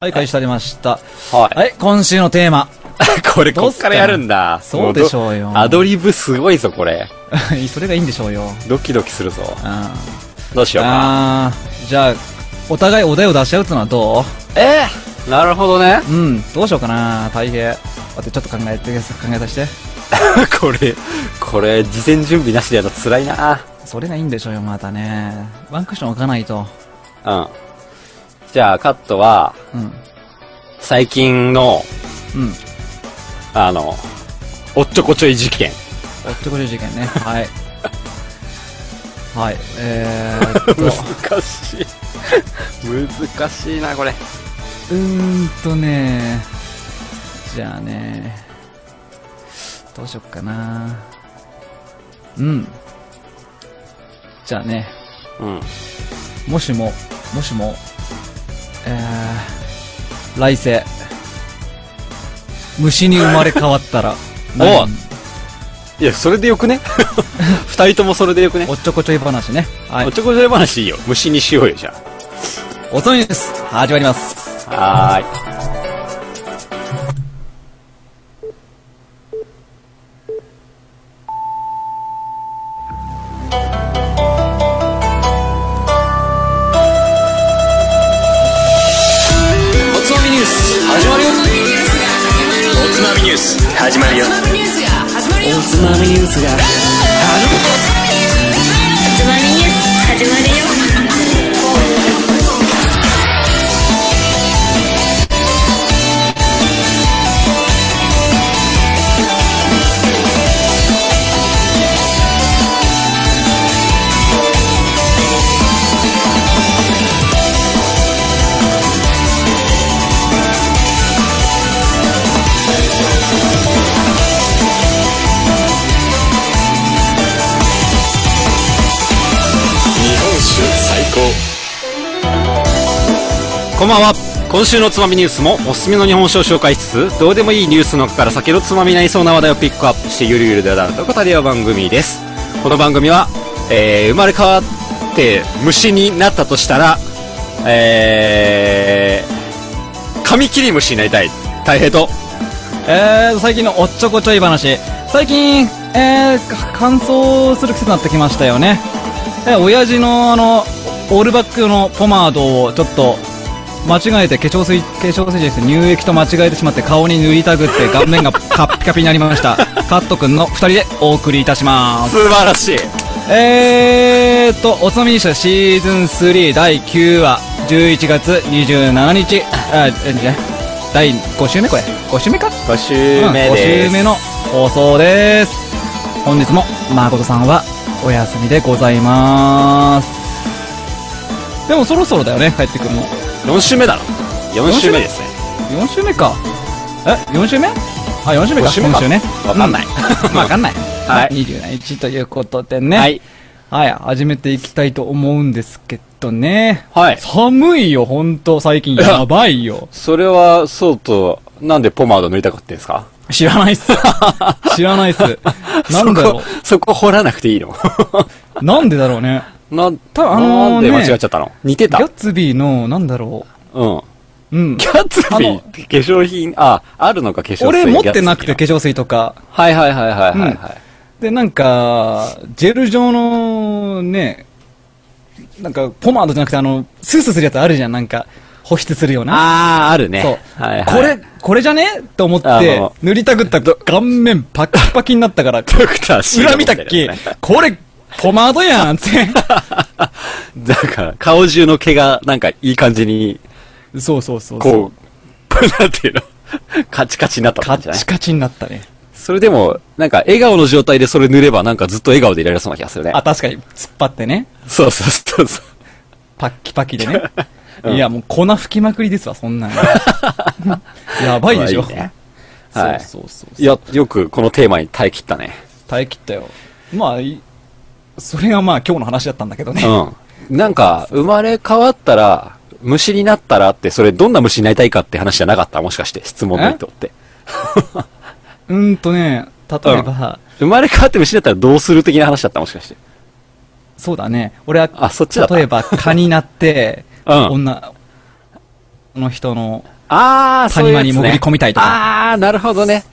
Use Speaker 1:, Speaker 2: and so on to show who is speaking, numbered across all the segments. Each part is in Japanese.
Speaker 1: はい、開始されました。
Speaker 2: は
Speaker 1: はい、今週のテーマ。
Speaker 2: い。 これ、こっからやるんだ。
Speaker 1: そうでしょうよ
Speaker 2: もどアドリブすごいぞ、これ。
Speaker 1: それがいいんでしょうよ。
Speaker 2: ドキドキするぞ。
Speaker 1: うん。
Speaker 2: どうしようか。
Speaker 1: あー、じゃあ、お互いお題を出し合うってのはど
Speaker 2: えーなるほどね。
Speaker 1: ううん、どうしようかな大平。待って、ちょっと考えて、考えさせて。
Speaker 2: これ、これ、事前準備なしでやるの辛いな。
Speaker 1: それがいいんでしょうよ、またね。ワンクッション置かないと。
Speaker 2: うん。じゃあ、カットは、
Speaker 1: うん。
Speaker 2: 最近の、
Speaker 1: うん。
Speaker 2: あの、おっちょこちょい事件。
Speaker 1: おっちょこちょい事件ね。 はい。はい、えーっと、う
Speaker 2: 難しい。 難しいな、これ。
Speaker 1: ーんとねじゃあねどうしよっかなうん。じゃあね、
Speaker 2: うん。
Speaker 1: もしも、もしも、えー、来世、虫に生まれ変わったら、
Speaker 2: お
Speaker 1: 何
Speaker 2: いや、それでよくね 二人ともそれでよくね
Speaker 1: おっちょこちょい話ね。は
Speaker 2: おっ
Speaker 1: い。
Speaker 2: ちょこちょい話いいよ。虫にしようよ、じゃ
Speaker 1: おつまみです。始まります。
Speaker 2: あ。はーい。
Speaker 3: おつまみニュース始まるよおつまみニュース始まるよおつまみニュースが
Speaker 4: つまみニュース始まるよ
Speaker 3: 日本酒最
Speaker 2: こんばんは今週のつまみニュースもおすすめの日本酒を紹介しつつどうでもいいニュースの中から酒のつまみになりそうな話題をピックアップしてゆるゆるでだらと語り合う番組ですこの番組は、えー、生まれ変わって虫になったとしたらえー、カミキリムシになりたい大平と
Speaker 1: えー、最近のおっちょこちょい話。最近、えー、乾燥する季節になってきましたよね。えー、親父のあの、オールバックのポマードをちょっと、間違えて化粧水、化粧水じゃなくて乳液と間違えてしまって顔に塗りたくって顔面がカッピカピになりました。カットくんの二人でお送りいたします。
Speaker 2: 素晴らしい
Speaker 1: えーっと、おつまみにしたシーズン3第9話、11月27日、あ、えーね第5週目これ。5週目か
Speaker 2: 5週目
Speaker 1: うん
Speaker 2: で
Speaker 1: 5
Speaker 2: す
Speaker 1: 週目の放送です。本日も誠さんはお休みでございます。でもそろそろだよね、帰ってくるの。
Speaker 2: 4週目だろ4週目ですね
Speaker 1: 4週目か。え、4週目あ、4週目か、
Speaker 2: 4週目
Speaker 1: 今
Speaker 2: か
Speaker 1: 週ね。
Speaker 2: わかんない
Speaker 1: うん。わかんない。
Speaker 2: はい
Speaker 1: 27日ということでね。
Speaker 2: はい。
Speaker 1: はい、始めていきたいと思うんですけどね。
Speaker 2: はい
Speaker 1: 寒いよ、ほんと、最近。やばいよ。
Speaker 2: それはそうとなんでポマード塗りたかったんですか
Speaker 1: 知らないっす。知らないっす。 なんだろ
Speaker 2: そこそこ掘らなくていいの
Speaker 1: う。 なんでだろうね。
Speaker 2: な、
Speaker 1: 多分あのー
Speaker 2: なんで
Speaker 1: ね
Speaker 2: 間違っちゃったの似て
Speaker 1: ギ
Speaker 2: た。う
Speaker 1: ャ
Speaker 2: ん
Speaker 1: ッ。ツビーの、なんだろう。うん
Speaker 2: ギ。ャッツビ
Speaker 1: あの
Speaker 2: ー、化粧品、あ、あるのか化粧水。
Speaker 1: 俺持ってなくて化
Speaker 2: ギャッツビー
Speaker 1: 粧水とか。
Speaker 2: のはいはいはいはいはいはい。
Speaker 1: で、なんか、ジェル状のね、なんか、ポマードじゃなくて、あの、スースーするやつあるじゃん、なんか、保湿するような。
Speaker 2: あー、あるね。
Speaker 1: そう。
Speaker 2: はいはい、
Speaker 1: これ、これじゃねと思っ
Speaker 2: あ
Speaker 1: て
Speaker 2: の、
Speaker 1: 塗りたくったら顔面パキパキになった から、
Speaker 2: ドクター C
Speaker 1: 裏見たっけ
Speaker 2: の持ってるやつね
Speaker 1: これ、ポマードやんって。
Speaker 2: だから、顔中の毛が、なんか、いい感じに、
Speaker 1: そうそうそうそう。
Speaker 2: こう、なんていうの、 カチカチになった
Speaker 1: カ
Speaker 2: んじゃない
Speaker 1: チカチになったね。
Speaker 2: それでも、なんか、笑顔の状態でそれ塗れば、なんかずっと笑顔でいられそうな気がするね。
Speaker 1: あ、確かに、突っ張ってね。
Speaker 2: そうそうそうそう。
Speaker 1: パッキパキで ね。いや、もう粉吹きまくりですわ、そんなの。やばいでしょ。
Speaker 2: いいねはい
Speaker 1: そうそうそう。
Speaker 2: いや、よくこのテーマに耐え切ったね。
Speaker 1: 耐え切ったよ。まあ、いそれがまあ今日の話だったんだけどね。
Speaker 2: うん。なんか、生まれ変わったら、虫になったらって、それどんな虫になりたいかって話じゃなかったもしかして、質問の人って。
Speaker 1: うーんとね、例えば、
Speaker 2: 生まれ変わって虫になったらどうする的な話だったもしかして。
Speaker 1: そうだね、俺は、
Speaker 2: あそっちだった
Speaker 1: 例えば蚊になって、
Speaker 2: うん
Speaker 1: 女、の人の
Speaker 2: あー、そう
Speaker 1: 谷
Speaker 2: いう
Speaker 1: 間
Speaker 2: やつ
Speaker 1: に
Speaker 2: ね
Speaker 1: 潜り込みたいとか。
Speaker 2: あー、なるほどね。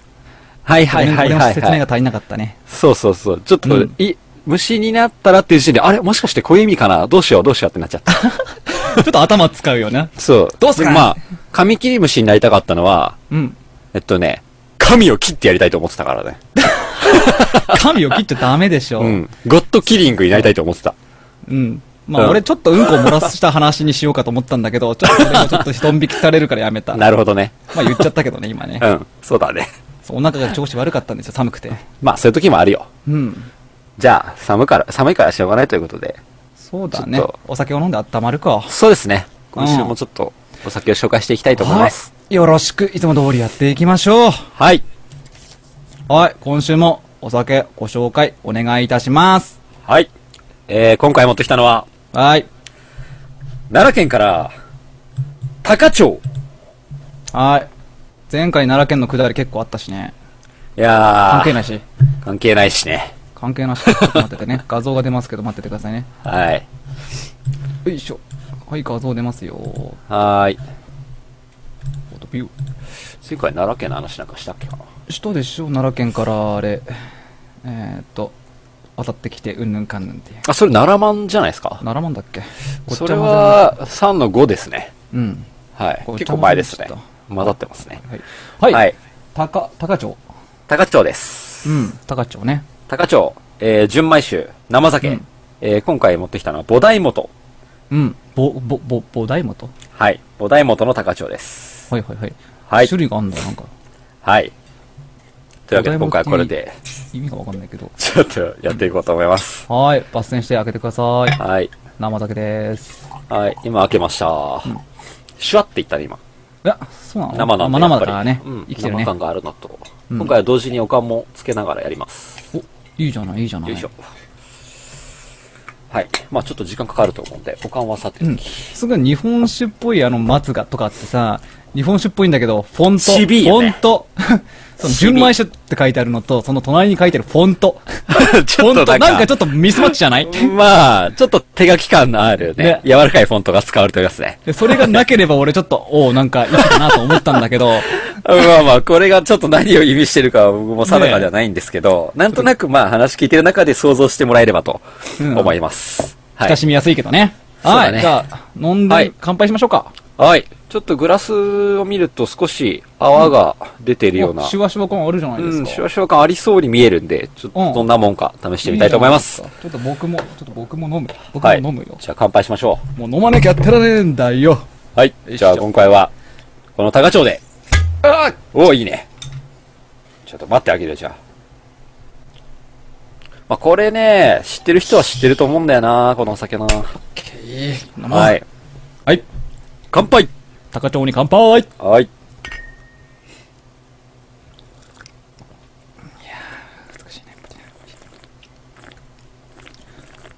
Speaker 2: はいはいはい
Speaker 1: 俺
Speaker 2: は
Speaker 1: の
Speaker 2: い、
Speaker 1: 説明
Speaker 2: は
Speaker 1: が
Speaker 2: い。
Speaker 1: 足りなかったね。
Speaker 2: そうそうそう。ちょっと、
Speaker 1: うん
Speaker 2: い、虫になったらっていう時点で、あれもしかしてこういう意味かなどうしようどうしようってなっち ゃった。
Speaker 1: ちょっと頭使うよね。
Speaker 2: そう。
Speaker 1: どうすか
Speaker 2: でまあ、カミキリムシになりたかったのは、
Speaker 1: うん。
Speaker 2: えっとね、神を切ってやりたいと思ってたからね。
Speaker 1: 神を切っちゃダメでしょ。
Speaker 2: う
Speaker 1: うん。
Speaker 2: ん。ゴッドキリングになりたいと思ってた。
Speaker 1: ま
Speaker 2: う
Speaker 1: あ
Speaker 2: ん
Speaker 1: 俺ちょっとうんこ漏らした話にしようかと思ったんだけど、ちょっとそれもちょっと人引きされるからやめた。ま
Speaker 2: なるほどね。
Speaker 1: あ言っちゃったけどね、今ね
Speaker 2: う。ん。そうだね。
Speaker 1: そうお腹が調子悪かったんですよ、寒くて。
Speaker 2: まあ、そういう時もあるよ。
Speaker 1: うん。
Speaker 2: じゃあ、寒から、寒いからしょうがないということで。
Speaker 1: そうだね
Speaker 2: ちょっと。
Speaker 1: お酒を飲んで温まるか。
Speaker 2: そうですね。今週もちょっと、お酒を紹介していきたいと思います。
Speaker 1: はい。よろしく、いつも通りやっていきましょう。
Speaker 2: はい。
Speaker 1: はい。今週もお酒ご紹介お願いいたします。
Speaker 2: はい。えー、今回持ってきたのは、
Speaker 1: はい。
Speaker 2: 奈良県から、高町。
Speaker 1: はい。前回奈良県の下り結構あったしね。
Speaker 2: いやー。
Speaker 1: 関係ないし。
Speaker 2: 関係ないしね。
Speaker 1: 関係なし。ちょっと待っててね。画像が出ますけど待っててくださいね。
Speaker 2: はい。
Speaker 1: よいしょ。はい、画像出ますよ。フ
Speaker 2: はーい。
Speaker 1: ォトビュー
Speaker 2: 次回奈良県の話なんかしたっけかな。
Speaker 1: 首都でしょ奈良県からあれ。えー、っと、渡ってきてうんぬんかんぬんっていう。
Speaker 2: あ、それ奈良マンじゃないですか。
Speaker 1: 奈良もんだっけ
Speaker 2: それ、は、3の5ですね。
Speaker 1: ごっちゃ混ぜなんだ
Speaker 2: はい。
Speaker 1: ごっちゃ混ぜ
Speaker 2: 結構前ですね
Speaker 1: ちょっ。
Speaker 2: 混ざってますね。
Speaker 1: うん。はい。はい。高、高町。
Speaker 2: 高町です。
Speaker 1: うん。高町ね。
Speaker 2: 高町、えー、純米酒、生酒。
Speaker 1: うん
Speaker 2: えー、今回持ってきたのは菩提元。
Speaker 1: うん。ぼ、ぼ、ぼ、ぼ、大元
Speaker 2: はい。菩提元の高町です。
Speaker 1: はいはいはい。
Speaker 2: はい
Speaker 1: 種類があんだ、なんか。
Speaker 2: はい。というわけで
Speaker 1: 菩提元
Speaker 2: 今回はこれで、
Speaker 1: 意味がわかんないけど。
Speaker 2: ちょっとやっていこうと思います。
Speaker 1: はーい。抜栓して開けてください。
Speaker 2: はい。
Speaker 1: 生酒でーす。
Speaker 2: はい。今開けました。シュワっていったね、今。
Speaker 1: いや、そうなの
Speaker 2: 生なん
Speaker 1: ま
Speaker 2: で
Speaker 1: あ
Speaker 2: や
Speaker 1: 生
Speaker 2: っ
Speaker 1: だ
Speaker 2: ぱり
Speaker 1: からね
Speaker 2: うん。
Speaker 1: 生きてる
Speaker 2: 生
Speaker 1: ね。
Speaker 2: 感があるのと、
Speaker 1: うん
Speaker 2: 今回は同時におかんもつけながらやります、
Speaker 1: お、いいじゃない、いいじゃない。
Speaker 2: よいしょはいまあちょっと時間かかると思うんでおかんはさて
Speaker 1: う
Speaker 2: お
Speaker 1: ん。
Speaker 2: き、
Speaker 1: すごい日本酒っぽいあの松がとかってさ、日本酒っぽいんだけど、フォント。
Speaker 2: ちびいよね
Speaker 1: フォン ト。その純米酒って書いてあるのと、その隣に書いてあるフォント。
Speaker 2: ち
Speaker 1: フォ
Speaker 2: ょっ
Speaker 1: ント
Speaker 2: とな
Speaker 1: なん
Speaker 2: んか
Speaker 1: かちょっとミスマッチじゃない
Speaker 2: まあちょっと手書き感のあるね
Speaker 1: ね
Speaker 2: 柔らかいフォントが使われておりますね
Speaker 1: で、それがなければ俺ちょっと、おう、なんかいいかなと思ったんだけ ど、
Speaker 2: まあまあこれがちょっと何を意味してるかは僕も定かではないんですけど、なんとなくまあ話聞いてる中で想像してもらえればと
Speaker 1: うん
Speaker 2: 思います、は
Speaker 1: 親しみやすいけどね。
Speaker 2: そう
Speaker 1: は
Speaker 2: だ
Speaker 1: い。
Speaker 2: ね
Speaker 1: じゃあ、飲ん
Speaker 2: は
Speaker 1: で
Speaker 2: い
Speaker 1: 乾杯しましょうか。
Speaker 2: はい。ちょっとグラスを見ると少し泡が出てるような。
Speaker 1: おシュワシュワ感あるじゃないで
Speaker 2: う
Speaker 1: す
Speaker 2: ん、
Speaker 1: か。
Speaker 2: シュワシュワ感ありそうに見えるんで、ちょっ
Speaker 1: うん
Speaker 2: とどんなもんか試してみたいと思います。
Speaker 1: じゃないですか。ちょっと僕も、ちょっと僕も飲む。僕も
Speaker 2: はい。
Speaker 1: 飲むよ。
Speaker 2: じゃあ乾杯しましょ
Speaker 1: もう飲まなきゃやってられねえんだよ。
Speaker 2: う。はい。
Speaker 1: よいしょ
Speaker 2: じゃあ今回は、この高町で。あおお、いいね。ちょっと待ってあげるよ、じゃあ。まあ、これね、知ってる人は知ってると思うんだよな、このお酒な。
Speaker 1: 飲もう
Speaker 2: はい。。
Speaker 1: はい。
Speaker 2: 乾杯
Speaker 1: 高町に乾杯
Speaker 2: はい。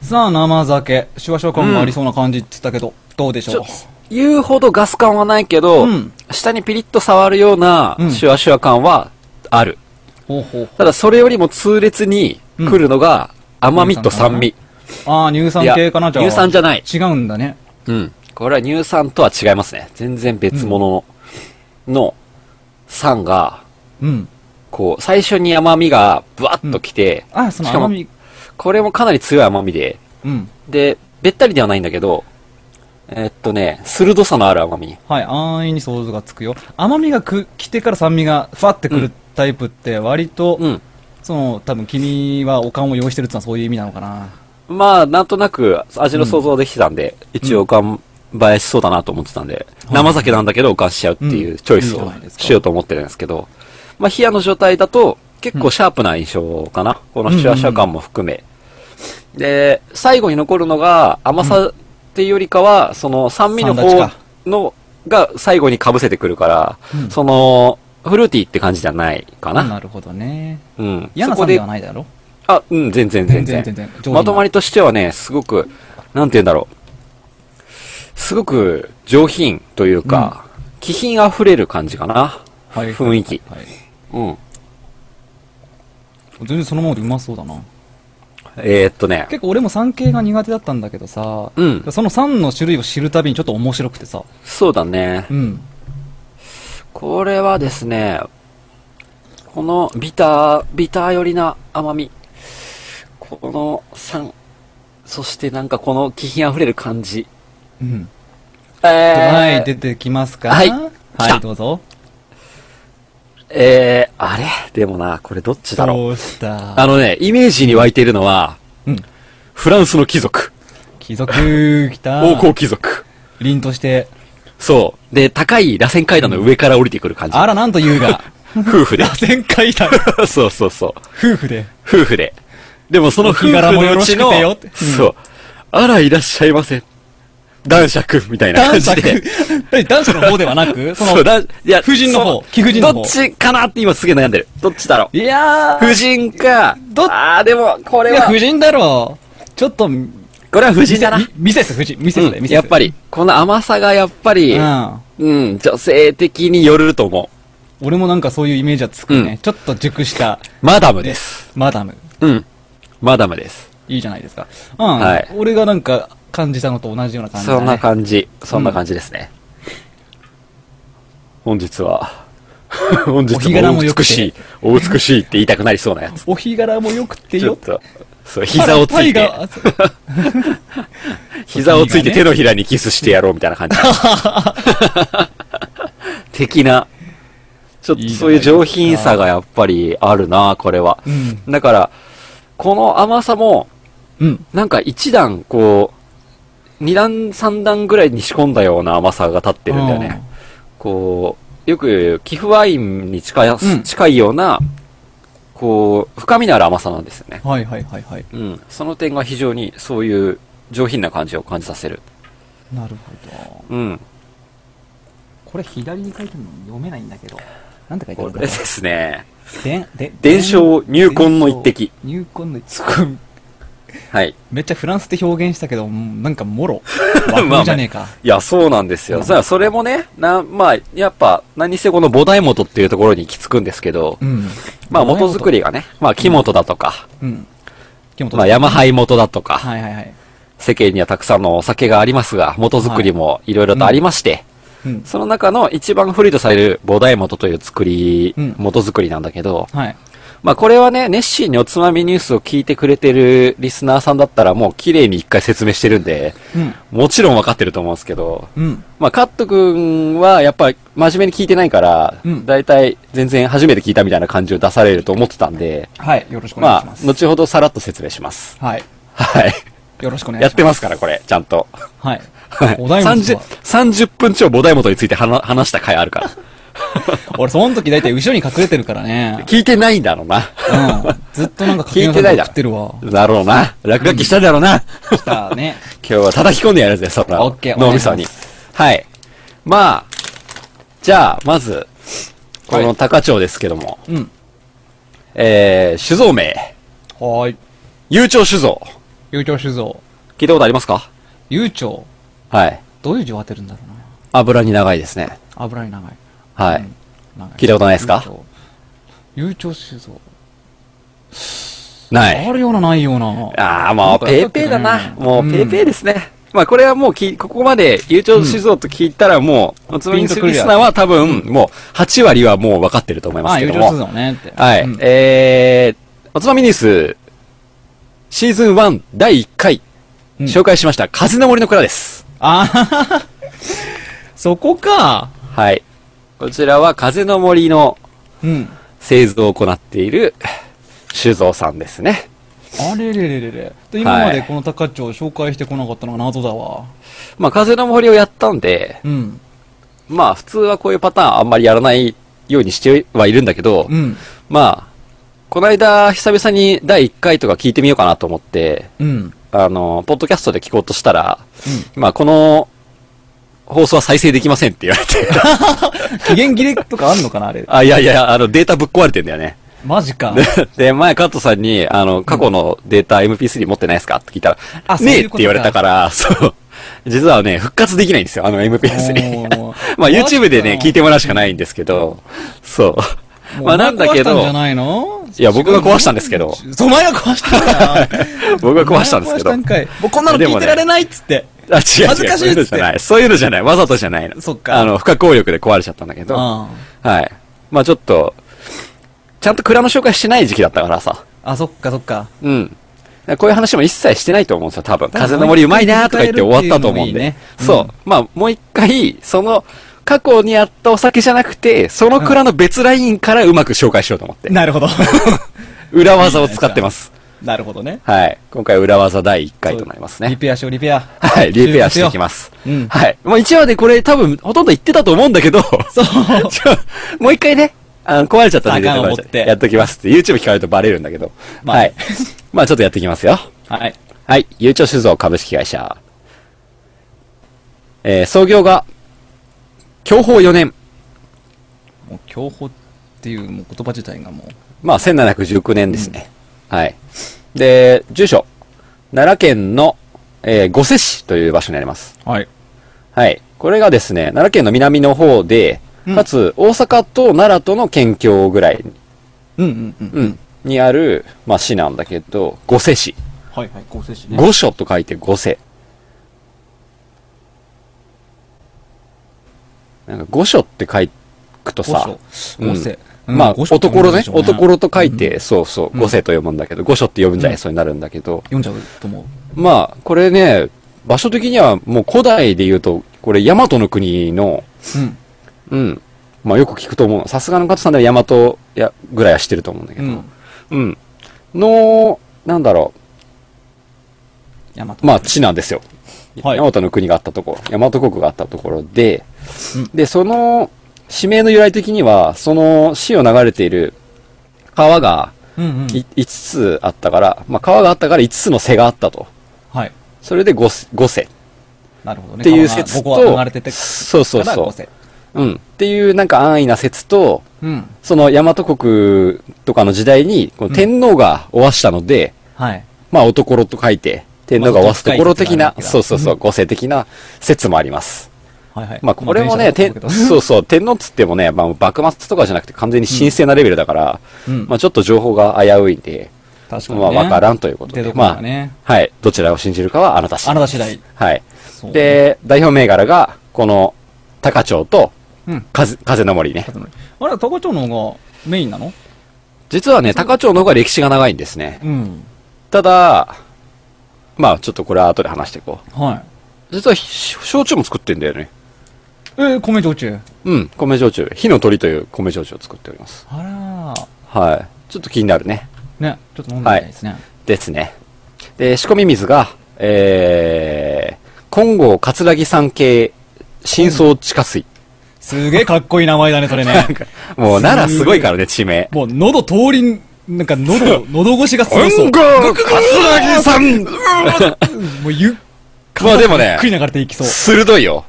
Speaker 1: さあ、生酒。シュワシュワ感がありそうな感じって言ったけど、どうでし
Speaker 2: ち
Speaker 1: ょ
Speaker 2: ょ
Speaker 1: う
Speaker 2: 言うほどガス感はないけど、
Speaker 1: うん
Speaker 2: 下にピリッと触るような
Speaker 1: うん
Speaker 2: シュワシュワ感はある。
Speaker 1: ほうほう。
Speaker 2: ただそれよりも痛烈に来るのが甘みと酸味。
Speaker 1: ああ、乳酸
Speaker 2: いや
Speaker 1: 系かなじゃあ。
Speaker 2: 乳酸じゃない。
Speaker 1: 違うんだね。
Speaker 2: うん。これは乳酸とは違いますね。全然別物の、の酸が、
Speaker 1: うん。
Speaker 2: こう、最初に甘みがブワッと来て、
Speaker 1: あ、その
Speaker 2: しかも
Speaker 1: 甘み。
Speaker 2: これもかなり強い甘みで、
Speaker 1: うん。
Speaker 2: で、べったりではないんだけど、えーっとね、鋭さのある甘み。
Speaker 1: はい、安易に想像がつくよ。甘みがく来てから酸味がふわってくるタイプって、割と、
Speaker 2: うん。
Speaker 1: その、多分君はお感を用意してるってのはそういう意味なのかな。
Speaker 2: まあ、なんとなく味の想像できてたんで、一応乾杯しそうだなと思ってたんで、生酒なんだけどおかんしちゃうっていうチョイス
Speaker 1: うんいい
Speaker 2: を
Speaker 1: じゃないですか
Speaker 2: しようと思ってるんですけど、まあ、冷やの状態だと結構シャープな印象かな。このシュワシュワ感も含め。で、最後に残るのが甘さっていうよりかは、その酸味の
Speaker 1: 酸
Speaker 2: 方
Speaker 1: 立ちか
Speaker 2: のが最後に被せてくるから、
Speaker 1: うん
Speaker 2: その、フルーティーって感じじゃないかな。
Speaker 1: なるほどね。
Speaker 2: うん。
Speaker 1: 嫌な
Speaker 2: そこ
Speaker 1: 酸
Speaker 2: で
Speaker 1: 味はないだろ
Speaker 2: あ、うん、全然全然。
Speaker 1: 全然全然上品な
Speaker 2: まとまりとしてはね、すごく、なんて言うんだろう。すごく上品というか、気品あふれる感じかな。
Speaker 1: はい
Speaker 2: 雰囲気。
Speaker 1: はい。
Speaker 2: うん。
Speaker 1: 全然そのままでうまそうだな。
Speaker 2: えーっとね、
Speaker 1: 結構俺も酸系が苦手だったんだけどさ、
Speaker 2: うん
Speaker 1: その酸の種類を知るたびにちょっと面白くてさ、
Speaker 2: そうだね
Speaker 1: う。ん。
Speaker 2: これはですね、このビター、ビター寄りな甘み。この酸。そしてなんかこの気品あふれる感じ。
Speaker 1: うん。
Speaker 2: えー、
Speaker 1: はい、出てきますか
Speaker 2: はい来
Speaker 1: は
Speaker 2: た
Speaker 1: い、どうぞ。
Speaker 2: えー、あれでもな、これどっちだろう。
Speaker 1: どうした
Speaker 2: あのね、イメージに湧いているのは、
Speaker 1: うん。
Speaker 2: フランスの貴族。
Speaker 1: 貴族、来た。
Speaker 2: 王侯貴族。
Speaker 1: 凛として、
Speaker 2: そう。で、高い螺旋階段の上から降りてくる感じ。
Speaker 1: あら、なんと言う が、
Speaker 2: 夫婦で。
Speaker 1: 前回だ。
Speaker 2: そうそうそう。
Speaker 1: 夫婦 で。
Speaker 2: 夫婦で。でもその夫婦のうち
Speaker 1: お日柄
Speaker 2: の、
Speaker 1: もよろしくてよってうん
Speaker 2: そう。あら、いらっしゃいませ。男爵みたいな感
Speaker 1: 男
Speaker 2: じ
Speaker 1: 爵
Speaker 2: で。。
Speaker 1: え男爵 の方ではなく、そ
Speaker 2: そう、
Speaker 1: の、
Speaker 2: 男いや、
Speaker 1: 夫人の方
Speaker 2: そう
Speaker 1: 貴婦人の方
Speaker 2: どっちかなって今すげえ悩んでる。どっちだろ
Speaker 1: いや
Speaker 2: う。
Speaker 1: ー、
Speaker 2: 夫人か。
Speaker 1: ど
Speaker 2: あー、でも、これ
Speaker 1: いや、
Speaker 2: は
Speaker 1: 夫、人だろう。ちょっと、ミ
Speaker 2: これは夫人だな。
Speaker 1: ミミセス夫人、ミセスだ
Speaker 2: う
Speaker 1: よ、
Speaker 2: ん、
Speaker 1: ミセス。
Speaker 2: やっぱり、この甘さがやっぱり、
Speaker 1: うん。
Speaker 2: うん、女性的によると思
Speaker 1: 俺もなんかそういうイメージはつくね。
Speaker 2: うん
Speaker 1: ちょっと熟した
Speaker 2: う。マダムです。
Speaker 1: マダム。
Speaker 2: うん。マダムです。
Speaker 1: いいじゃないですか。うん。
Speaker 2: はい
Speaker 1: 俺がなんか感じたのと同じような感じだね。
Speaker 2: そんな感じ。そんな感じですね。本日は、 本
Speaker 1: お
Speaker 2: 日
Speaker 1: 日柄
Speaker 2: も
Speaker 1: も
Speaker 2: お
Speaker 1: 良くて
Speaker 2: 美しい、お美しいって言いたくなりそうなやつ。
Speaker 1: お日柄も良くて
Speaker 2: ちょ
Speaker 1: よ
Speaker 2: っ。と、そう、膝をつい
Speaker 1: パ
Speaker 2: て
Speaker 1: イ、があそう
Speaker 2: 膝をついて
Speaker 1: そう君がね
Speaker 2: 手のひらにキスしてやろうみたい な感じ。的な。ちょっとそういう上品さがやっぱりあるな、これは。
Speaker 1: うん。
Speaker 2: だから、この甘さも、
Speaker 1: うん。
Speaker 2: なんか一段、こう、二段、三段ぐらいに仕込んだような甘さが立ってるんだよね。こう、よく、寄付ワインに近い、
Speaker 1: ん
Speaker 2: 近いような、こう、深みのある甘さなんですよね。
Speaker 1: うん。はいはいはいはい。
Speaker 2: うん。その点が非常に、そういう上品な感じを感じさせる。
Speaker 1: なるほど。
Speaker 2: うん。
Speaker 1: これ左に書いてるの読めないんだけど。なんて書いてあ
Speaker 2: こ
Speaker 1: るん
Speaker 2: れ
Speaker 1: だ
Speaker 2: で
Speaker 1: ろ
Speaker 2: すね。
Speaker 1: うでんで
Speaker 2: 伝承入魂の一滴。
Speaker 1: 入魂の一滴。
Speaker 2: はい。
Speaker 1: めっちゃフランスって表現したけど、うんなんかも ろ。
Speaker 2: まあ
Speaker 1: 和風じゃねえか。
Speaker 2: いや、そうなんですよ。
Speaker 1: うん
Speaker 2: だからそれもね、な、まあ、やっぱ、何せこの菩提元っていうところに行き着くんですけど、
Speaker 1: うん。
Speaker 2: まあ、元作りがね、まあ、木元だとか、
Speaker 1: うん。木本さん
Speaker 2: まあ、山灰元だとか、
Speaker 1: はいはいはい。
Speaker 2: 世間にはたくさんのお酒がありますが、元作りもいろいろとありまして、
Speaker 1: うん。
Speaker 2: その中の一番古いとされる菩提元という作り、
Speaker 1: うん
Speaker 2: 元作りなんだけど、
Speaker 1: はい。
Speaker 2: まあ、これはね、熱心におつまみニュースを聞いてくれてるリスナーさんだったら、もう綺麗に一回説明してるんで、
Speaker 1: うん。
Speaker 2: もちろんわかってると思うんですけど、
Speaker 1: うん。
Speaker 2: まあ、カット君はやっぱ真面目に聞いてないから、
Speaker 1: うん
Speaker 2: だいたい全然初めて聞いたみたいな感じを出されると思ってたんで、
Speaker 1: はい。よろしくお願い
Speaker 2: ま
Speaker 1: し
Speaker 2: あ
Speaker 1: ま、す。
Speaker 2: 後ほどさらっと説明します。
Speaker 1: はい。
Speaker 2: はい。
Speaker 1: よろしくお願いし ま
Speaker 2: やっ
Speaker 1: す。
Speaker 2: てますから、これ、ちゃんと。
Speaker 1: はい。
Speaker 2: はい。
Speaker 1: お題目
Speaker 2: 30、30分超菩提元について話話した回あるから。
Speaker 1: 俺、その時大体後ろに隠れてるから ね。
Speaker 2: 聞いてないんだろうな。
Speaker 1: うん。ずっとなんか
Speaker 2: 聞いてないだ
Speaker 1: 食ってるわ
Speaker 2: ろ。。だろうな。落書きしたんだろうな。
Speaker 1: 来たね。
Speaker 2: 今日は叩き込んでやるぜ、そら。
Speaker 1: オッケー
Speaker 2: 脳みそに
Speaker 1: お願いし。
Speaker 2: はい。まあ、じゃあ、まず、この高町ですけども、
Speaker 1: うん。
Speaker 2: えー、酒造名、
Speaker 1: はーい。
Speaker 2: 悠長酒造。
Speaker 1: 悠長酒造。
Speaker 2: 聞いたことありますか
Speaker 1: 悠長。
Speaker 2: はい。
Speaker 1: どういう字を当てるんだろうな。
Speaker 2: 油に長いですね。
Speaker 1: 油に長い。
Speaker 2: はい。
Speaker 1: うん長
Speaker 2: 聞いたことないですか
Speaker 1: 悠長悠長酒造。
Speaker 2: ない。
Speaker 1: あるような、ないような。。
Speaker 2: ああ、もう、ペーペーだな。もう、ペーペーですすね。まあ、これはもうき、ここまで、悠長酒造と聞いたら、もう、おつまみニュースリスナーは多分、もう、8割はもう分かってると思い
Speaker 1: ま
Speaker 2: ます
Speaker 1: あ、
Speaker 2: け
Speaker 1: 悠
Speaker 2: ど
Speaker 1: 長酒
Speaker 2: も。
Speaker 1: 造ねって。
Speaker 2: はい。
Speaker 1: うん
Speaker 2: えー、おつまみニュース、シーズン1第1回、
Speaker 1: うん
Speaker 2: 紹介しました、風の森の蔵です。
Speaker 1: あははそこか。
Speaker 2: はい。こちらは風の森の
Speaker 1: うん。
Speaker 2: 製造を行っている、酒造さんですね。
Speaker 1: あれれれれれ。と今ま
Speaker 2: は
Speaker 1: で
Speaker 2: い
Speaker 1: この高町を紹介してこなかったのが謎だわ。
Speaker 2: まあ、風の森をやったんで、
Speaker 1: うん。
Speaker 2: まあ、普通はこういうパターンあんまりやらないようにしてはいるんだけど、
Speaker 1: うん。
Speaker 2: まあ、この間、久々に第1回とか聞いてみようかなと思って、
Speaker 1: うん。
Speaker 2: あの、ポッドキャストで聞こうとしたら、まあ、この、放送は再生できませんって言われて。
Speaker 1: 期限切れとかあんのかなあれ。
Speaker 2: あ、いやいや、あの、データぶっ壊れてんだよね。
Speaker 1: マジか。
Speaker 2: で、前、カットさんに、あの、過去のデータ MP3 持ってないですかって聞いたら、
Speaker 1: あそう
Speaker 2: ね
Speaker 1: い
Speaker 2: えっ
Speaker 1: うこ
Speaker 2: て
Speaker 1: とか
Speaker 2: 言われたから、そう。実はね、復活できないんですよ、あの MP3
Speaker 1: おー。
Speaker 2: まあ、YouTube で
Speaker 1: マジ
Speaker 2: ね、
Speaker 1: か
Speaker 2: 聞いてもらうしかないんですけど、そう。
Speaker 1: もう
Speaker 2: まあ、なんだけ
Speaker 1: お前壊したん
Speaker 2: ど
Speaker 1: じゃ、ないの
Speaker 2: いや、僕が壊したんですけど。
Speaker 1: お前が壊したんだよ
Speaker 2: 僕が壊したんですけど。
Speaker 1: お前が壊したんかいもうこんなの聞いてられないっつって。
Speaker 2: あ、違う違う。
Speaker 1: 恥ずかしいっつって
Speaker 2: そううのじゃない。そういうのじゃない。わざとじゃないの。
Speaker 1: そっか
Speaker 2: あの、不可抗力で壊れちゃったんだけど。
Speaker 1: あ
Speaker 2: はい。まあちょっと、ちゃんと蔵の紹介してない時期だったからさ。
Speaker 1: あ、そっかそっか。
Speaker 2: うん。こういう話も一切してないと思うんですよ、多分。風の森うまいなーとか言って終わったと思うん
Speaker 1: もう一
Speaker 2: で。
Speaker 1: 回振り返るっていうのもいい
Speaker 2: そう。まあ、もう一回、その、過去にあったお酒じゃなくて、その蔵の別ラインからうまく紹介しようと思って。
Speaker 1: なるほ ど。
Speaker 2: 裏技を使ってます。
Speaker 1: なるほどね。
Speaker 2: はい。今回裏技第1回となります
Speaker 1: リ
Speaker 2: ね。
Speaker 1: ペアしよう、リペア。
Speaker 2: はい。リペアしていきます。
Speaker 1: うん
Speaker 2: はい。もう一話でこれ多分、ほとんど言ってたと思うんだけど、
Speaker 1: そう。
Speaker 2: ちょ もう一回ね、あの、壊れちゃったんで、
Speaker 1: さあ
Speaker 2: 壊れちゃ
Speaker 1: 遡って
Speaker 2: やっときますって、YouTube 聞かれるとバレるんだけど。
Speaker 1: まあ
Speaker 2: はい。まあちょっとやっていきますよ。
Speaker 1: はい。
Speaker 2: はい、ゆうちょ酒造株式会社。えー、創業が、享保4年。
Speaker 1: もう、競歩っていうもう言葉自体がもう。
Speaker 2: まあ、1719年ですね。はい。で、住所、奈良県の、えー、五瀬市という場所にあります。
Speaker 1: はい。
Speaker 2: はい。これがですね、奈良県の南の方で、かつ、大阪と奈良との県境ぐらい、
Speaker 1: うんうんうん。
Speaker 2: うん、にある、まあ、市なんだけど、五瀬市。
Speaker 1: はいはい、構成しね。
Speaker 2: 五所と書いて五世。なんか五所って書くとさ、
Speaker 1: 五世。うん
Speaker 2: まあ、
Speaker 1: 五所って
Speaker 2: 男ろね、
Speaker 1: 読むんでしょう
Speaker 2: 男ろと書いて、そうそう、
Speaker 1: うん
Speaker 2: 五世と読むんだけど、五所って読んじゃ
Speaker 1: う
Speaker 2: い
Speaker 1: ん
Speaker 2: そうになるんだけど、
Speaker 1: 読んじゃうと思う。
Speaker 2: まあ、これね、場所的にはもう古代で言うと、これ、大和の国の、
Speaker 1: うん。
Speaker 2: うん、まあよく聞くと思う。さすがの方さんでは大和やぐらいは知ってると思うんだけ
Speaker 1: う
Speaker 2: ど、
Speaker 1: ん。
Speaker 2: うん。の、なんだろう、
Speaker 1: 大和。
Speaker 2: まあ、地なんですよ。
Speaker 1: はい
Speaker 2: 大和の国があったところ、大和国があったところで、
Speaker 1: うん
Speaker 2: で、その、地名の由来的には、その市を流れている川が
Speaker 1: うんうん。
Speaker 2: い5つあったから、まあ、川があったから5つの瀬があったと。
Speaker 1: はい。
Speaker 2: それで 5, 5瀬
Speaker 1: なるほどね。
Speaker 2: っていう説と、
Speaker 1: ここは流れてて。
Speaker 2: そうそう
Speaker 1: から
Speaker 2: そ
Speaker 1: 五世
Speaker 2: う。うん。っていうなんか安易な説と、
Speaker 1: うん。
Speaker 2: その大和国とかの時代に、この天皇がおわしたので、
Speaker 1: はい。
Speaker 2: まあ、男ろと書いて、天皇がわすところ的な
Speaker 1: ま、あ
Speaker 2: そうそうそう、五世的な説もあります。
Speaker 1: はいはい。
Speaker 2: まあ、これもね、
Speaker 1: 電車
Speaker 2: 天
Speaker 1: だと思うけど
Speaker 2: そうそう、天皇っつってもね、まあ、幕末とかじゃなくて完全に神聖なレベルだから、
Speaker 1: うん
Speaker 2: まあ、ちょっと情報が危ういんで、
Speaker 1: 確かにね。
Speaker 2: まあ、わからんということ
Speaker 1: 出
Speaker 2: で、
Speaker 1: どころ
Speaker 2: ま
Speaker 1: がね
Speaker 2: あ、はい、どちらを信じるかはあなた次第。
Speaker 1: あなた次第。
Speaker 2: はい。
Speaker 1: そう
Speaker 2: で、代表銘柄が、この、高町と、
Speaker 1: うん
Speaker 2: 風、風の森ね。
Speaker 1: あれ、高町の方がメインなの
Speaker 2: 実はね、高町の方が歴史が長いんですね。
Speaker 1: うん。
Speaker 2: ただ、まあ、ちょっとこれは後で話していこう。
Speaker 1: はい。
Speaker 2: 実は、焼酎も作ってんだよね。
Speaker 1: えー、米焼酎。
Speaker 2: うん、米焼酎。火の鳥という米焼酎を作っております。
Speaker 1: あら
Speaker 2: はい。ちょっと気になるね。
Speaker 1: ー。ね、ちょっと飲んでみたいですね。
Speaker 2: ですね。で、仕込み水が、えー、金剛葛城山系深層地下水。
Speaker 1: すげえかっこいい名前だね、そ れね。
Speaker 2: もう奈良すごいからね、地名。
Speaker 1: もう、喉通りん、なんか喉、喉越しがすごそう。
Speaker 2: 剛葛城山
Speaker 1: もう、ゆっ
Speaker 2: まあでも
Speaker 1: ゆ
Speaker 2: ね
Speaker 1: っく、り流れていきそう。
Speaker 2: 鋭いよ。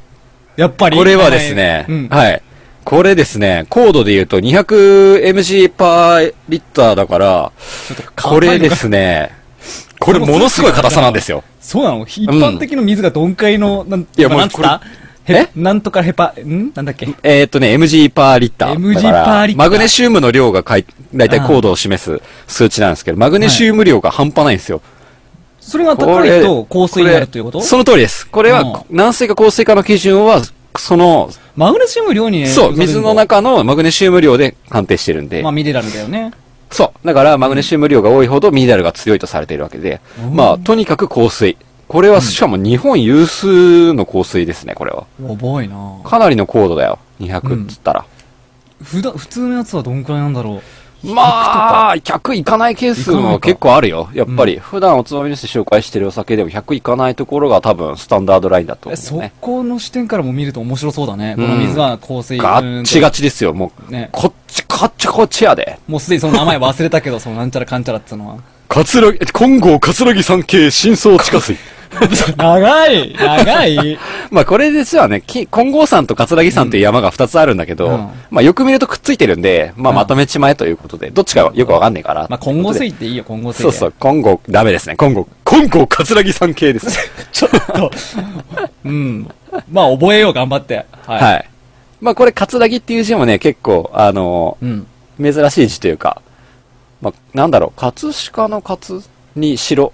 Speaker 1: やっぱり。
Speaker 2: これはですね
Speaker 1: う、ん。
Speaker 2: はい。これですね、高度で言うと 200mg パーリッターだから、これですね、これものすごい硬さなんですよ。
Speaker 1: そうなの一般的な水がどんくらいの、なん、
Speaker 2: いや
Speaker 1: まあ
Speaker 2: もう
Speaker 1: なんつった
Speaker 2: これ
Speaker 1: へなんとかヘパ、んなんだっけ
Speaker 2: えーっとね、mg パーリッター。
Speaker 1: mg
Speaker 2: だから
Speaker 1: パーリッター
Speaker 2: マグネシウムの量がかい、大体高度を示す数値なんですけど、マグネシウム量が半端ないんですよ。
Speaker 1: それが
Speaker 2: こ
Speaker 1: 高
Speaker 2: れ
Speaker 1: いと香水になるということ
Speaker 2: れその通りです。これ
Speaker 1: うん
Speaker 2: は、軟水か硬水かの基準は、その、
Speaker 1: マグネシウム量にね
Speaker 2: そう、水の。中のマグネシウム量で判定してるんで
Speaker 1: まあ、、ミネラルだよね。
Speaker 2: そう。だから、マグネシウム量が多いほどミネラルが強いとされているわけで、まあ、とにかく硬水。これは、しかも日本有数の硬水ですね、これは。
Speaker 1: 重いな
Speaker 2: かなりの高度だよ。200っつったら。
Speaker 1: 普段、普通のやつはどんくらいなんだろ
Speaker 2: まあ、100いかないケースも結構あるよ。やっぱり、普段おつまみニュースで紹介してるお酒でも100いかないところが多分スタンダードラインだと
Speaker 1: う。え
Speaker 2: 思う
Speaker 1: そ
Speaker 2: ね。
Speaker 1: この視点からも見ると面白そうだね。
Speaker 2: うん
Speaker 1: この水は香水。
Speaker 2: ガッチガチですよ。もう、
Speaker 1: ね
Speaker 2: こっち、こっちこっちやで。
Speaker 1: もうすでにその名前忘れたけど、そのなんちゃらかんちゃらっつう のは。
Speaker 2: カツラギ、金剛カツラギ山系深層地下水。
Speaker 1: 長い長い
Speaker 2: まあこれですよね、き金剛山と葛城山という山が2つあるんだけど、
Speaker 1: うん
Speaker 2: まあよく見るとくっついてるんで、まあまとめちまえということで、どっちかはよくわかんねえから。
Speaker 1: まあ、今後水っていいよ、今後水。
Speaker 2: そうそう、。金剛、ダメですね。金剛、金剛葛城山系です。
Speaker 1: ちょっと。うん。まあ、覚えよう、頑張って。 はい。
Speaker 2: はい。まあこれ、葛城っていう字もね、結構、あの
Speaker 1: うん。
Speaker 2: ー珍しい字というか、まあ、なんだろう、葛飾の葛に白、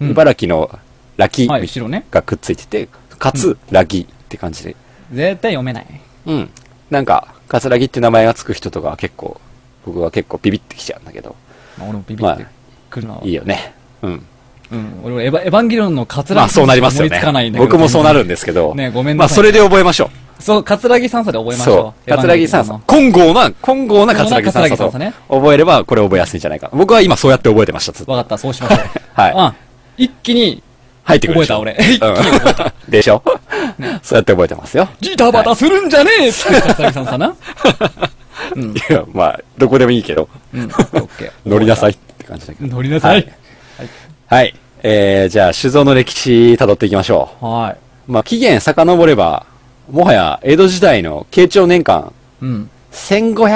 Speaker 1: うん
Speaker 2: 茨城のラキ
Speaker 1: はい、後ろね。
Speaker 2: がくっついてて、カ
Speaker 1: う
Speaker 2: ツラギって感じで。
Speaker 1: 絶対読めない。
Speaker 2: うん。なんか、カツラギって名前がつく人とかは結構、僕は結構ビビってきちゃうんだけど、
Speaker 1: まあ、俺もビビ
Speaker 2: ま
Speaker 1: っ
Speaker 2: あ
Speaker 1: てくるな。
Speaker 2: いいよね。うん。
Speaker 1: うん。俺もエヴァ、エヴァンゲリオンのカツラギ。
Speaker 2: まあそうなりますよ
Speaker 1: 思い
Speaker 2: ね
Speaker 1: つかないん。だけど
Speaker 2: 僕もそうなるんですけど。
Speaker 1: ねごめん
Speaker 2: ま
Speaker 1: な
Speaker 2: あ
Speaker 1: さい
Speaker 2: それで覚えましょ
Speaker 1: そう、カツラギ3差で覚
Speaker 2: う。
Speaker 1: えましょ
Speaker 2: そう。
Speaker 1: う。
Speaker 2: カツラギさ
Speaker 1: エ
Speaker 2: ん
Speaker 1: ヴァンゲリオンの。
Speaker 2: 金剛な、金剛なカツラギさん
Speaker 1: 金剛な
Speaker 2: と
Speaker 1: 桂木三叉ね
Speaker 2: 覚えればこれ覚えやすいんじゃないか。僕は今そうやって覚えてました、ずっと。
Speaker 1: わかった、そうしましょう。
Speaker 2: はい
Speaker 1: あ、一気に、
Speaker 2: 入ってくるでしょ。
Speaker 1: 覚えた俺一 気に覚えた
Speaker 2: うん でしょそうやって覚えてますよ。
Speaker 1: ジタバタするんじゃねえって、カツラギさんさな。うん。
Speaker 2: いや、まあ、どこでもいいけど、
Speaker 1: うん。オッケー。
Speaker 2: 乗りなさいって感じだけど。
Speaker 1: 乗りなさい。
Speaker 2: はい。えー、じゃあ、酒造の歴史辿っていきましょ
Speaker 1: は
Speaker 2: う。まあ、期限遡れば、もはや江戸時代の慶長年間、
Speaker 1: い。うん。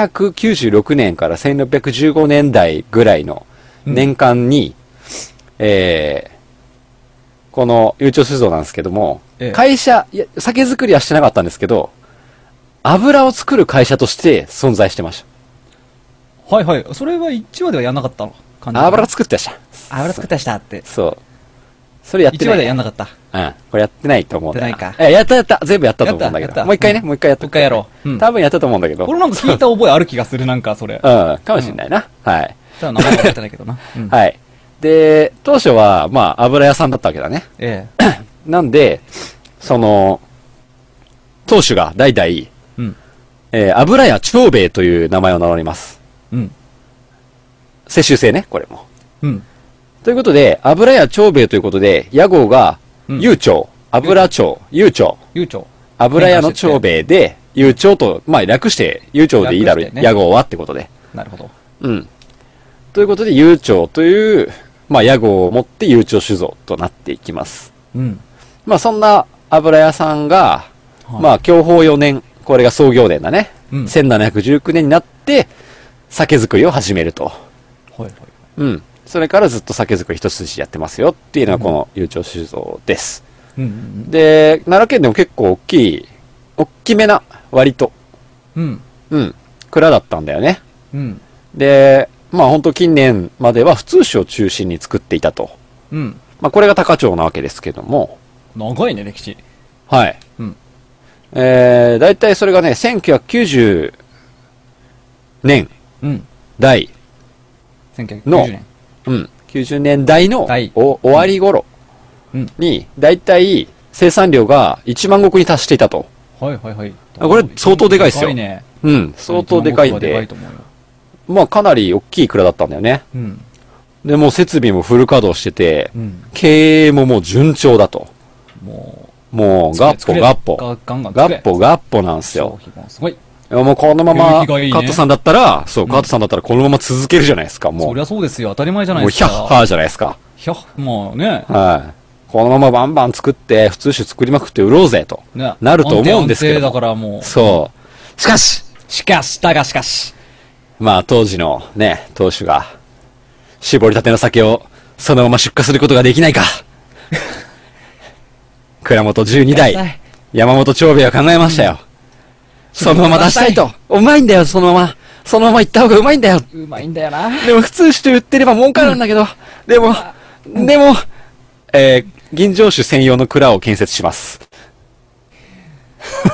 Speaker 2: 1596年から1615年代ぐらいの年間に、えー、この悠長酒造なんですけども、
Speaker 1: ええ
Speaker 2: 会社、いや、酒造りはしてなかったんですけど、油を作る会社として存在してまし
Speaker 1: はいはい。それは1話ではやんなかったの感
Speaker 2: た。油作ってました。
Speaker 1: 油作ったしたって。
Speaker 2: そう。それやって
Speaker 1: 1
Speaker 2: な
Speaker 1: 話
Speaker 2: い。
Speaker 1: ではやんなかった。
Speaker 2: うん。これやってないと思うんだよ
Speaker 1: やってないか
Speaker 2: え、やったやった。全部やったと思うんだ
Speaker 1: や
Speaker 2: け
Speaker 1: ったやっ
Speaker 2: ど。
Speaker 1: た
Speaker 2: もう一回ね、
Speaker 1: うん
Speaker 2: もう一回やった。
Speaker 1: もう一回やろううん
Speaker 2: 多分やったと思うんだけど。
Speaker 1: 俺なんか聞いた覚えある気がする、なんかそれ。
Speaker 2: うん。かもしんないな。はい。
Speaker 1: ただ名前は言ってないけど な。うん
Speaker 2: はい。で、当初は、まあ、油屋さんだったわけだね。
Speaker 1: ええ。
Speaker 2: なんで、その、当主が代々、
Speaker 1: うん。
Speaker 2: えー油屋長兵衛という名前を名乗ります。
Speaker 1: うん。
Speaker 2: 世襲制ね、これも。
Speaker 1: うん。
Speaker 2: ということで、油屋長兵衛ということで、屋号が、
Speaker 1: うん
Speaker 2: 悠長、油長、悠長。
Speaker 1: 悠長。
Speaker 2: 油屋の長兵衛で、悠長と、まあ略して、悠長でいいだろ
Speaker 1: 略
Speaker 2: う、
Speaker 1: してね
Speaker 2: 屋号はってことで。
Speaker 1: なるほど。
Speaker 2: うん。ということで、悠長という、まあ屋号を持って悠長酒造となっていきます。
Speaker 1: うん。
Speaker 2: まあそんな油屋さんが、
Speaker 1: はい
Speaker 2: まあ享保4年、これが創業年だね。
Speaker 1: うん
Speaker 2: 1719年になって、酒造りを始めると。
Speaker 1: はいはい。
Speaker 2: うん。それからずっと酒造り一筋やってますよっていうのがこの悠長酒造です。
Speaker 1: うん。
Speaker 2: で、奈良県でも結構大きい、大きめな、割と。
Speaker 1: うん。うん。
Speaker 2: うん、蔵だったんだよね。
Speaker 1: うん。
Speaker 2: で、まあ本当近年までは普通酒を中心に作っていたと。
Speaker 1: うん。
Speaker 2: まあこれが高町なわけですけども、
Speaker 1: 長いね、歴史。
Speaker 2: はい。
Speaker 1: うん。
Speaker 2: えー、大体それがね、1990年
Speaker 1: うん。
Speaker 2: 代、
Speaker 1: 1990
Speaker 2: の
Speaker 1: 年。
Speaker 2: うん、90年代の
Speaker 1: はい
Speaker 2: お終わり頃
Speaker 1: うん。
Speaker 2: に、大体生産量が1万石に達していたと。
Speaker 1: はいはいはい。
Speaker 2: あこれ相当でかいっすよ
Speaker 1: でね。
Speaker 2: うん、相当でかいん
Speaker 1: でかい
Speaker 2: で
Speaker 1: と、思うよ。
Speaker 2: まあかなり大きい蔵だったんだよね。
Speaker 1: うん。
Speaker 2: で、もう設備もフル稼働してて
Speaker 1: う、ん。
Speaker 2: 経営ももう順調だと。
Speaker 1: も
Speaker 2: も
Speaker 1: う。
Speaker 2: う、ガッ
Speaker 1: 作
Speaker 2: ポ
Speaker 1: れ
Speaker 2: ガッポ。
Speaker 1: ガンガン
Speaker 2: ガ
Speaker 1: 作れ
Speaker 2: ッポガッポなんです
Speaker 1: 消
Speaker 2: よ。
Speaker 1: 費もすごい。
Speaker 2: もうこのま
Speaker 1: 雰囲
Speaker 2: ま、
Speaker 1: 気
Speaker 2: カ
Speaker 1: がいいね
Speaker 2: ットさんだったら、そう、カットさんだったらこのまま続けるじゃないですか、も。
Speaker 1: そうりゃそうですよ。当たり前じゃない
Speaker 2: もう、
Speaker 1: です
Speaker 2: ヒャ
Speaker 1: か。
Speaker 2: ッハーじゃないですか。
Speaker 1: ひゃっもうね。
Speaker 2: はい。このままバンバン作って、普通酒作りまくって売ろうぜ、と。
Speaker 1: ね
Speaker 2: なると思うんですけ
Speaker 1: 安定
Speaker 2: ど
Speaker 1: 安定だからもう。
Speaker 2: そう。しかし、
Speaker 1: しかし、だがしかし。
Speaker 2: まあ当時のね、当主が、絞りたての酒をそのまま出荷することができないか。 蔵元12
Speaker 1: くださ
Speaker 2: 代
Speaker 1: い、
Speaker 2: 山本長兵衛は考えましたよ。そのまま出したいと。うまいんだよ、そのまま。そのまま行った方がうまいんだよ。
Speaker 1: うまいんだよな。
Speaker 2: でも普通酒と売ってれば儲かるんだけど、でも、でも、えー、銀城酒専用の蔵を建設します。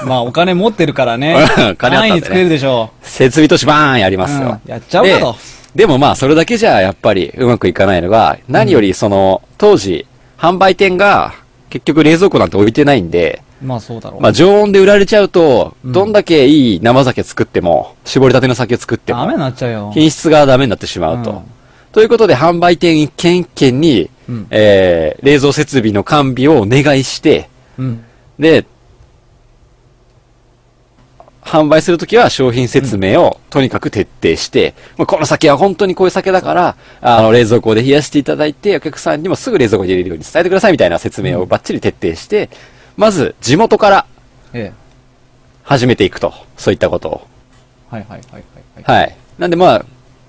Speaker 1: まあ、お金持ってるからね
Speaker 2: うん。 金あったんでね
Speaker 1: 安易に作れるでしょ
Speaker 2: 設備投資バーンやりますよ。
Speaker 1: うんやっちゃうかと
Speaker 2: で。でもまあ、それだけじゃやっぱりうまくいかないのが、何よりその、当時、販売店が結局冷蔵庫なんて置いてないんで、
Speaker 1: う。まあ、そうだろう。
Speaker 2: まあ常温で売られちゃうと、
Speaker 1: うん
Speaker 2: どんだけいい生酒作っても、絞りたての酒作って
Speaker 1: ダメに
Speaker 2: も、
Speaker 1: なっちゃうよ。
Speaker 2: 品質がダメになってしまう
Speaker 1: うん
Speaker 2: と。ということで、販売店一軒一軒に
Speaker 1: うん、
Speaker 2: えー冷蔵設備の完備をお願いして、
Speaker 1: うん。
Speaker 2: で、販売するときは商品説明をとにかく徹底して、もうこの酒は本当にこういう酒だから、あの、冷蔵庫で冷やしていただいて、お客さんにもすぐ冷蔵庫に入れるように伝えてくださいみたいな説明をバッチリ徹底して、まず地元から
Speaker 1: ええ。
Speaker 2: 始めていくと。そういったことを。
Speaker 1: はいはいはいはい。はい。
Speaker 2: はい。なんでまあ、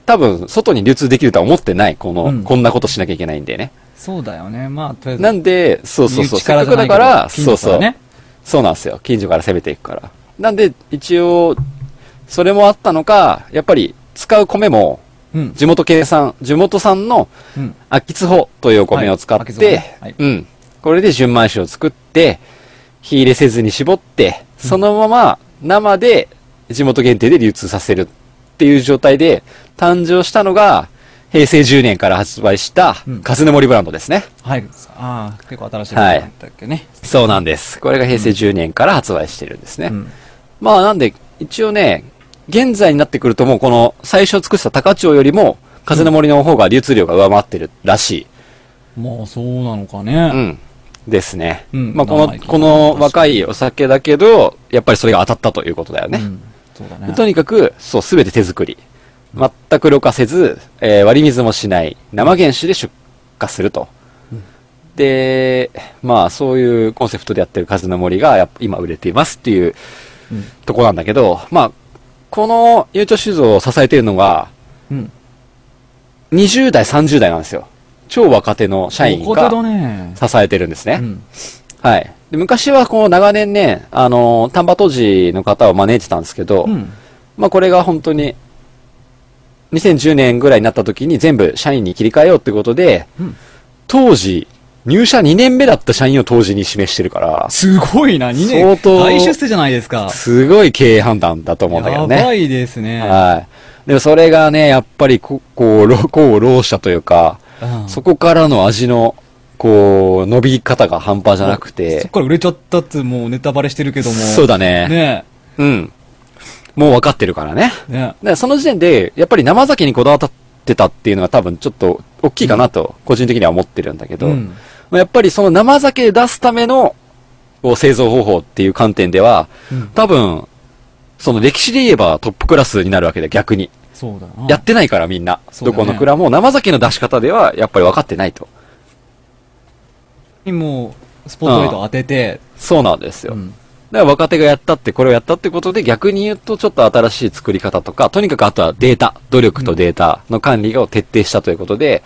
Speaker 2: 多分、外に流通できるとは思ってない、この、
Speaker 1: うん
Speaker 2: こんなことしなきゃいけないんでね。
Speaker 1: そうだよね。まあ、とりあえず。
Speaker 2: なんで、そうそうそう、
Speaker 1: 身内から
Speaker 2: せ
Speaker 1: じ
Speaker 2: っ
Speaker 1: ゃない
Speaker 2: かくだ
Speaker 1: けど
Speaker 2: から、
Speaker 1: 近
Speaker 2: そ
Speaker 1: 所か
Speaker 2: うそ
Speaker 1: ら
Speaker 2: う
Speaker 1: ね。
Speaker 2: そうなんですよ。近所から攻めていくから。なんで、一応、それもあったのか、やっぱり、使う米も、
Speaker 1: うん
Speaker 2: 地元系産、地元産の
Speaker 1: うん
Speaker 2: 秋津穂というお米を使
Speaker 1: はい
Speaker 2: っ
Speaker 1: 秋津穂
Speaker 2: て、
Speaker 1: ねはい
Speaker 2: うん。これで純米酒を作って、火入れせずに絞って、そのまま生で地元限定で流通させるっていう状態で誕生したのが、平成10年から発売した
Speaker 1: うん、
Speaker 2: カズネモリブランドですね。
Speaker 1: はい。ああ、結構新しいことだったっけね。
Speaker 2: そうなんです。これが平成10年から発売してるんですね。
Speaker 1: うん
Speaker 2: まあなんで、一応ね、現在になってくるともうこの最初作ってた高千穂よりも、風の森の方が流通量が上回ってるらしい。
Speaker 1: まあ、そうなのか
Speaker 2: う
Speaker 1: ね。
Speaker 2: ん。ですね。
Speaker 1: うん
Speaker 2: まあこ
Speaker 1: 生意
Speaker 2: の、
Speaker 1: 気
Speaker 2: この若いお酒だけど、やっぱりそれが当たったということだよ
Speaker 1: う
Speaker 2: ね。
Speaker 1: ん。そうだね。
Speaker 2: とにかく、そう、すべて手作り。全くろ過せず、えー割り水もしない、生原酒で出荷すると。で、まあ、そういうコンセプトでやってる風の森が、やっぱ今売れていますっていう
Speaker 1: うん
Speaker 2: とこなんだけど、まあ、この悠長酒造を支えているのが、
Speaker 1: うん。
Speaker 2: 20代、30代なんですよ。超若手の社員
Speaker 1: ここだと
Speaker 2: が
Speaker 1: ね。
Speaker 2: 支えてるんですね。
Speaker 1: うん。
Speaker 2: はい。で昔はこう長年ね、あの丹波当時の方を招いてたんですけど、
Speaker 1: うん。
Speaker 2: まあこれが本当に、2010年ぐらいになった時に全部社員に切り替えようってことで、
Speaker 1: うん
Speaker 2: 当時、入社2年目だった社員を当時に示してるから、
Speaker 1: すごいな、2年。
Speaker 2: 相当
Speaker 1: 大出世じゃないですか。
Speaker 2: すごい経営判断だと思うんだけ
Speaker 1: や
Speaker 2: どね。
Speaker 1: ばいですね。
Speaker 2: はい。でもそれがね、やっぱりこ、こう、ろこう、老者というか、
Speaker 1: うん
Speaker 2: そこからの味の、こう、伸び方が半端じゃなく、
Speaker 1: そってから売れちゃったっつ、もうネタバレしてるけども。
Speaker 2: そうだね
Speaker 1: ね
Speaker 2: うん。もう分かってるからね。
Speaker 1: え。ね
Speaker 2: だからその時点で、やっぱり生酒にこだわってたっていうのが多分ちょっと大きいかなと、個人的には思ってるんだけど、
Speaker 1: うん
Speaker 2: まあやっぱりその生酒で出すためのこう製造方法っていう観点では、
Speaker 1: うん
Speaker 2: 多分、その歴史で言えばトップクラスになるわけで逆に。
Speaker 1: そうだな。
Speaker 2: やってないからみんな。
Speaker 1: そうだ
Speaker 2: ど
Speaker 1: ね
Speaker 2: この蔵も生酒の出し方ではやっぱり分かってないと。
Speaker 1: にもう、スポットライト当てて。
Speaker 2: そうなんですよ。
Speaker 1: うん
Speaker 2: だから若手がやったって、これをやったってことで逆に言うとちょっと新しい作り方とか、とにかくあとはデータ、努力とデータの管理を徹底したということで、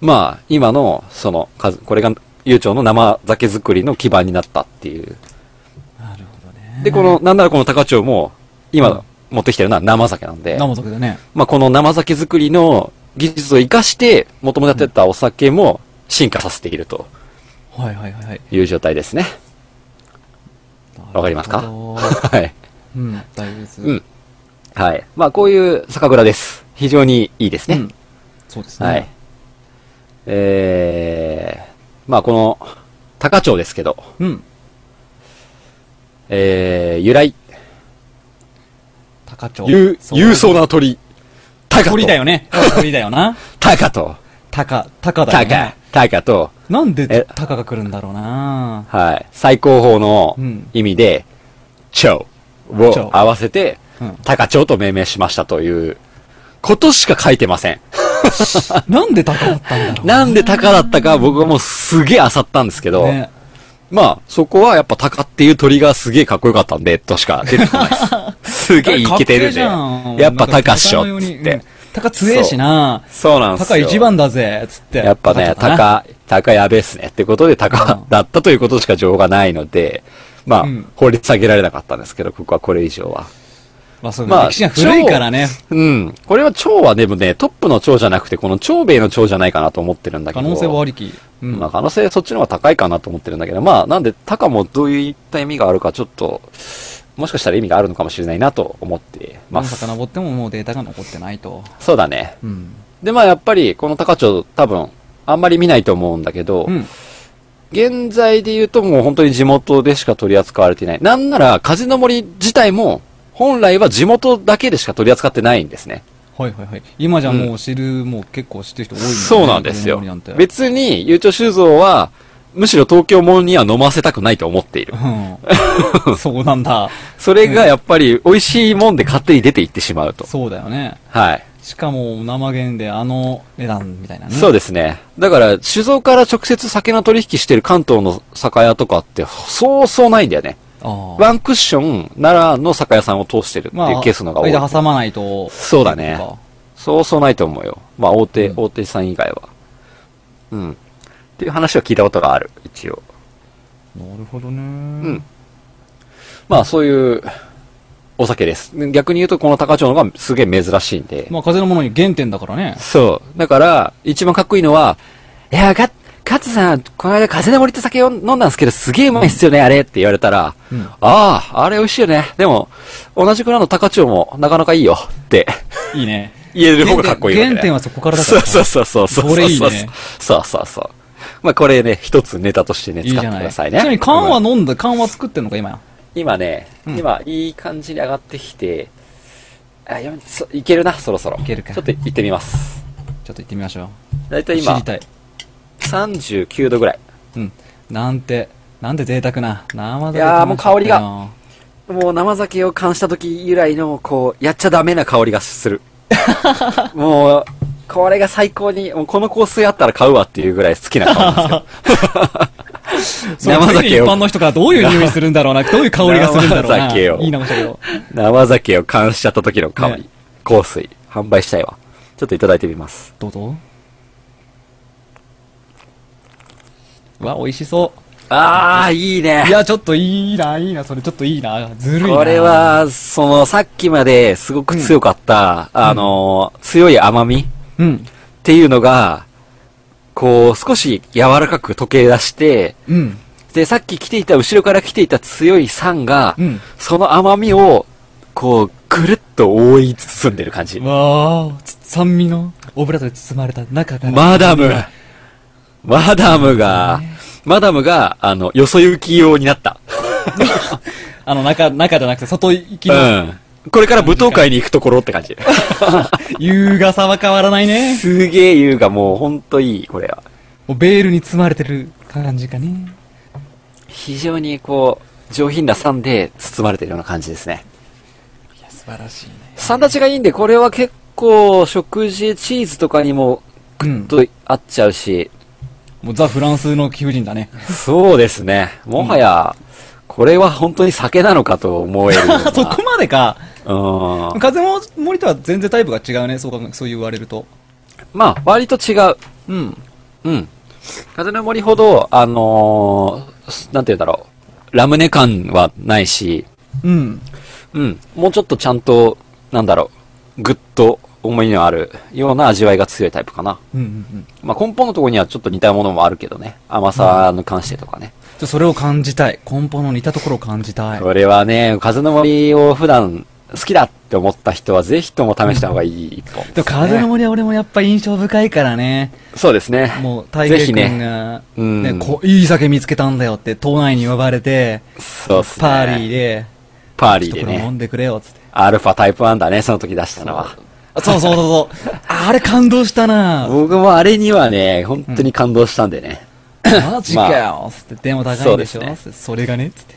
Speaker 2: まあ、今の、その、数これが、悠長の生酒作りの基盤になったっていう。
Speaker 1: なるほどね。
Speaker 2: で、この、なんならこの高千穂も、今持ってきてるのは生酒なんで、
Speaker 1: 生酒だね。
Speaker 2: まあこの生酒作りの技術を活かして、元々やってたお酒も進化させていると
Speaker 1: はいはいはいはい。
Speaker 2: いう状態ですね。わかりますか
Speaker 1: なるほど
Speaker 2: はい。
Speaker 1: うん、大丈夫です。
Speaker 2: うん。はい。まあ、こういう酒蔵です。非常にいいですね。
Speaker 1: うんそうですね。
Speaker 2: はい。えー、まあ、この、高町ですけど、
Speaker 1: うん。
Speaker 2: えー、由来、
Speaker 1: 高町。
Speaker 2: ゆ
Speaker 1: そう
Speaker 2: 勇壮な鳥、高と。
Speaker 1: 鳥だよね。鳥だよな。
Speaker 2: 高と。
Speaker 1: 高、高だよ
Speaker 2: 高
Speaker 1: ね。、
Speaker 2: 高と、
Speaker 1: なんで
Speaker 2: え
Speaker 1: 高が来るんだろうな
Speaker 2: はい。最高峰の
Speaker 1: うん
Speaker 2: 意味で、蝶
Speaker 1: 蝶
Speaker 2: を合わせて
Speaker 1: うん、
Speaker 2: 高町と命名しましたという、ことしか書いてません。
Speaker 1: なんで高だったんだろう
Speaker 2: なんで高だったか僕はもうすげえ漁ったんですけど、
Speaker 1: ね。
Speaker 2: まあ、そこはやっぱ鷹っていう鳥がすげえかっこよかったんで、としか出てこないです。すげえイケてるんで。やっぱ鷹っしょ、つっ。
Speaker 1: なん
Speaker 2: て
Speaker 1: か。鷹強えしな
Speaker 2: そうなんです
Speaker 1: 鷹
Speaker 2: よ。
Speaker 1: 一番だぜ、つって。
Speaker 2: やっぱね、
Speaker 1: 高だな。
Speaker 2: 鷹、鷹やべえっすね。ってことで鷹
Speaker 1: うん
Speaker 2: だったということしか情報がないので、まあ
Speaker 1: うん、
Speaker 2: 掘り下げられなかったんですけど、ここはこれ以上は。
Speaker 1: まあそう
Speaker 2: まあ
Speaker 1: 歴史が古いからね。
Speaker 2: うん。これは蝶はでもね、トップの蝶じゃなくて、この蝶兵衛の蝶じゃないかなと思ってるんだけ
Speaker 1: 可
Speaker 2: ど。
Speaker 1: 能性はありき。うん
Speaker 2: まあ可能性そっちの方が高いかなと思ってるんだけど、まあなんでタカもどういった意味があるかちょっと、もしかしたら意味があるのかもしれないなと思ってま
Speaker 1: ますさ。か登ってももうデータが残ってないと。
Speaker 2: そうだね。
Speaker 1: うん。
Speaker 2: でまあやっぱりこの高町多分あんまり見ないと思うんだけど、
Speaker 1: うん。
Speaker 2: 現在で言うともう本当に地元でしか取り扱われていない。なんなら風の森自体も本来は地元だけでしか取り扱ってないんですね。
Speaker 1: はいはいはい。今じゃもう知る、もう結構知ってる人多いもね
Speaker 2: そうなんですよ
Speaker 1: この森なんて。
Speaker 2: 別に、ゆうちょ酒造は、むしろ東京門には飲ませたくないと思っている。
Speaker 1: うん。そうなんだ。
Speaker 2: それがやっぱり美味しいもんで勝手に出ていってしまうと。
Speaker 1: そうだよね。
Speaker 2: はい。
Speaker 1: しかも生原であの値段みたいなね。
Speaker 2: そうですね。だから、酒造から直接酒の取引してる関東の酒屋とかって、そうそうないんだよね。
Speaker 1: ああ。
Speaker 2: ワンクッション奈良の酒屋さんを通してるって
Speaker 1: ま
Speaker 2: いう
Speaker 1: あ、
Speaker 2: ケースのが多い。
Speaker 1: 間挟まないと。
Speaker 2: そうだね
Speaker 1: とか
Speaker 2: そうそうないと思うよ。まあ、大手、
Speaker 1: うん
Speaker 2: 大手さん以外は。うん。っていう話を聞いたことがある、一応。
Speaker 1: なるほどね。
Speaker 2: うん。まあ、そういう、お酒です。逆に言うと、この高千穂のがすげえ珍しいんで。
Speaker 1: まあ、風のものに原点だから ね。
Speaker 2: そう。だから、一番かっこいいのは、いや、か、かつさん、この間風の森って酒を飲んだんですけど、すげえうまいっすよね、あれって言われたら、ああ、あれ美味しいよね。でも、同じくらいの高千穂もなかなかいいよって
Speaker 1: いいね。
Speaker 2: 言える方がかっこいいわけ、ね、
Speaker 1: 原点はそこからだからな
Speaker 2: そうそうそうそうそう。
Speaker 1: それいいね
Speaker 2: そうそうそう。まあ、これね、一つネタとしてね、
Speaker 1: いい
Speaker 2: 使
Speaker 1: じ
Speaker 2: っ
Speaker 1: ゃ
Speaker 2: てく
Speaker 1: ない。
Speaker 2: ださい
Speaker 1: ち
Speaker 2: ね。
Speaker 1: なみに缶は飲んだ、缶は作ってんのか、今や。
Speaker 2: 今ね、
Speaker 1: うん
Speaker 2: 今、いい感じに上がってきて、あ、やめそいけるな、そろそろ。
Speaker 1: いけるか
Speaker 2: ちょっと行ってみます。
Speaker 1: ちょっと行ってみましょ
Speaker 2: だいた
Speaker 1: う。
Speaker 2: い
Speaker 1: 知
Speaker 2: 今
Speaker 1: り、たい。
Speaker 2: 39度ぐらい。
Speaker 1: うん。なんて、なんて贅沢な。生酒
Speaker 2: いやーもう香り
Speaker 1: 楽
Speaker 2: が
Speaker 1: しかっ
Speaker 2: もう生酒を缶した時由来の、こう、やっちゃダメな香りがす る。もう、これが最高に、もうこの香水あったら買うわっていうぐらい好きな香りです
Speaker 1: た
Speaker 2: よ
Speaker 1: な。
Speaker 2: 生
Speaker 1: 生
Speaker 2: 酒
Speaker 1: 酒一般
Speaker 2: を、
Speaker 1: の人がどういう匂いするんだ ろうな、どういう香りがするんだろうな。
Speaker 2: 生酒を
Speaker 1: いい名前だけど。
Speaker 2: 生酒を缶しちゃった時の香り、
Speaker 1: ね
Speaker 2: 香水、販売したいわ。ちょっといただいてみます。
Speaker 1: どうぞ。うわ、美味しそ
Speaker 2: あー、いいね
Speaker 1: う。 い。や、ちょっといいな、いいな、それちょっといいな。ずるいな。
Speaker 2: これ、は、その、さっきまですごく強かった、あの、強い甘みっ
Speaker 1: うん。
Speaker 2: ていうのが、こう、少し柔らかく溶け出して、
Speaker 1: うん。
Speaker 2: で、さっき来ていた、後ろから来ていた強い酸が、
Speaker 1: うん
Speaker 2: その甘みを、こう、ぐるっと覆い包んでる感じ。
Speaker 1: わー、つ酸味のオブラートで包まれた中から。
Speaker 2: マダムマダムが、マダムが、あの、よそ行き用になった。
Speaker 1: あの、中、中じゃなくて、外行き
Speaker 2: う
Speaker 1: の、
Speaker 2: ん。これから舞踏会に行くところって感じ。
Speaker 1: 優雅さは変わらないね。
Speaker 2: すげえ優雅、もうほんといい、これは。
Speaker 1: もうベールに包まれてる感じかね。
Speaker 2: 非常にこう、上品な酸で包まれてるような感じですね。
Speaker 1: いや、素晴らしいね。
Speaker 2: 酸立ちがいいんで、これは結構、食事、チーズとかにも、
Speaker 1: う
Speaker 2: ほん
Speaker 1: ん。
Speaker 2: と合っちゃうし、
Speaker 1: もうザ・フランスの貴婦人だね。
Speaker 2: そうですね。もはや、これは本当に酒なのかと思え るような。
Speaker 1: そこまでか。
Speaker 2: うん。
Speaker 1: 風も森とは全然タイプが違うね。そうか、そう言われると。
Speaker 2: まあ、割と違う。
Speaker 1: うん。
Speaker 2: うん。風の森ほど、あのーなんて言うんだろう。ラムネ感はないし、
Speaker 1: うん。
Speaker 2: うん。もうちょっとちゃんと、なんだろう。ぐっと思いのあるような味わいが強いタイプかな。
Speaker 1: うんうんうん。
Speaker 2: まあ、根本のところにはちょっと似たものもあるけどね。甘さに関してとかね。
Speaker 1: じゃそれを感じたい。根本の似たところを感じたい。
Speaker 2: これはね、風の森を普段好きだって思った人はぜひとも試した方がいい一本すね
Speaker 1: でも風の森は俺もやっぱ印象深いからね。
Speaker 2: そうですね。
Speaker 1: もう、大
Speaker 2: ぜ
Speaker 1: 平
Speaker 2: ひ
Speaker 1: 君
Speaker 2: ね。
Speaker 1: が、
Speaker 2: う
Speaker 1: ね
Speaker 2: ん
Speaker 1: こいい酒見つけたんだよって、島内に呼ばれて、
Speaker 2: そうっすね。
Speaker 1: パーリーで、
Speaker 2: パー
Speaker 1: ちょ
Speaker 2: リ
Speaker 1: っと
Speaker 2: ーで
Speaker 1: これ飲
Speaker 2: ね。
Speaker 1: んでくれよ、つって。
Speaker 2: アルファタイプ1だね、その時出したのは。
Speaker 1: そうそうそう そう。あれ感動したな
Speaker 2: 僕もあれにはね、本当に感動したんでね。
Speaker 1: マジかよ、つって。でも高いんでしょ
Speaker 2: そ
Speaker 1: つ
Speaker 2: うで
Speaker 1: っ
Speaker 2: す
Speaker 1: てそれがね、つって。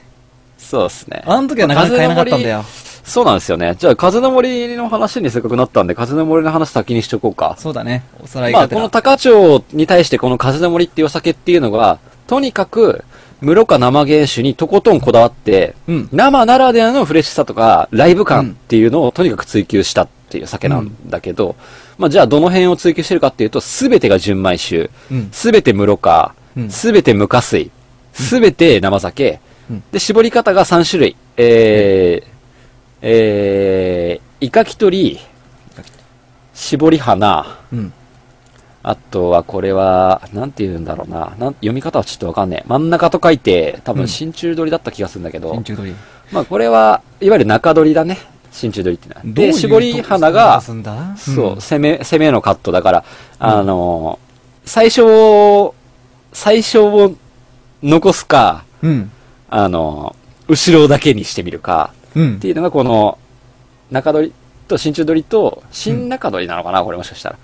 Speaker 2: そうですね。
Speaker 1: あの時はなかなか買えなかったんだよ
Speaker 2: まあ。風の森そうなんですよね。じゃあ、風の森の話にせっかくなったんで、風の森の話先にしとこうか。
Speaker 1: そうだね。おさらい
Speaker 2: まあ、
Speaker 1: がて
Speaker 2: この
Speaker 1: ら。
Speaker 2: 高千穂に対してこの風の森っていうお酒っていうのが、とにかく、室か生原酒にとことんこだわって、
Speaker 1: うん
Speaker 2: 生ならではのフレッシュさとか、ライブ感っていうのをとにかく追求したっていう酒なんだけど、まあじゃあどの辺を追求してるかっていうと、すべてが純米酒
Speaker 1: うん、
Speaker 2: すべ、て室か
Speaker 1: うん、
Speaker 2: すべて無加水、すべて生酒、
Speaker 1: うん
Speaker 2: で、絞り方が3種類、えー、えー、イカキ取り、絞り花、
Speaker 1: うん。
Speaker 2: あとはこれは、なんて言うんだろうな。なん読み方はちょっとわかんねえ。真ん中と書いて、多
Speaker 1: う
Speaker 2: 分
Speaker 1: ん
Speaker 2: 真鍮取りだった気がするんだけど。
Speaker 1: 真鍮取り。
Speaker 2: まあこれは、いわゆる中取りだね。真鍮取りってのは。
Speaker 1: どうい
Speaker 2: で、
Speaker 1: う
Speaker 2: 絞り花が、
Speaker 1: とこが進んだ
Speaker 2: そう、
Speaker 1: ん
Speaker 2: 攻め、攻めのカットだから、あのー最初を、最初を残すか、
Speaker 1: うん。
Speaker 2: あのー後ろだけにしてみるか、
Speaker 1: うん
Speaker 2: って。いうのがこの、中取りと真鍮取りと、新中取りなのかな、これもしかしたら。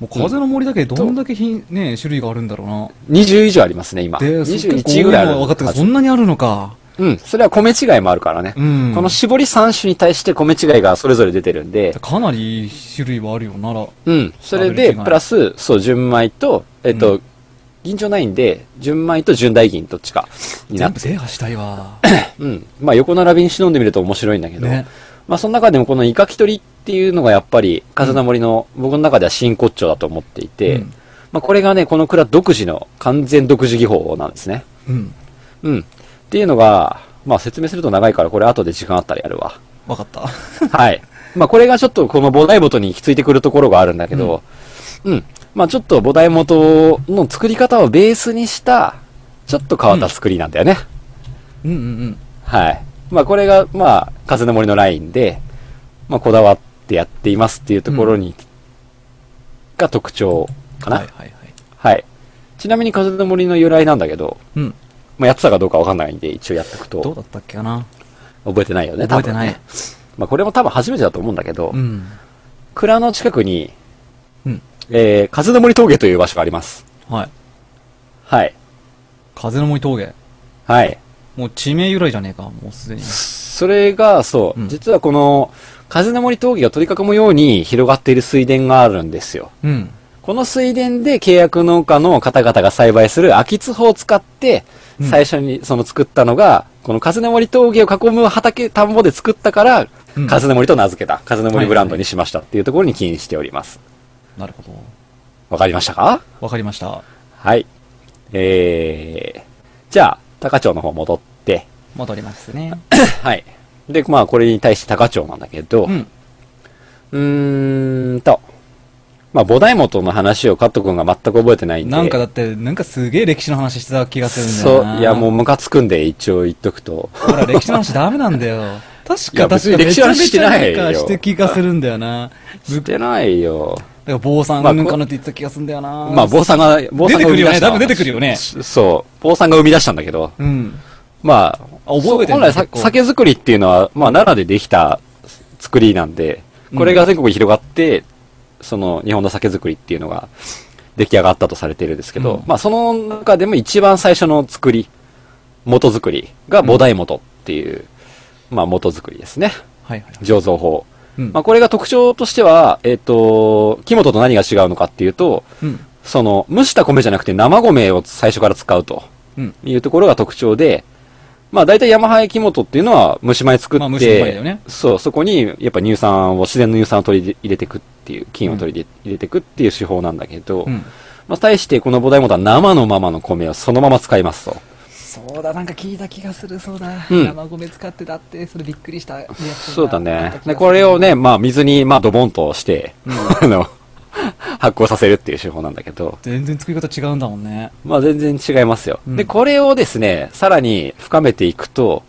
Speaker 1: もう風の森だけでどんだけ品、ね、種類があるんだろうな。
Speaker 2: 20以上ありますね、今。
Speaker 1: で、そ結構多
Speaker 2: 21
Speaker 1: の
Speaker 2: ぐらいあ
Speaker 1: が
Speaker 2: る
Speaker 1: 分かったけ
Speaker 2: は
Speaker 1: ど、そ
Speaker 2: ず
Speaker 1: んなにあるのか。
Speaker 2: うん。それは米違いもあるからね。
Speaker 1: うん
Speaker 2: この絞り3種に対して米違いがそれぞれ出てるんで、
Speaker 1: かなり種類はあるよなら。
Speaker 2: うん。それ
Speaker 1: ダブル違
Speaker 2: で、
Speaker 1: い
Speaker 2: プラス、そう、純米と、えっと、
Speaker 1: う
Speaker 2: 銀杏ないんで、純米と純大銀どっちかにな
Speaker 1: 全
Speaker 2: っ
Speaker 1: 部
Speaker 2: て、
Speaker 1: 制覇したいわ。
Speaker 2: うん。まあ、横並びに忍んでみると面白いんだけど、
Speaker 1: ね
Speaker 2: まあ、その中でもこのイカキ取りっていうのがやっぱり、風の森の、僕の中では真骨頂だと思っていて、
Speaker 1: うん
Speaker 2: まあ、これがね、この蔵独自の、完全独自技法なんですね。
Speaker 1: うん。
Speaker 2: うん。っていうのが、まあ説明すると長いから、これ後で時間あったらやるわ。
Speaker 1: わかった。
Speaker 2: はい。まあ、これがちょっとこの菩提元に行き着いてくるところがあるんだけど、うん。まあ、ちょっと菩提元の作り方をベースにした、ちょっと変わった作りなんだよね。
Speaker 1: うんうんうん。
Speaker 2: はい。まあ、これが、まあ、風の森のラインで、まあ、こだわってやっていますっていうところに、が特徴かな。
Speaker 1: は
Speaker 2: はいい、
Speaker 1: はいはい。
Speaker 2: ちなみに風の森の由来なんだけど、
Speaker 1: うん。
Speaker 2: まあ、やってたかどうかわかんないんで、一応やっておく
Speaker 1: どう
Speaker 2: と、
Speaker 1: だったっけかな
Speaker 2: 覚えてないよね、
Speaker 1: 覚えてない
Speaker 2: 多分ね。まあ、これも多分初めてだと思うんだけど、
Speaker 1: うん。
Speaker 2: 蔵の近くに、
Speaker 1: うん。
Speaker 2: えー、風の森峠という場所があります。
Speaker 1: はい。
Speaker 2: はい。
Speaker 1: 風の森峠。
Speaker 2: はい。
Speaker 1: もう地名由来じゃねえか、もうすでに。
Speaker 2: それが、そう、
Speaker 1: うん
Speaker 2: 実はこの、風の森峠を取り囲むように広がっている水田があるんですよ。
Speaker 1: うん。
Speaker 2: この水田で契約農家の方々が栽培する秋津法を使って、
Speaker 1: うん
Speaker 2: 最初にその作ったのが、この風の森峠を囲む畑、田んぼで作ったから、
Speaker 1: うん
Speaker 2: 風の森と名付けた、風の森ブランドにしましたっていうところに起因しております。
Speaker 1: なるほど。
Speaker 2: わかりましたか
Speaker 1: わかりました。
Speaker 2: はい。えー、じゃあ、高町の方 戻って、
Speaker 1: 戻りますね。
Speaker 2: はい。で、まあ、これに対して高町なんだけど、
Speaker 1: う。
Speaker 2: うんーんと、まあ、菩提元の話をカット君が全く覚えてないんで。
Speaker 1: なんかだって、なんかすげえ歴史の話してた気がするんだ
Speaker 2: そ
Speaker 1: よ
Speaker 2: う
Speaker 1: な。、
Speaker 2: いや、もうムカつくんで、一応言っとくと。
Speaker 1: ほら、歴史の話ダメなんだよ。確
Speaker 2: いや
Speaker 1: か、
Speaker 2: 別
Speaker 1: 確
Speaker 2: に
Speaker 1: か、
Speaker 2: 歴
Speaker 1: め
Speaker 2: 史
Speaker 1: ち
Speaker 2: の
Speaker 1: ゃめ
Speaker 2: 話して
Speaker 1: ちゃ
Speaker 2: な
Speaker 1: ないんか
Speaker 2: よ
Speaker 1: して気がするんだよな。ぶ
Speaker 2: し
Speaker 1: だか
Speaker 2: てないよ。
Speaker 1: ら、坊さん
Speaker 2: まあ
Speaker 1: うんかのって言ってた気がするんだよな。
Speaker 2: まあ、坊さんが、坊さんが生み出
Speaker 1: 出てくるよね
Speaker 2: した
Speaker 1: 多分出てくるよね
Speaker 2: そう。坊さんが生み出したんだけど、
Speaker 1: うん。
Speaker 2: まあ、
Speaker 1: あ覚えてる
Speaker 2: 本来さ
Speaker 1: 結構
Speaker 2: 酒造りっていうのは、まあ、奈良でできた作りなんで、これが全国に広がって、その、日本の酒造りっていうのが出来上がったとされてるんですけ
Speaker 1: う
Speaker 2: ど、
Speaker 1: ん
Speaker 2: まあ、その中でも一番最初の作り、元作りが菩提元っていう、まあ、元作りですね。
Speaker 1: はいはい。
Speaker 2: 醸造法。
Speaker 1: うん
Speaker 2: まあ、これが特徴としては、えっ、と、木本と何が違うのかっていうと、
Speaker 1: うん。
Speaker 2: その、蒸した米じゃなくて生米を最初から使うと
Speaker 1: うん。
Speaker 2: いうところが特徴で、まあ大体山灰木本っていうのは蒸し米作って、
Speaker 1: まあ蒸し米だよね
Speaker 2: そう、そこにやっぱ乳酸を、自然の乳酸を取り入れていくっていう、菌を取り入れていくっていう手法なんだけど、
Speaker 1: うん。
Speaker 2: まあ対してこの菩提元は生のままの米をそのまま使いますと。
Speaker 1: そうだ、なんか聞いた気がする、そうだ。
Speaker 2: うん
Speaker 1: 生米使ってだって、それびっくりしたリアクションが
Speaker 2: そうだ
Speaker 1: あった気が
Speaker 2: ね
Speaker 1: す。る
Speaker 2: で、これをね、まあ水に、まあドボンとして、 あの、発酵させるっていう手法なんだけど、
Speaker 1: 全然作り方違うんだもんね。
Speaker 2: まあ全然違いますよ。
Speaker 1: うん
Speaker 2: で、これをですね、さらに深めていくと、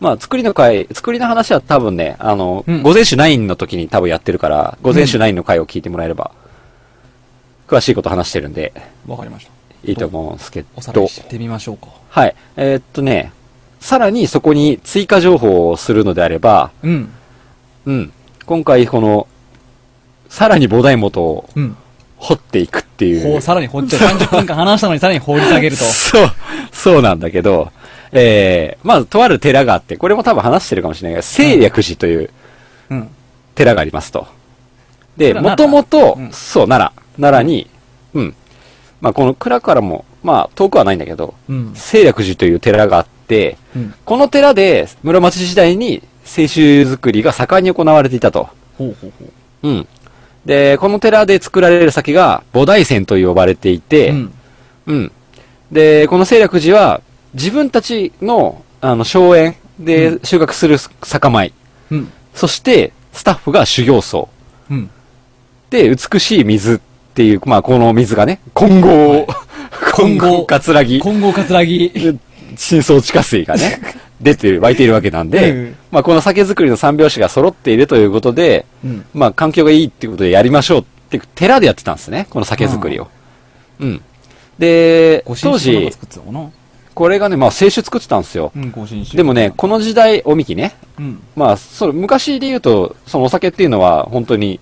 Speaker 2: まあ作りの回、作りの話は多分ね、あの、
Speaker 1: うん
Speaker 2: 午前酒9の時に多分やってるから、午前酒9の回を聞いてもらえれば、詳しいこと話してるんで、
Speaker 1: わかりました。
Speaker 2: いいと思うんですけ
Speaker 1: おさらい
Speaker 2: ど、
Speaker 1: してみましょうか。
Speaker 2: はい。えーっとね、さらにそこに追加情報をするのであれば、
Speaker 1: うん。
Speaker 2: うん。今回、この、さらに菩提元を
Speaker 1: うん。
Speaker 2: 掘っていくっていう。
Speaker 1: ほう、さらに掘っちゃう。30分間話したのにさらに掘り下げる と。
Speaker 2: そう、そうなんだけど、えー、まあ、とある寺があって、これも多分話してるかもしれないけど、聖略寺という
Speaker 1: うん。
Speaker 2: 寺がありますと。で、
Speaker 1: これ
Speaker 2: も
Speaker 1: は
Speaker 2: ともと
Speaker 1: う、ん
Speaker 2: そう、奈良、奈良に、うん。まあ、この蔵からも、まあ、遠くはないんだけど、
Speaker 1: うん。
Speaker 2: 聖略寺という寺があって、
Speaker 1: うん。
Speaker 2: この寺で室町時代に清酒作りが盛んに行われていたと。
Speaker 1: ほうほうほう。
Speaker 2: うん。で、この寺で作られる酒が菩提泉と呼ばれていて、
Speaker 1: うん。
Speaker 2: うん。で、この清楽寺は、自分たちの、あの、荘園で収穫する酒米、
Speaker 1: うん。
Speaker 2: そして、スタッフが修行僧。
Speaker 1: うん。
Speaker 2: で、美しい水っていう、まあ、この水がね、混 合、混合、かつらぎ、
Speaker 1: 混合かつらぎ。
Speaker 2: 深層地下水 がね、出てる、湧いているわけなんで、
Speaker 1: うん
Speaker 2: まあ、この酒造りの三拍子が揃っているということで、
Speaker 1: うん。
Speaker 2: まあ、環境がいいってことでやりましょうっていう、寺でやってたんですね、この酒造りを。うん。で
Speaker 1: ご、新
Speaker 2: 当
Speaker 1: 種の
Speaker 2: 時
Speaker 1: 中、作ってたのかな
Speaker 2: これがね、まあ、清酒作ってたんですよ
Speaker 1: う。ん、ご新種。
Speaker 2: でもね、この時代、おみきね。
Speaker 1: うん。
Speaker 2: まあ、それ、昔で言うと、そのお酒っていうのは、本当に、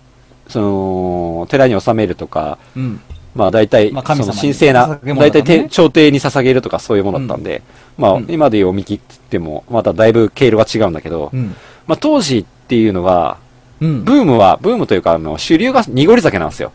Speaker 2: その、寺に納めるとか、
Speaker 1: うん。
Speaker 2: まあ、大体、
Speaker 1: まあ
Speaker 2: そ
Speaker 1: 神様
Speaker 2: の
Speaker 1: に
Speaker 2: 神聖な、
Speaker 1: 捧げ物だか
Speaker 2: 大
Speaker 1: らね
Speaker 2: 体て、朝廷に捧げるとかそういうものだったんで、ま
Speaker 1: う
Speaker 2: あ
Speaker 1: ん、
Speaker 2: 今で言うおみきって言っても、まただいぶ経路が違うんだけど
Speaker 1: う、ん。
Speaker 2: まあ、当時っていうのは、
Speaker 1: うん。
Speaker 2: ブームは、ブームというか、あの、主流が濁り酒なんですよ。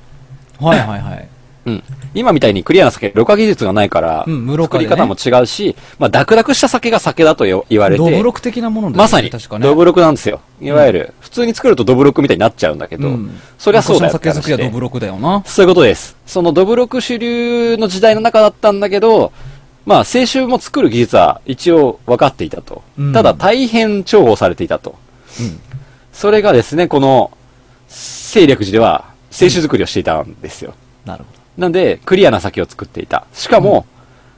Speaker 1: はいはいはい。
Speaker 2: うん。今みたいにクリアな酒、ろ過技術がないから、
Speaker 1: うん無濾過
Speaker 2: 作
Speaker 1: で
Speaker 2: り
Speaker 1: ね
Speaker 2: 方も違うし、まあ、ダクダクした酒が酒だとよ言われて、
Speaker 1: ドブロク的なものだよね
Speaker 2: まさに、
Speaker 1: 確かね。
Speaker 2: ドブロクなんですよ。いわゆる、普通に作るとドブロクみたいになっちゃうんだけど、
Speaker 1: うん
Speaker 2: そりゃそうだよって
Speaker 1: 昔の酒
Speaker 2: 話
Speaker 1: 造り
Speaker 2: で
Speaker 1: はドブロクだよな。
Speaker 2: そういうことです。そのドブロク主流の時代の中だったんだけど、まあ、青春も作る技術は一応分かっていたと。
Speaker 1: うん
Speaker 2: ただ、大変重宝されていたと。
Speaker 1: うん。
Speaker 2: それがですね、この、清略寺では、清酒作りをしていたんですよ。
Speaker 1: なるほ
Speaker 2: なんで、クリアな酒を作っていた。しかも、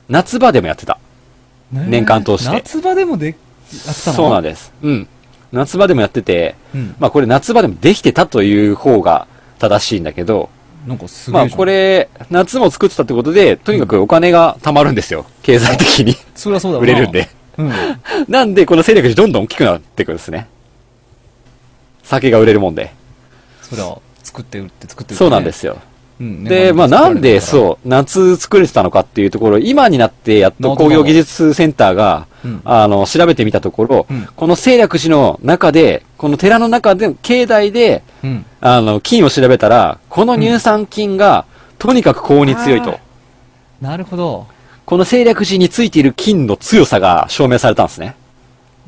Speaker 2: 夏場でもやってた。
Speaker 1: ど。ねえ
Speaker 2: 年間通して
Speaker 1: 夏場でもで、やってたの
Speaker 2: そうなん
Speaker 1: で
Speaker 2: です。うん。夏場でもやってて、
Speaker 1: うん
Speaker 2: まあこれ夏場でもできてたという方が正しいんだけど、
Speaker 1: なんかすごい
Speaker 2: ま
Speaker 1: じゃ
Speaker 2: あ
Speaker 1: ん。
Speaker 2: こ。れ、夏も作ってたってことで、とにかくお金が貯まるんですよ。経済的に。
Speaker 1: そりゃそうだろ
Speaker 2: 売
Speaker 1: うな
Speaker 2: れるんで。。
Speaker 1: うん。
Speaker 2: なんで、この勢力値どんどん大きくなっていくんですね。酒が売れるもんで。
Speaker 1: そりゃ、作って売って作って売ってね
Speaker 2: そうなんで。すよ。
Speaker 1: うん
Speaker 2: で、まあなんで
Speaker 1: う。
Speaker 2: そう、夏作れてたのかっていうところ、今になってやっと工業技術センターが
Speaker 1: うん、
Speaker 2: あの、調べてみたところ
Speaker 1: うん、
Speaker 2: この清略寺の中で、この寺の中で、境内で、
Speaker 1: うん。
Speaker 2: あの、菌を調べたら、この乳酸菌が、とにかく高温に強い
Speaker 1: あ
Speaker 2: と
Speaker 1: ー。なるほど。
Speaker 2: この清略寺についている菌の強さが証明されたんですね。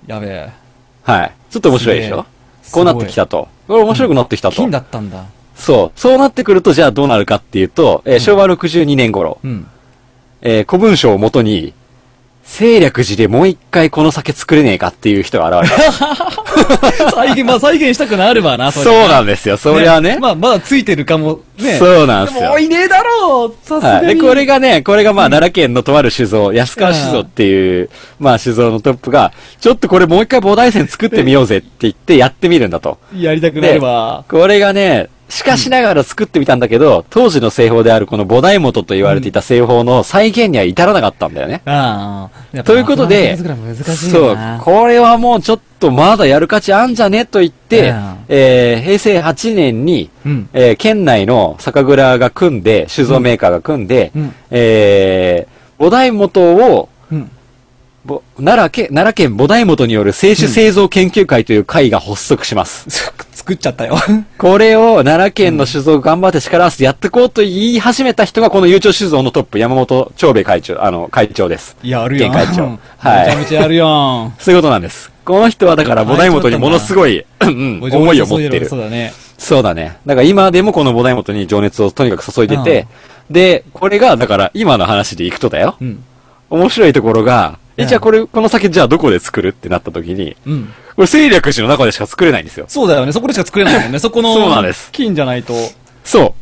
Speaker 1: やべえ。
Speaker 2: はい。ちょっと面白いでしょ
Speaker 1: すげ
Speaker 2: こ
Speaker 1: え
Speaker 2: うなってきたと。これ面白くなってきたと
Speaker 1: 金。だったんだ。
Speaker 2: そう。そうなってくると、じゃあどうなるかっていうと、えー昭和62年頃、
Speaker 1: うん。
Speaker 2: えー古文書をもとに、清略寺でもう一回この酒作れねえかっていう人が現れ
Speaker 1: 再現、ま あ再現したくなるわな、
Speaker 2: た。そうなんですよ。そりゃね。
Speaker 1: まあ、まだついてるかも。ね。
Speaker 2: そうなんですよ
Speaker 1: もういねえだろうさすが
Speaker 2: はい。
Speaker 1: に。
Speaker 2: で、これがね、これがまあ、奈良県のとある酒造、安川酒造っていう、まあ、酒造のトップが、ちょっとこれもう一回膨大線作ってみようぜって言ってやってみるんだと。
Speaker 1: やりたくなるわ。
Speaker 2: これがね、しかしながら作ってみたんだけど、当時の製法であるこの菩提元と言われていた製法の再現には至らなかったんだよね。
Speaker 1: ああ。
Speaker 2: ということで、
Speaker 1: そう。
Speaker 2: そう、これはもうちょっとまだやる価値あんじゃねと言って
Speaker 1: うん、
Speaker 2: えー平成8年に、
Speaker 1: うん
Speaker 2: えー県内の酒蔵が組んで、酒造メーカーが組んで、
Speaker 1: うん
Speaker 2: えー、菩提元を、
Speaker 1: うん。
Speaker 2: ぼ奈良県、奈良県菩提元による清酒製造研究会という会が発足します。
Speaker 1: 作っちゃったよ。
Speaker 2: これを奈良県の酒造頑張って力合わせてやってこうと言い始めた人が、この悠長酒造のトップ、山本長兵衛会長、あの、会長です。
Speaker 1: やるやん。
Speaker 2: 県会長
Speaker 1: うん
Speaker 2: はい
Speaker 1: めちゃめちゃやるやん。
Speaker 2: そういうことなんです。この人はだから、
Speaker 1: 会長
Speaker 2: 菩提元にものすごい、うんうん 思いを持ってる
Speaker 1: そう。だね。
Speaker 2: そうだね。だから今でもこの菩提元に情熱をとにかく注いでて、で、これが、だから今の話でいくとだよ
Speaker 1: う。ん。
Speaker 2: 面白いところが、
Speaker 1: う
Speaker 2: え、
Speaker 1: ん
Speaker 2: じゃあこれ、この酒じゃあどこで作るってなった時に、
Speaker 1: うん。
Speaker 2: これ清略寺の中でしか作れないんですよ。
Speaker 1: そうだよね。そこでしか作れないもん ね。そこの、
Speaker 2: そうなんです
Speaker 1: 金じゃないと、
Speaker 2: そう。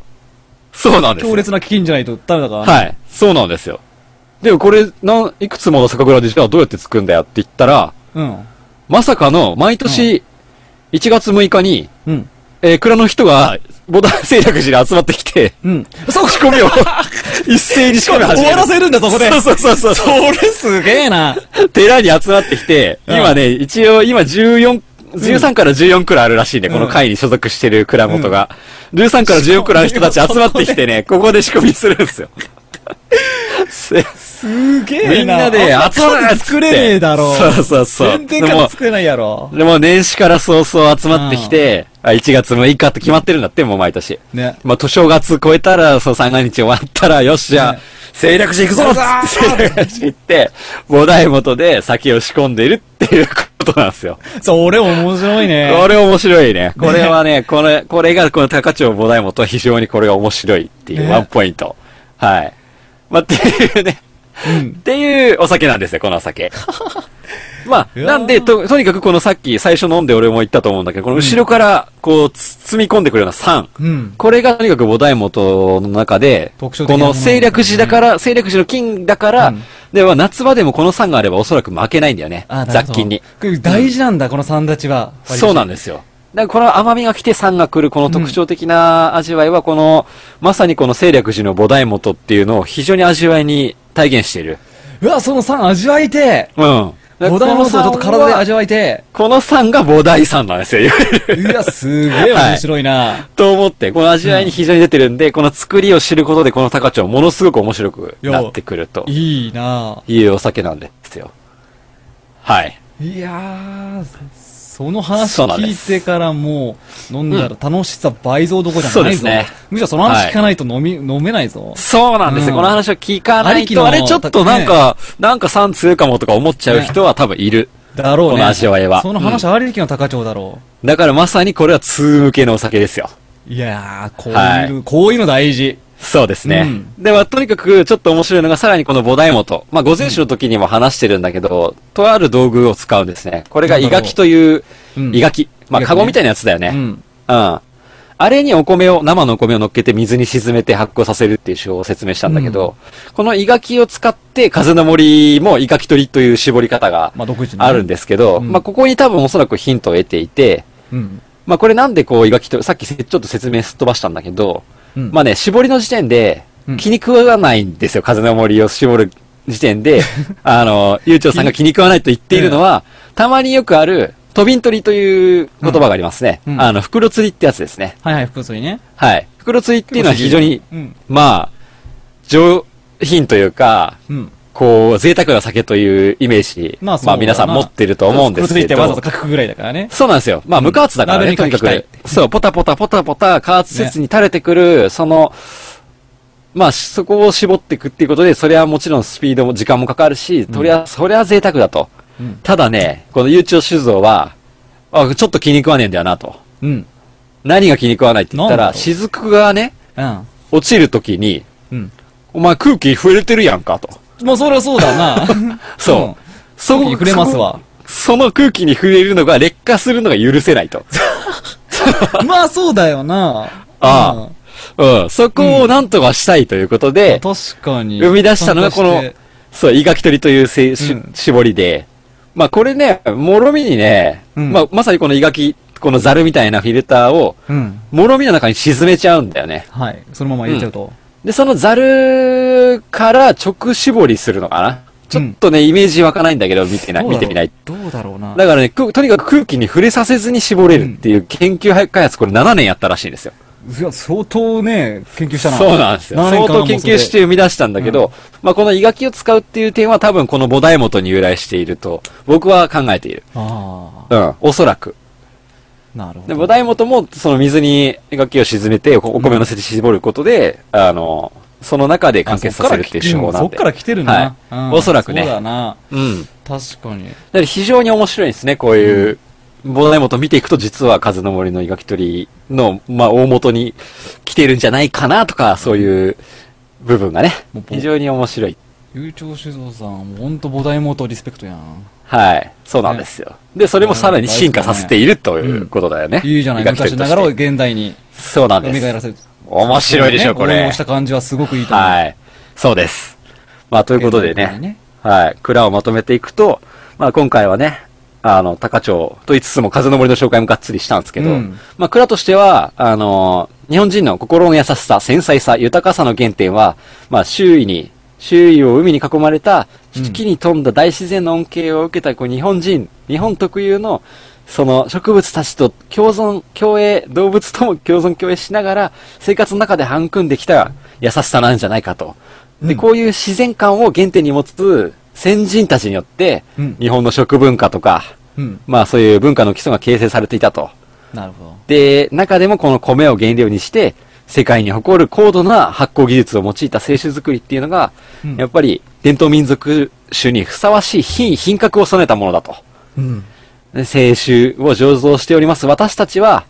Speaker 2: そうなんですよ
Speaker 1: 強烈な金じゃないとダメだからね。
Speaker 2: はい。そうなんですよ。でもこれ、なん、いくつもの酒蔵でじゃあどうやって作るんだよって言ったら、
Speaker 1: うん。
Speaker 2: まさかの毎年1月6日に、
Speaker 1: うん。
Speaker 2: えー蔵の人が、ボタン製薬寺に集まってきて、
Speaker 1: うん。
Speaker 2: そう仕 込みを、一斉に仕込みを始め
Speaker 1: 終わらせるんだそこで
Speaker 2: そうそうそうそう。
Speaker 1: すげえな。
Speaker 2: 寺に集まってきて、
Speaker 1: うん
Speaker 2: 今ね、一応今14、13から14くらいあるらしいね、この会に所属してる蔵元が。13から14くらいの人たち集まってきてね、ここで仕込みするんですよ。せ
Speaker 1: すげえな。
Speaker 2: みんなで集まる
Speaker 1: あ作れねえだろ。
Speaker 2: そうそうそう。
Speaker 1: 全然数作れないやろ。
Speaker 2: でも年始から早々集まってきて、あ1月6日って決まってるんだって、もう毎年。
Speaker 1: ね。
Speaker 2: まあ、と正月超えたら、そう三が日終わったら、よし、じゃあ
Speaker 1: ね、
Speaker 2: 政略寺行くぞ
Speaker 1: 行くぞ
Speaker 2: っって、政略寺行って、菩提元で酒を仕込んでいるっていうことなんですよ。
Speaker 1: それ面白い ね。
Speaker 2: これ面白いね。これ はね、これ、これが、この高町菩提元は非常にこれが面白いっていう
Speaker 1: ね
Speaker 2: ワンポイント。はい。まあ、っていうね。
Speaker 1: うん。
Speaker 2: っていうお酒なんですよ、この お酒。まあ、
Speaker 1: いやー
Speaker 2: なんで、と、とにかくこのさっき最初飲んで俺も言ったと思うんだけど、この後ろから、こう、つ積み込んでくるような酸。
Speaker 1: うん。
Speaker 2: これがとにかく菩提元の中で、こ
Speaker 1: 特徴的なもの
Speaker 2: の清略寺だから、清略寺の金だから、
Speaker 1: うん
Speaker 2: では夏場でもこの酸があればおそらく負けないんだよね。
Speaker 1: あなるほ
Speaker 2: 雑
Speaker 1: ど
Speaker 2: 菌に。
Speaker 1: これ大事なんだ、この三立ちは。
Speaker 2: そうなん
Speaker 1: だ。
Speaker 2: ですよ。だからこの甘みが来て酸が来る、この特徴的な味わいは、この、まさにこの清略寺の菩提元っていうのを非常に味わいに体現している。
Speaker 1: うわ、その三味わいて
Speaker 2: うん。
Speaker 1: ボダイモスをちょっと体で味わい て
Speaker 2: この酸が菩提 酸なんですよ、いわゆ
Speaker 1: う
Speaker 2: る
Speaker 1: わ、すげえ面白いな。
Speaker 2: と思って、この味わいに非常に出てるんで、この作りを知ることで、この高町はものすごく面白くなってくると
Speaker 1: いいな
Speaker 2: いうお酒なんですよ。はい。
Speaker 1: いやー、その話
Speaker 2: そうなんで
Speaker 1: 聞い
Speaker 2: す
Speaker 1: てからもう、飲んだら楽しさ倍増どころじゃないぞ。
Speaker 2: そうですね
Speaker 1: むしろその話聞かないと飲み、飲めないぞ。
Speaker 2: そうなんですよ。
Speaker 1: うん
Speaker 2: この話を聞かな
Speaker 1: あり
Speaker 2: い
Speaker 1: き
Speaker 2: と、
Speaker 1: の
Speaker 2: あれちょっとなんか、なんか酸強いかもとか思っちゃう人は多分いる。
Speaker 1: だろうね。
Speaker 2: この味わいは
Speaker 1: その話ありきの高町だろ
Speaker 2: だからまさにこれは通向けのお酒ですよ。
Speaker 1: う。いやー、こういう、
Speaker 2: はい
Speaker 1: こういうの大事。
Speaker 2: そうですね。
Speaker 1: う
Speaker 2: では、とにかく、ちょっと面白いのが、さらにこの菩提元。まあ、午前酒の時にも話してるんだけど、とある道具を使うんですね。これ
Speaker 1: な
Speaker 2: が、
Speaker 1: ん
Speaker 2: イ
Speaker 1: だろう
Speaker 2: ガキという
Speaker 1: う、ん
Speaker 2: イガキ。まあ、カゴみたいなやつだよね。
Speaker 1: う
Speaker 2: うん。
Speaker 1: ん。
Speaker 2: あれにお米を、生のお米を乗っけて水に沈めて発酵させるっていう手法を説明したんだけど、このイガキを使って、風の森もイガキ取りという絞り方が
Speaker 1: まあ、独自の
Speaker 2: あるんですけど、
Speaker 1: うん
Speaker 2: まあ、ここに多分おそらくヒントを得ていて、
Speaker 1: うん。
Speaker 2: まあ、これなんでこう、いがきと、さっきせちょっと説明すっ飛ばしたんだけど、
Speaker 1: うん
Speaker 2: まあね、絞りの時点で
Speaker 1: うん、
Speaker 2: 気に食わないんですよ、風の森を絞る時点 で、あの、ゆうちょうさんが気に食わないと言っているのは、たまによくある、飛びん鳥という言葉がありますね。
Speaker 1: うんうん
Speaker 2: あの、袋釣りってやつですね。
Speaker 1: はいはい、複数にね。
Speaker 2: はい。袋釣りっていうのは非常に、
Speaker 1: うん。
Speaker 2: まあ、上品というか、
Speaker 1: うん。
Speaker 2: こう、贅沢な酒というイメージ、
Speaker 1: まあ、そうだな
Speaker 2: 皆さん持ってると思うんですけ
Speaker 1: ついて
Speaker 2: ど。
Speaker 1: わざわざ書くぐらいだからね。
Speaker 2: そうなんですよ。まあ、無加圧だから
Speaker 1: 鍋
Speaker 2: ね、
Speaker 1: に
Speaker 2: とにか
Speaker 1: 書き
Speaker 2: く
Speaker 1: た。
Speaker 2: そう、ポタポタポタポタ、加圧せずに垂れてくる、その、まあ、そこを絞っていくっていうことで、それはもちろんスピードも時間もかかるし、とりあえず、それは贅沢だと。
Speaker 1: うん
Speaker 2: ただね、この悠長酒造は、あ、ちょっと気に食わねえんだよなと。
Speaker 1: うん。
Speaker 2: 何が気に食わないって言っ
Speaker 1: な
Speaker 2: た
Speaker 1: ん
Speaker 2: ら、
Speaker 1: だろう
Speaker 2: 雫がね、
Speaker 1: うん。
Speaker 2: 落ちるときに、
Speaker 1: うん。
Speaker 2: お前空気触れてるやんかと。
Speaker 1: まあ、そりゃそう だな。
Speaker 2: そう。
Speaker 1: ん
Speaker 2: そ
Speaker 1: 空気に触れますわ。
Speaker 2: その空気に触れるのが劣化するのが許せ ないと。
Speaker 1: まあ、そうだよな。
Speaker 2: ああ
Speaker 1: うん
Speaker 2: うん、そこをなんとかしたいということで、
Speaker 1: 確かに。
Speaker 2: 生み出したのがこの
Speaker 1: 参加して
Speaker 2: そう、イガキ取りというせし、
Speaker 1: うん
Speaker 2: 絞りで、まあこれね、もろみにね、
Speaker 1: うん
Speaker 2: まあまさにこのイガキ、このザルみたいなフィルターを、
Speaker 1: うん。
Speaker 2: もろみの中に沈めちゃうんだよね。
Speaker 1: はい。そのまま入れちゃうと。
Speaker 2: で、そのザルから直絞りするのかなちょっとね、イメージ湧かないんだけど、見てない、見てみない。
Speaker 1: どうだろうな。
Speaker 2: だからね、くとにかく空気に触れさせずに絞れるっていう研究開発、これ7年やったらしいんですよ。
Speaker 1: いや、相当ね、研究したな。
Speaker 2: そうなんですよ。
Speaker 1: 7年
Speaker 2: 相
Speaker 1: 間
Speaker 2: 当研究して生み出したんだけど、まあこのイガキを使うっていう点は多分この菩提元に由来していると、僕は考えている。
Speaker 1: あ
Speaker 2: うん、おそらく。
Speaker 1: あ、なるほ
Speaker 2: で、
Speaker 1: ど。
Speaker 2: 菩提元もその水にイガキを沈めて、おお米のせて絞ることで、あの、その中で完結させるっていう手法なんで。
Speaker 1: そっから来てるな。
Speaker 2: はい
Speaker 1: うん
Speaker 2: おそらくね
Speaker 1: そうだな。
Speaker 2: うん。だか
Speaker 1: 確かに。
Speaker 2: ら非常に面白いですね、こういう。菩提元見ていくと実は風の森のイガキ取りの、まあ大元に来てるんじゃないかなとか、そういう部分がね
Speaker 1: もう、ぼ
Speaker 2: 非常に面白い。
Speaker 1: 悠長酒造さん、ほんと菩提元リスペクトやん。
Speaker 2: はい。そうなんですよ。で、それもさらに進化させているということだよね。
Speaker 1: いいじゃない、
Speaker 2: イガキ取
Speaker 1: 昔
Speaker 2: り
Speaker 1: な
Speaker 2: と
Speaker 1: がらを
Speaker 2: して
Speaker 1: 現代に
Speaker 2: そうなん
Speaker 1: 蘇ら
Speaker 2: で
Speaker 1: せ
Speaker 2: す。
Speaker 1: る。
Speaker 2: 面白いでしょ、こ
Speaker 1: 応
Speaker 2: れ
Speaker 1: 用し。た感じはすごくいいと思う。
Speaker 2: はい。そうです。まあ、ということで
Speaker 1: 現代に
Speaker 2: ね。。はい。蔵をまとめていくと、まあ、今回はね、あの、高町と言いつつも風の森の紹介もがっつりしたんですけど、
Speaker 1: うん
Speaker 2: まあ、蔵としては、あの、日本人の心の優しさ、繊細さ、豊かさの原点は、まあ、周囲に、周囲を海に囲まれた、四季に富んだ大自然の恩恵を受けたこう日本人、日本特有の、その植物たちと共存、共栄、動物とも共存共栄しながら、生活の中で育んできた優しさなんじゃないかと。で、
Speaker 1: うん
Speaker 2: こういう自然観を原点に持つ先人たちによって、
Speaker 1: うん
Speaker 2: 日本の食文化とか、
Speaker 1: うん。
Speaker 2: まあそういう文化の基礎が形成されていたと。
Speaker 1: なるほど。
Speaker 2: で、中でもこの米を原料にして、世界に誇る高度な発酵技術を用いた清酒作りっていうのが、
Speaker 1: うん
Speaker 2: やっぱり伝統民族酒にふさわしい品、品格を備えたものだと。
Speaker 1: うん。
Speaker 2: で清酒を醸造しております私たちは、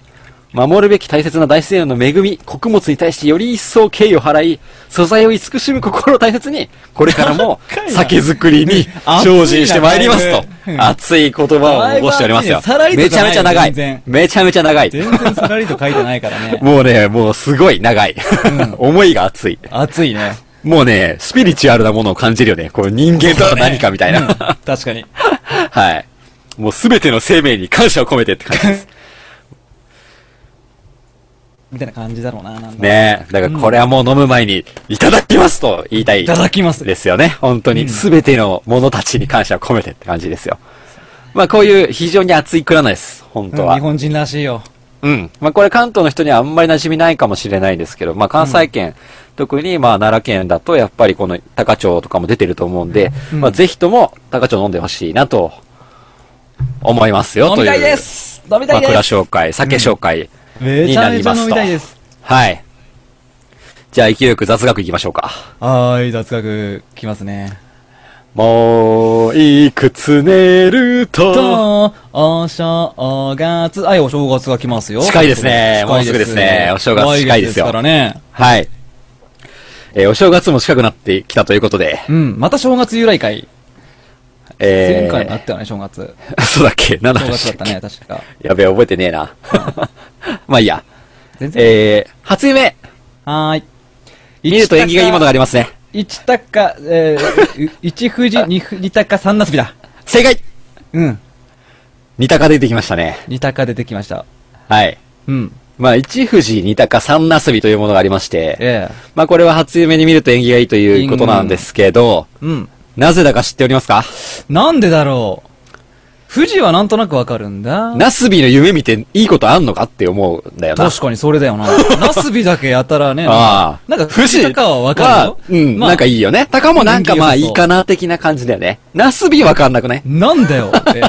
Speaker 2: 守るべき大切な大自然の恵み、穀物に対してより一層敬意を払い、素材を慈しむ心を大切に、これからも
Speaker 1: いな
Speaker 2: 酒造りに
Speaker 1: 熱いな
Speaker 2: 精進してまいりますと
Speaker 1: だい、ぶ
Speaker 2: 熱い言葉を起こしております
Speaker 1: だいぶ熱いね
Speaker 2: よ
Speaker 1: さら。りと
Speaker 2: め
Speaker 1: じ
Speaker 2: ち
Speaker 1: ゃ
Speaker 2: ゃ
Speaker 1: ない
Speaker 2: めちゃ長
Speaker 1: 全然
Speaker 2: い。めちゃめちゃ長い。
Speaker 1: 全然さらりと書いてないからね。
Speaker 2: もうね、もうすごい長い。 思いが熱い。
Speaker 1: 熱いね。
Speaker 2: もうね、スピリチュアルなものを感じるよね。こう人間とは何かみ たい
Speaker 1: うん
Speaker 2: な。
Speaker 1: 確かに。
Speaker 2: はい。もうすべての生命に感謝を込めてって感じです。
Speaker 1: みたいな感じだろうな、なんだ
Speaker 2: ねえ。だからこれはもう飲む前に、いただきますと言いたい。
Speaker 1: いただきます
Speaker 2: ですよね。本当に。すべての者たちに感謝を込めてって感じですよ。まあこういう非常に熱い蔵なんです。本
Speaker 1: うん
Speaker 2: 当は
Speaker 1: 日。本人らしいよ。
Speaker 2: うん。まあこれ関東の人にはあんまり馴染みないかもしれないですけど、まあ関西圏、特にまあ奈良県だとやっぱりこの高町とかも出てると思うんで、
Speaker 1: うん
Speaker 2: まあぜひとも高町飲んでほしいなと思いますよ
Speaker 1: 飲
Speaker 2: と
Speaker 1: み
Speaker 2: いう。
Speaker 1: たいです飲みた
Speaker 2: ま
Speaker 1: いで
Speaker 2: あ蔵
Speaker 1: す
Speaker 2: 紹介、酒紹介
Speaker 1: め
Speaker 2: に
Speaker 1: ちゃ
Speaker 2: な
Speaker 1: め
Speaker 2: り
Speaker 1: ちゃ
Speaker 2: ま
Speaker 1: 飲
Speaker 2: す
Speaker 1: み
Speaker 2: と。
Speaker 1: たいです。
Speaker 2: はい。じゃあ勢いよく雑学行きましょうか。
Speaker 1: はーい、雑学、きますね。
Speaker 2: もう、いくつ寝ると。
Speaker 1: と、お正月、はい、お正月が来ますよ。
Speaker 2: 近いですね
Speaker 1: 近い
Speaker 2: もうすぐですねお正月近いです
Speaker 1: 来
Speaker 2: よ
Speaker 1: 月からね。
Speaker 2: はい。えーお正月も近くなってきたということで、
Speaker 1: うん、また正月由来会。
Speaker 2: え
Speaker 1: 前回あ
Speaker 2: ー
Speaker 1: っ、たよね、正月。
Speaker 2: そうだっけなんだ
Speaker 1: 正
Speaker 2: っ
Speaker 1: 月だった
Speaker 2: け
Speaker 1: ね、確か。
Speaker 2: やべえ、覚えてねえな。 まあいいや。
Speaker 1: 全然。
Speaker 2: えー、初夢
Speaker 1: はーい。
Speaker 2: 見ると縁起がいいものがありますね。
Speaker 1: 一鷹、えー、 う一富士、二富二鷹、三なすびだ。
Speaker 2: 正解
Speaker 1: うん。
Speaker 2: 二鷹出てきましたね。
Speaker 1: 二鷹出てきました。
Speaker 2: はい。
Speaker 1: うん。
Speaker 2: まあ、一富士、二鷹、三なすびというものがありまして、
Speaker 1: え
Speaker 2: まあ、これは初夢に見ると縁起がいいということなんですけど、
Speaker 1: えうん。
Speaker 2: なぜだか知っておりますか
Speaker 1: なんでだろう。富士はなんとなくわかるんだ。
Speaker 2: なすびの夢見ていいことあんのかって思うんだよな。
Speaker 1: 確かにそれだよ な。なすびだけやたらね。
Speaker 2: ああ。
Speaker 1: なんか、
Speaker 2: 富
Speaker 1: 富
Speaker 2: 士
Speaker 1: 士とかはわかる
Speaker 2: は
Speaker 1: よ。
Speaker 2: うん、
Speaker 1: まあ
Speaker 2: なんかいいよね。高もなんかまあい
Speaker 1: 人気良さそう
Speaker 2: いかな的な感じだよね。なすびわかんなくね。
Speaker 1: なんだよ って。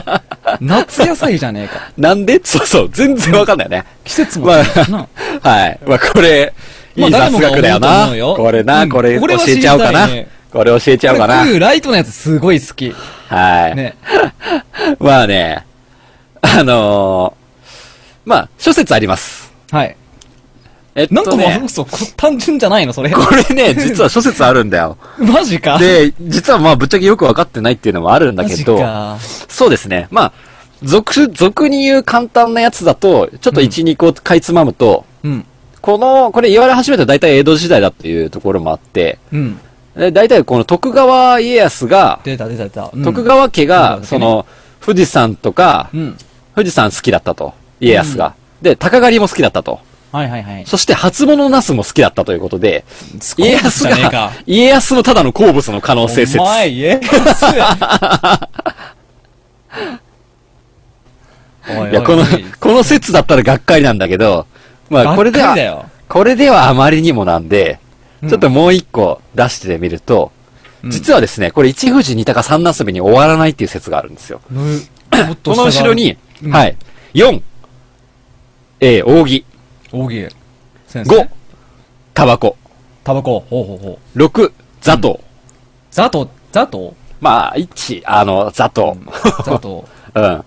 Speaker 1: 夏野菜じゃねえか。
Speaker 2: なんで そうそう、全然わかんないよね。
Speaker 1: 季節も
Speaker 2: まあ
Speaker 1: 違うしな。、
Speaker 2: はい。まあこれ、い
Speaker 1: ま
Speaker 2: い
Speaker 1: あ誰
Speaker 2: 雑
Speaker 1: もが
Speaker 2: 学だよ
Speaker 1: 思うと
Speaker 2: な
Speaker 1: 思う。よ
Speaker 2: これな、
Speaker 1: うん
Speaker 2: これ
Speaker 1: こ
Speaker 2: 教
Speaker 1: れは
Speaker 2: えちゃうかな
Speaker 1: 知りたいね。
Speaker 2: これ教えちゃうかな
Speaker 1: こ。れライトのやつすごい好き。
Speaker 2: はい。
Speaker 1: ね。
Speaker 2: まあね、あのー、まあ、諸説あります。
Speaker 1: はい。
Speaker 2: えっと
Speaker 1: なんか
Speaker 2: ね
Speaker 1: もう、そう、こ単純じゃないのそれ。
Speaker 2: これね、実は諸説あるんだよ。
Speaker 1: マジか。
Speaker 2: で、実はまあぶっちゃけよくわかってないっていうのもあるんだ
Speaker 1: マ
Speaker 2: け
Speaker 1: ジ
Speaker 2: ど、
Speaker 1: か。
Speaker 2: そうですね。まあ、俗、俗に言う簡単なやつだと、ちょっと1、2個かいつまむと、
Speaker 1: うん。
Speaker 2: この、これ言われ始めたら大体江戸時代だっていうところもあって、
Speaker 1: うん。
Speaker 2: で大体この徳川家康が、
Speaker 1: 出た出た出た。うん
Speaker 2: 徳川家が、
Speaker 1: うん
Speaker 2: その、富士山とか、
Speaker 1: うん。
Speaker 2: 富士山好きだったと、家康が。で、鷹狩りも好きだったと。
Speaker 1: はいはいはい。
Speaker 2: そして、初物ナスも好きだったということで、家康
Speaker 1: じゃねえ
Speaker 2: が
Speaker 1: か、
Speaker 2: 家康のただの好物の可能性説。
Speaker 1: お前、家 康おいおいおい
Speaker 2: いや、この、この説だったらがっかりなんだけど、まあ、これで
Speaker 1: がっ
Speaker 2: は
Speaker 1: かりだよ、
Speaker 2: これではあまりにもなんで、
Speaker 1: うん
Speaker 2: ちょっともう一個出してみると、
Speaker 1: うん
Speaker 2: 実はですね、これ一富士二鷹三なすびに終わらないっていう説があるんですよ。
Speaker 1: むもっと
Speaker 2: この後ろに、
Speaker 1: うん
Speaker 2: はい、4、えー、扇、
Speaker 1: 大喜利先生
Speaker 2: 5、タバコ、
Speaker 1: タバコほうほうほう
Speaker 2: 6、座頭。
Speaker 1: ザトザト
Speaker 2: まあ、1、あの、座頭。
Speaker 1: ザ ト
Speaker 2: うん。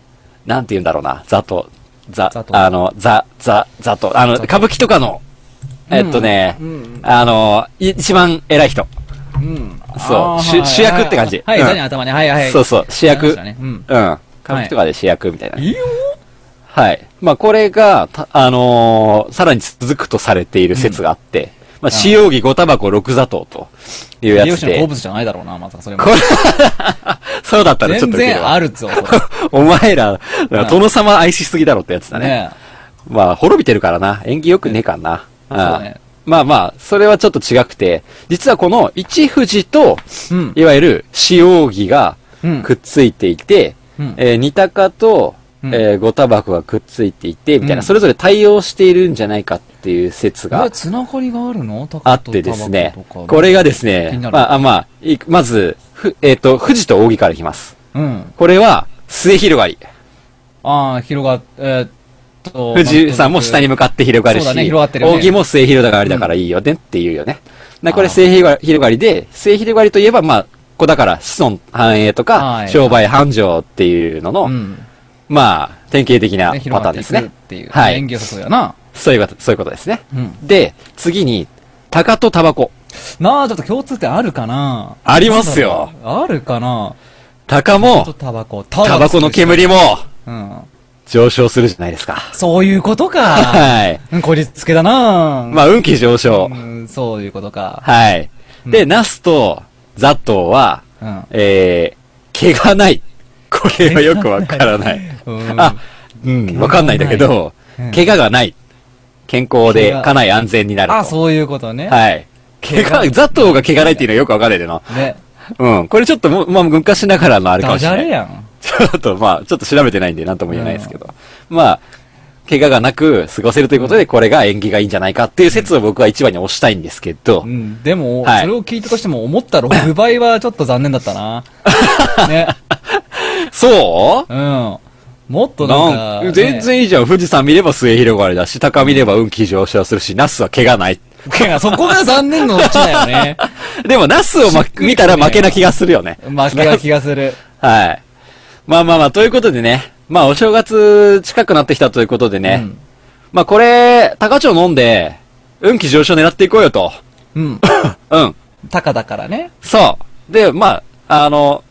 Speaker 2: なんて言うんだろうな。ザと、ザ
Speaker 1: ザ、と
Speaker 2: あの、ザ、ザ、ザと、あの、
Speaker 1: ザと
Speaker 2: 歌舞伎とかの、えっとね、あの、い一番偉い人。
Speaker 1: うん
Speaker 2: そう、主主役って感じ。
Speaker 1: はい
Speaker 2: うん
Speaker 1: ザに頭にはいはい
Speaker 2: そうそう、主役。
Speaker 1: わ
Speaker 2: う
Speaker 1: かりましたねうん
Speaker 2: ん。歌舞伎とかで主役みたいな。
Speaker 1: いいよ
Speaker 2: はい。まあ、これが、たあのーさらに続くとされている説があって、まあ、使用着5タバコ6座頭というや
Speaker 1: 秀
Speaker 2: つ
Speaker 1: 吉の
Speaker 2: で
Speaker 1: 好。物じゃないだろうなまさかそれも
Speaker 2: これ、そうだったらちょ
Speaker 1: 全
Speaker 2: っとウケる
Speaker 1: 然
Speaker 2: わ
Speaker 1: あるぞそれ
Speaker 2: お前ら、殿様愛しすぎだろってやつだね
Speaker 1: ね
Speaker 2: まあ、滅びてるからな。縁起よくねえからな。
Speaker 1: うんそう
Speaker 2: あ
Speaker 1: だね
Speaker 2: まあまあ、それはちょっと違くて、実はこの一富士と、
Speaker 1: うん
Speaker 2: いわゆる塩扇が
Speaker 1: うん
Speaker 2: くっついていて、
Speaker 1: うん
Speaker 2: えー二鷹と、
Speaker 1: うん
Speaker 2: えー五タバコがくっついていて、みたいな、
Speaker 1: うん
Speaker 2: それぞれ対応しているんじゃないかっていう説が
Speaker 1: えつながりがあるのタ
Speaker 2: あ
Speaker 1: バ
Speaker 2: っ
Speaker 1: コと
Speaker 2: てですね
Speaker 1: タバコと、か
Speaker 2: これがです
Speaker 1: 気
Speaker 2: ね
Speaker 1: に、なる
Speaker 2: まあ、あまあ、いまず、ふえっ、と、富士と扇からいきます。
Speaker 1: うん
Speaker 2: これは、末広がり。
Speaker 1: ああ広がっえーっ と
Speaker 2: 富士山も下に向かって広がるし、
Speaker 1: そうだね広がってるよね
Speaker 2: 扇も末広がりだからいいよねっていうよね。なこれ末広がり広がりで、末広がりといえば、まあ、こうだから子孫繁栄と
Speaker 1: は
Speaker 2: か、
Speaker 1: い
Speaker 2: 商売繁盛っていうのの、
Speaker 1: うん
Speaker 2: まあ、典型的な
Speaker 1: ね
Speaker 2: パ
Speaker 1: 広
Speaker 2: タ
Speaker 1: が
Speaker 2: ー
Speaker 1: って
Speaker 2: ンで
Speaker 1: い
Speaker 2: す
Speaker 1: くっ
Speaker 2: ね。
Speaker 1: ていう
Speaker 2: はい
Speaker 1: 縁起良さそうやな
Speaker 2: そういうこと、そういうことですね。
Speaker 1: うん
Speaker 2: で、次に、鷹とタバコ。
Speaker 1: なあ、ちょっと共通点あるかな
Speaker 2: ありますよ
Speaker 1: なんだろうあるかなち
Speaker 2: 鷹
Speaker 1: ょっと
Speaker 2: も、
Speaker 1: タバコ。タ
Speaker 2: タバコの。煙も、
Speaker 1: うん。
Speaker 2: 上昇するじゃないですか。
Speaker 1: そういうことか。
Speaker 2: はい。
Speaker 1: うん、こじつけだな
Speaker 2: まあ、運気上昇
Speaker 1: う。ん、そういうことか。
Speaker 2: はい。で、
Speaker 1: うん
Speaker 2: ナスとザトウは、
Speaker 1: うん
Speaker 2: えー、毛がない。これはよくわからない。
Speaker 1: うん
Speaker 2: あ、うん、わかんないんだけど
Speaker 1: うん、
Speaker 2: 怪我がない。健康で
Speaker 1: 毛が
Speaker 2: 家内安全になると。
Speaker 1: あ、そういうことね。
Speaker 2: はい。
Speaker 1: 毛
Speaker 2: 怪
Speaker 1: がな
Speaker 2: 我、
Speaker 1: い
Speaker 2: ザトウが毛がないっていうのはよくわかんないでな。
Speaker 1: い。ね。
Speaker 2: うん。これちょっともう、まあ、昔ながらのあれか
Speaker 1: ダ
Speaker 2: もし
Speaker 1: ジ
Speaker 2: れ
Speaker 1: ャ
Speaker 2: ない。
Speaker 1: レやん。
Speaker 2: ちょっとまあ、ちょっと調べてないんで何とも言えないですけど。まあ、怪我がなく過ごせるということで、これが縁起がいいんじゃないかっていう説を僕は一番に推したいんですけど
Speaker 1: う、ん、でも、
Speaker 2: はい
Speaker 1: それを聞いたとしても思った6倍 はちょっと残念だったな。ね。
Speaker 2: そう
Speaker 1: うん。もっとな
Speaker 2: なん
Speaker 1: か、
Speaker 2: ん全
Speaker 1: ね。
Speaker 2: 然いいじゃん。富士山見れば末広がりだし、鷹見れば運気上昇するし、ナスは毛がない。
Speaker 1: いや そこが残念のうちだよ ね。
Speaker 2: でも、ナスを、ま
Speaker 1: しっ、くりとね
Speaker 2: 見たら負けな気がするよね。
Speaker 1: 負けが気がする。
Speaker 2: はい。まあまあまあ、ということでね。まあ、お正月近くなってきたということでね。
Speaker 1: うん
Speaker 2: まあ、これ、高町飲んで、運気上昇狙っていこうよと。
Speaker 1: うん。
Speaker 2: うん。
Speaker 1: タカだからね。
Speaker 2: そう。で、まあ、あの、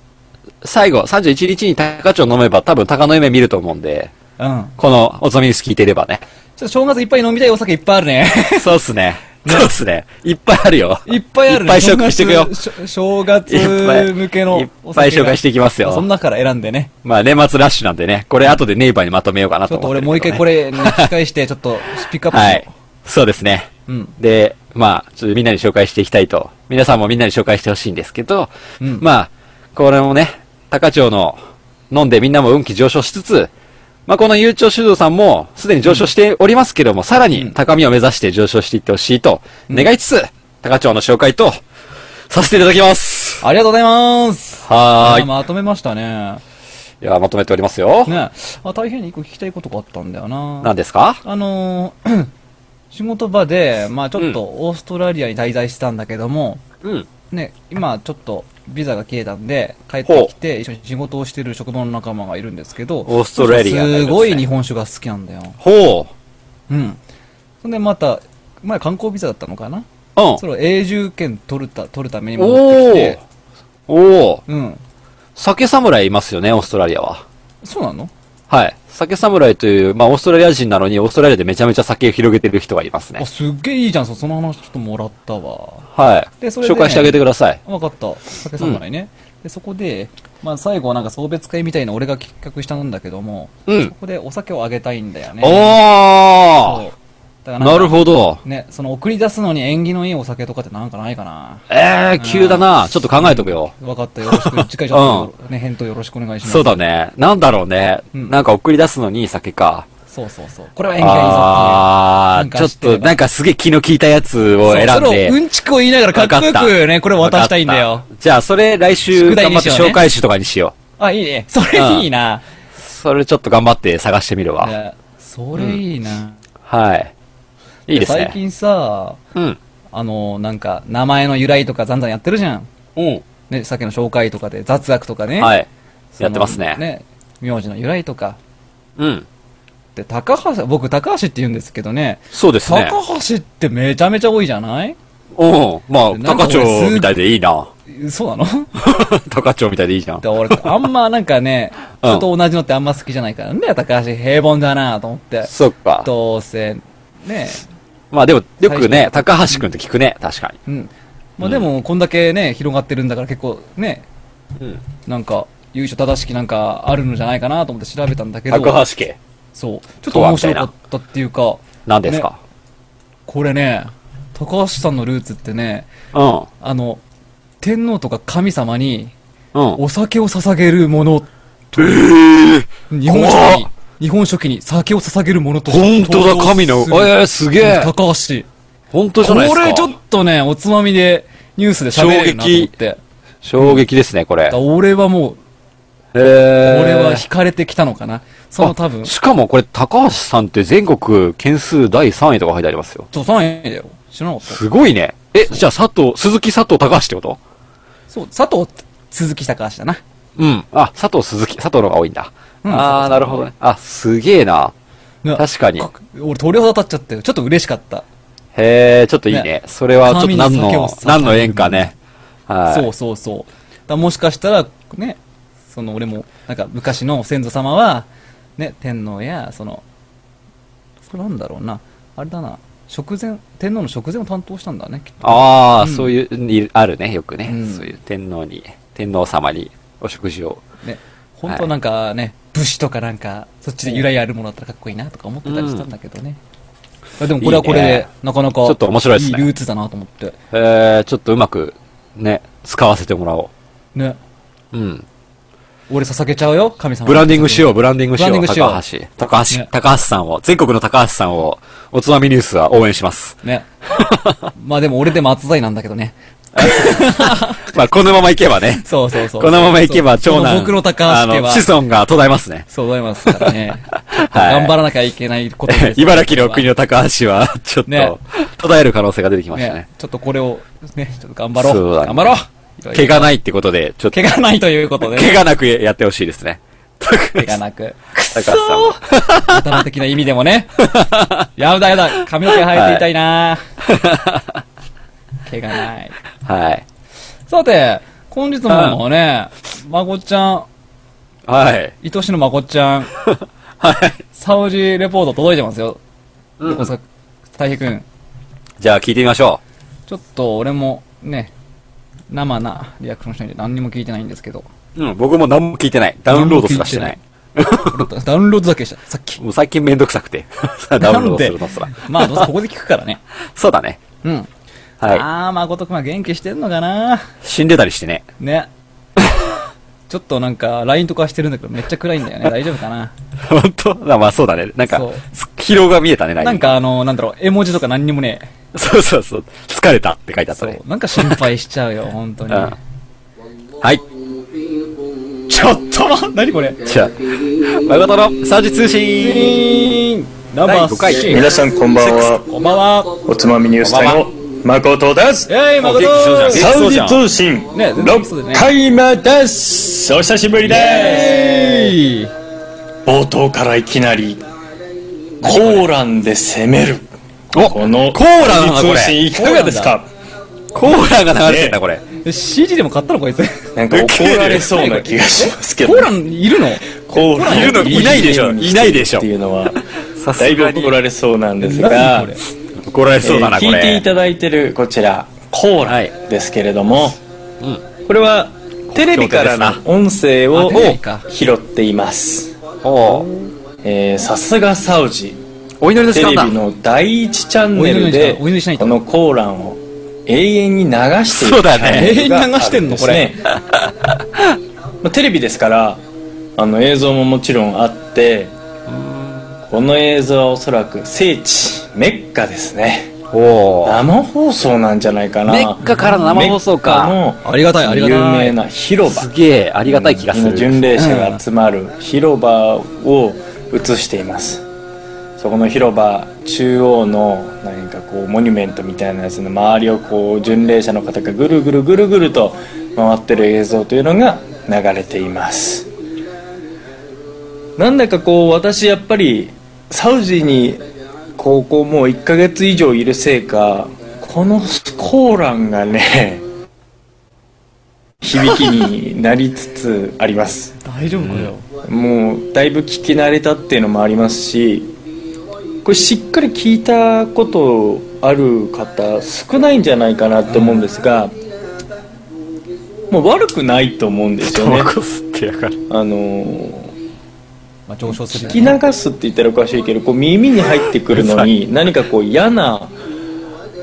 Speaker 2: 最後、31日に高町を飲めば多分高の夢見ると思うんで、
Speaker 1: うん。
Speaker 2: このおつまみニュース聞いてれ ばね。
Speaker 1: ちょっと正月いっぱい飲みたいお酒いっぱいあるね。
Speaker 2: そうっすね。そうっすね。いっぱいあるよ。
Speaker 1: いっぱいあるね。
Speaker 2: いっぱい紹介していくよ。
Speaker 1: 正月正月向けの
Speaker 2: いっぱい紹介していきますよ
Speaker 1: その中から選んで ね。
Speaker 2: まあ年末ラッシュなんでね、これ後でネイバーにまとめようかな
Speaker 1: ち
Speaker 2: と
Speaker 1: ょっと
Speaker 2: 思って
Speaker 1: 俺
Speaker 2: るけどね、
Speaker 1: もう一回これ、ね、聞き返して、ちょっとピックアップしよう
Speaker 2: はい。そうですね。
Speaker 1: うん
Speaker 2: で、まあ、ちょっとみんなに紹介していきたいと。皆さんもみんなに紹介してほしいんですけど、
Speaker 1: うん
Speaker 2: まあ、これもね、高町の飲んでみんなも運気上昇しつつ、まあ、この悠長酒造さんもすでに上昇しておりますけども、さらに高みを目指して上昇していってほしいと願いつつ、高町の紹介とさせていただきます。
Speaker 1: ありがとうございます。
Speaker 2: はーい
Speaker 1: あまとめましたね。
Speaker 2: いや、まとめておりますよ。
Speaker 1: ねあ、大変に一個聞きたいことがあったんだよな。
Speaker 2: 何ですか
Speaker 1: あのー 仕事場で、まあちょっとオーストラリアに滞在してたんだけども、
Speaker 2: うん。
Speaker 1: ね、今ちょっとビザが切れたんで、帰ってきて一緒に仕事をしてる職場の仲間がいるんですけど、
Speaker 2: オーストラリアがいるんです
Speaker 1: す
Speaker 2: ね
Speaker 1: ごい日本酒が好きなんだよ。
Speaker 2: ほ
Speaker 1: うん。そんでまた、前観光ビザだったのかな
Speaker 2: う。うん
Speaker 1: そ。れを永住権取るた、取るために戻っ
Speaker 2: お
Speaker 1: てき
Speaker 2: ー
Speaker 1: て、。
Speaker 2: おー。
Speaker 1: うん。
Speaker 2: 酒侍いますよね、オーストラリアは。
Speaker 1: そうなの
Speaker 2: はい。酒侍という、まあ、オーストラリア人なのに、オーストラリアでめちゃめちゃ酒を広げてる人がいますね
Speaker 1: あ、。すっげえいいじゃん、そその話ちょっともらったわ。
Speaker 2: はい。
Speaker 1: でそれで
Speaker 2: 紹介してあげてください。
Speaker 1: わかった。酒さんがね、で、そこで、まあ最後なんか送別会みたいな俺が企画したんだけども、
Speaker 2: うん
Speaker 1: そこでお酒をあげたいんだよね。
Speaker 2: お
Speaker 1: そう
Speaker 2: ー
Speaker 1: だからんか
Speaker 2: なるほど。
Speaker 1: ね、その送り出すのに縁起のいいお酒とかってなんかないかな。
Speaker 2: えー、急だな。ちょっと考えとくよ。
Speaker 1: わかった、よろしく。次回ちょっと、ね、返答よろしくお願いします。
Speaker 2: そうだね。なんだろうね。
Speaker 1: うん
Speaker 2: なんか送り出すのに酒か。
Speaker 1: そうそうそう。これは縁起がいいぞ
Speaker 2: あ
Speaker 1: なん
Speaker 2: ー、
Speaker 1: か
Speaker 2: ちょっ
Speaker 1: 知ってれ
Speaker 2: と、
Speaker 1: ば
Speaker 2: なんかすげえ気の利いたやつを
Speaker 1: っていう。
Speaker 2: 選ん
Speaker 1: そうそれ
Speaker 2: で
Speaker 1: をう。んちくを言いながらかっこよ
Speaker 2: わ
Speaker 1: くね、
Speaker 2: た
Speaker 1: これ渡したいんだ
Speaker 2: わ
Speaker 1: よ
Speaker 2: か。ったじゃあ、それ来週
Speaker 1: 宿題
Speaker 2: 頑張
Speaker 1: に
Speaker 2: っ
Speaker 1: してようね
Speaker 2: 紹介集とかにしよ
Speaker 1: あ、いいね。それいいな。
Speaker 2: う。それちょっと頑張って探してみる
Speaker 1: い
Speaker 2: わ。
Speaker 1: やそれいいな。
Speaker 2: はい。いいですね。
Speaker 1: 最近さ、
Speaker 2: うん。
Speaker 1: あの、なんか、名前の由来とかざんざんやってるじゃん。
Speaker 2: うん。
Speaker 1: ね、さっきの紹介とかで雑学とかね。
Speaker 2: はい。
Speaker 1: その
Speaker 2: やってますね。
Speaker 1: ね、名字の由来とか。
Speaker 2: うん。
Speaker 1: で、高橋、僕高橋って言うんですけどね。
Speaker 2: そうですね。
Speaker 1: 高橋ってめちゃめちゃ多いじゃない
Speaker 2: うん。まあ、
Speaker 1: なんか
Speaker 2: 高
Speaker 1: 俺
Speaker 2: 町みたいでいいな。
Speaker 1: そうなの
Speaker 2: 高町みたいでいいじゃん
Speaker 1: で。俺、あんまなんかね、
Speaker 2: うん
Speaker 1: 人と同じのってあんま好きじゃないから、ね、高橋平凡だなと思って。
Speaker 2: そっか。
Speaker 1: どうせ、ね。
Speaker 2: まあでも、よくね、高橋くんって聞くね。確か
Speaker 1: うん。まあでも、こんだけね、広がってるんだから結構ね、
Speaker 2: に。うん。
Speaker 1: なんか、由緒正しきなんかあるのじゃないかなと思って調べたんだけど。
Speaker 2: 高橋家。
Speaker 1: そう。ちょっと面白かったっていうか、
Speaker 2: 何ですか、
Speaker 1: これね、高橋さんのルーツってね、あの、天皇とか神様に
Speaker 2: うん。うん。
Speaker 1: お酒を捧げるものと、日本書紀に
Speaker 2: 怖っ、
Speaker 1: 日本書紀に酒を捧げるものと
Speaker 2: 本当だ、神の。えー、すげえ。
Speaker 1: 高橋。
Speaker 2: 本当じゃないです
Speaker 1: こ
Speaker 2: か。
Speaker 1: れちょっとね、おつまみで、ニュースで喋れるなと思って。だか
Speaker 2: 衝撃ですね、これ。
Speaker 1: ら俺はもう、
Speaker 2: えー、
Speaker 1: 俺は惹かれてきたのかな。その多分
Speaker 2: あ、しかもこれ、高橋さんって全国件数第3位とか書いてありますよ。
Speaker 1: そう、3位だよ。知らなかった。
Speaker 2: すごいね。え、じゃあ佐藤、鈴木佐藤高橋ってこと
Speaker 1: そう、佐藤、鈴木高橋だな。
Speaker 2: うん。あ、佐藤鈴木、佐藤の方が多いんだ。
Speaker 1: うん
Speaker 2: ああ、なるほどね。あ、すげえな。
Speaker 1: ね
Speaker 2: 確かに
Speaker 1: か俺鳥肌立っちゃったよ。ちょっと嬉しかった。
Speaker 2: へえ、ちょっといいね。
Speaker 1: ね
Speaker 2: それはちょっと何
Speaker 1: 神に酒を
Speaker 2: の
Speaker 1: 捧げ、る
Speaker 2: 何の縁かね。はい。
Speaker 1: そうそうそう。だからもしかしたら、ね、その俺も、なんか昔の先祖様は、ね、天皇や、その、それなんだろうな、あれだな、食前、天皇の食前を担当したんだね、きっと。
Speaker 2: ああ、
Speaker 1: うん
Speaker 2: そういう、いあるね、よくね、
Speaker 1: うん
Speaker 2: そういう天皇に、天皇様にお食事を。
Speaker 1: ね、本当はなんかね、武士とかなんか、そっちで由来あるものだったらかっこいいなとか思ってたりしたんだけどね。いやでもこれはこれ
Speaker 2: いい
Speaker 1: で
Speaker 2: ね、
Speaker 1: なかなか、
Speaker 2: ちょっと面白いですね
Speaker 1: いいルーツだなと思って。
Speaker 2: えー、ちょっとうまく、ね、使わせてもらお
Speaker 1: ね、
Speaker 2: う。うん。
Speaker 1: 俺捧げちゃうよ、神様に。
Speaker 2: ブランディングしよう、ブランディングしよう、
Speaker 1: ブランディングしよう
Speaker 2: 高橋。高橋、
Speaker 1: ね
Speaker 2: 高橋さんを、全国の高橋さんを、おつまみニュースは応援します。
Speaker 1: ね。 まあでも俺でも厚材なんだけどね。
Speaker 2: まあ、このままいけばね。
Speaker 1: そうそうそう。
Speaker 2: このままいけば、長
Speaker 1: この
Speaker 2: 男、
Speaker 1: 僕の高橋家は
Speaker 2: あの、、子孫が途絶えますね。
Speaker 1: そう思いますから ね。頑張らなきゃいけないことです。
Speaker 2: 茨城の国の高橋は、ちょ っ
Speaker 1: ね
Speaker 2: と、途絶える可能性が出てきました
Speaker 1: ね
Speaker 2: ね。。
Speaker 1: ちょっとこれを、ね、ちょっと頑張ろ
Speaker 2: そう
Speaker 1: う。
Speaker 2: だね
Speaker 1: 頑張ろう
Speaker 2: 怪我ないってことで、ちょっと
Speaker 1: 怪、我ないということでね。
Speaker 2: 怪我なくやってほしいですね。
Speaker 1: 怪我なく。
Speaker 2: 高橋さんも。
Speaker 1: 大人的な意味でも ね。やだやだ、髪の毛生えていたいな、怪我ない。
Speaker 2: はい。
Speaker 1: さて、本日もね、まこちゃん、
Speaker 2: はい。
Speaker 1: 愛しのまこちゃん、
Speaker 2: はい。
Speaker 1: サウジレポート届いてますよ。うん。たい平くん。
Speaker 2: じゃあ聞いてみましょ
Speaker 1: ちょっと俺もね、生なリアクションしないで何にも聞いてないんですけど。
Speaker 2: う。うん、僕も何も聞いてない。ダウンロードすらしてない。
Speaker 1: ダウンロードだけした、さっき。
Speaker 2: もう最近めんどくさくて。 さ ダウンロードするのすら。
Speaker 1: まあ、どうせここで聞くからね。
Speaker 2: そうだね。
Speaker 1: うん。
Speaker 2: はい。
Speaker 1: あー、誠くんは元気してんのかな
Speaker 2: 死んでたりしてね。
Speaker 1: ね。ちょっとなんか、LINE とかしてるんだけど、めっちゃ暗いんだよ ね。大丈夫かな
Speaker 2: 本当まあそうだね。なんか
Speaker 1: そう、
Speaker 2: 疲労が見えたね、来年
Speaker 1: なん。かあの、なんだろう、絵文字とか何にもね
Speaker 2: そうそうそう。疲れたって書いてあった
Speaker 1: そ
Speaker 2: ね
Speaker 1: う。。なんか心配しちゃうよ、本当に。
Speaker 2: うん。はい。
Speaker 1: ちょっと待って、何これ。
Speaker 2: じゃあ、誠のサージ通信
Speaker 1: ナン
Speaker 2: 第
Speaker 1: バー
Speaker 2: 5回
Speaker 1: シ
Speaker 5: 皆さんこんばんは。
Speaker 1: こんばんは。
Speaker 5: おつまみニュース隊の誠です。
Speaker 1: えい、
Speaker 2: 元気そう
Speaker 1: 誠
Speaker 2: じ
Speaker 5: サ
Speaker 2: ゃん。元気
Speaker 5: ウ
Speaker 2: そうじ
Speaker 5: ジ
Speaker 2: ゃん。
Speaker 5: 通信
Speaker 1: ねそうだ
Speaker 5: 6
Speaker 1: ね
Speaker 5: 回目です。お久しぶりで
Speaker 1: えい
Speaker 5: す。冒頭からいきなり、コーランで攻める。
Speaker 2: お
Speaker 5: この
Speaker 2: コーランだ
Speaker 5: サウ
Speaker 2: こ
Speaker 5: ジ通
Speaker 2: れ。
Speaker 5: 信いかがですか
Speaker 2: コーランが流れてんだこれ。
Speaker 1: CD でも買ったのこいつ。
Speaker 5: なんか怒られそうな気がしますけ
Speaker 1: コ
Speaker 5: ど。
Speaker 1: ーランいるの
Speaker 5: コーラン
Speaker 2: いるのいないでしょいないでしょ
Speaker 5: っていうのは、
Speaker 2: さす
Speaker 5: だいぶ
Speaker 2: がに
Speaker 5: 怒られそうなんです
Speaker 1: 何
Speaker 5: が
Speaker 1: こ、れ
Speaker 2: 怒られそうだな、
Speaker 5: え
Speaker 2: こ
Speaker 5: ー聞いて
Speaker 2: れ
Speaker 5: い。ただいてるこちらコー
Speaker 2: は
Speaker 5: ラ
Speaker 2: い
Speaker 5: ですけれども、これはテレビから
Speaker 2: です
Speaker 5: の音声
Speaker 1: あ
Speaker 5: を
Speaker 1: テレビか
Speaker 5: 拾っています
Speaker 2: おう
Speaker 5: えーさすがサウジ
Speaker 2: お祈りの時
Speaker 5: テレビ
Speaker 2: 間だ。
Speaker 5: の第一チャンネルで
Speaker 1: お祈りしないと
Speaker 5: このコーランを永遠に流している
Speaker 2: そうだね
Speaker 5: チャンネルがある
Speaker 1: 永遠に流してんのこれ
Speaker 5: ですね まあテレビですからあの映像ももちろんあってこの映像はおそらく聖地メッカですね
Speaker 2: おう
Speaker 5: 生放送なんじゃないかな
Speaker 2: メッカからの生放送か
Speaker 5: メッカの
Speaker 1: ありがたいありがたい
Speaker 5: 有名な広場
Speaker 2: すげえ、ありがたい気がす
Speaker 5: の巡
Speaker 2: る。
Speaker 5: 礼者が集まる広場を映していますそこの広場中央の何かこうモニュメントみたいなやつの周りをこう巡礼者の方がぐるぐるぐるぐると回ってる映像というのが流れていますなんだかこう私やっぱりサウジに高校もう1ヶ月以上いるせいかこのコーランがね 響きになりつつあります
Speaker 1: 大丈夫かよ。
Speaker 5: もうだいぶ聞き慣れたっていうのもありますしこれしっかり聞いたことある方少ないんじゃないかなと思うんですが、もう悪くないと思うんですよね
Speaker 2: タバコ吸ってやがる。
Speaker 5: あのー
Speaker 1: まあ、上昇するよね。
Speaker 5: 聞き流すって言ったらおかしいけどこう耳に入ってくるの に何かこう嫌な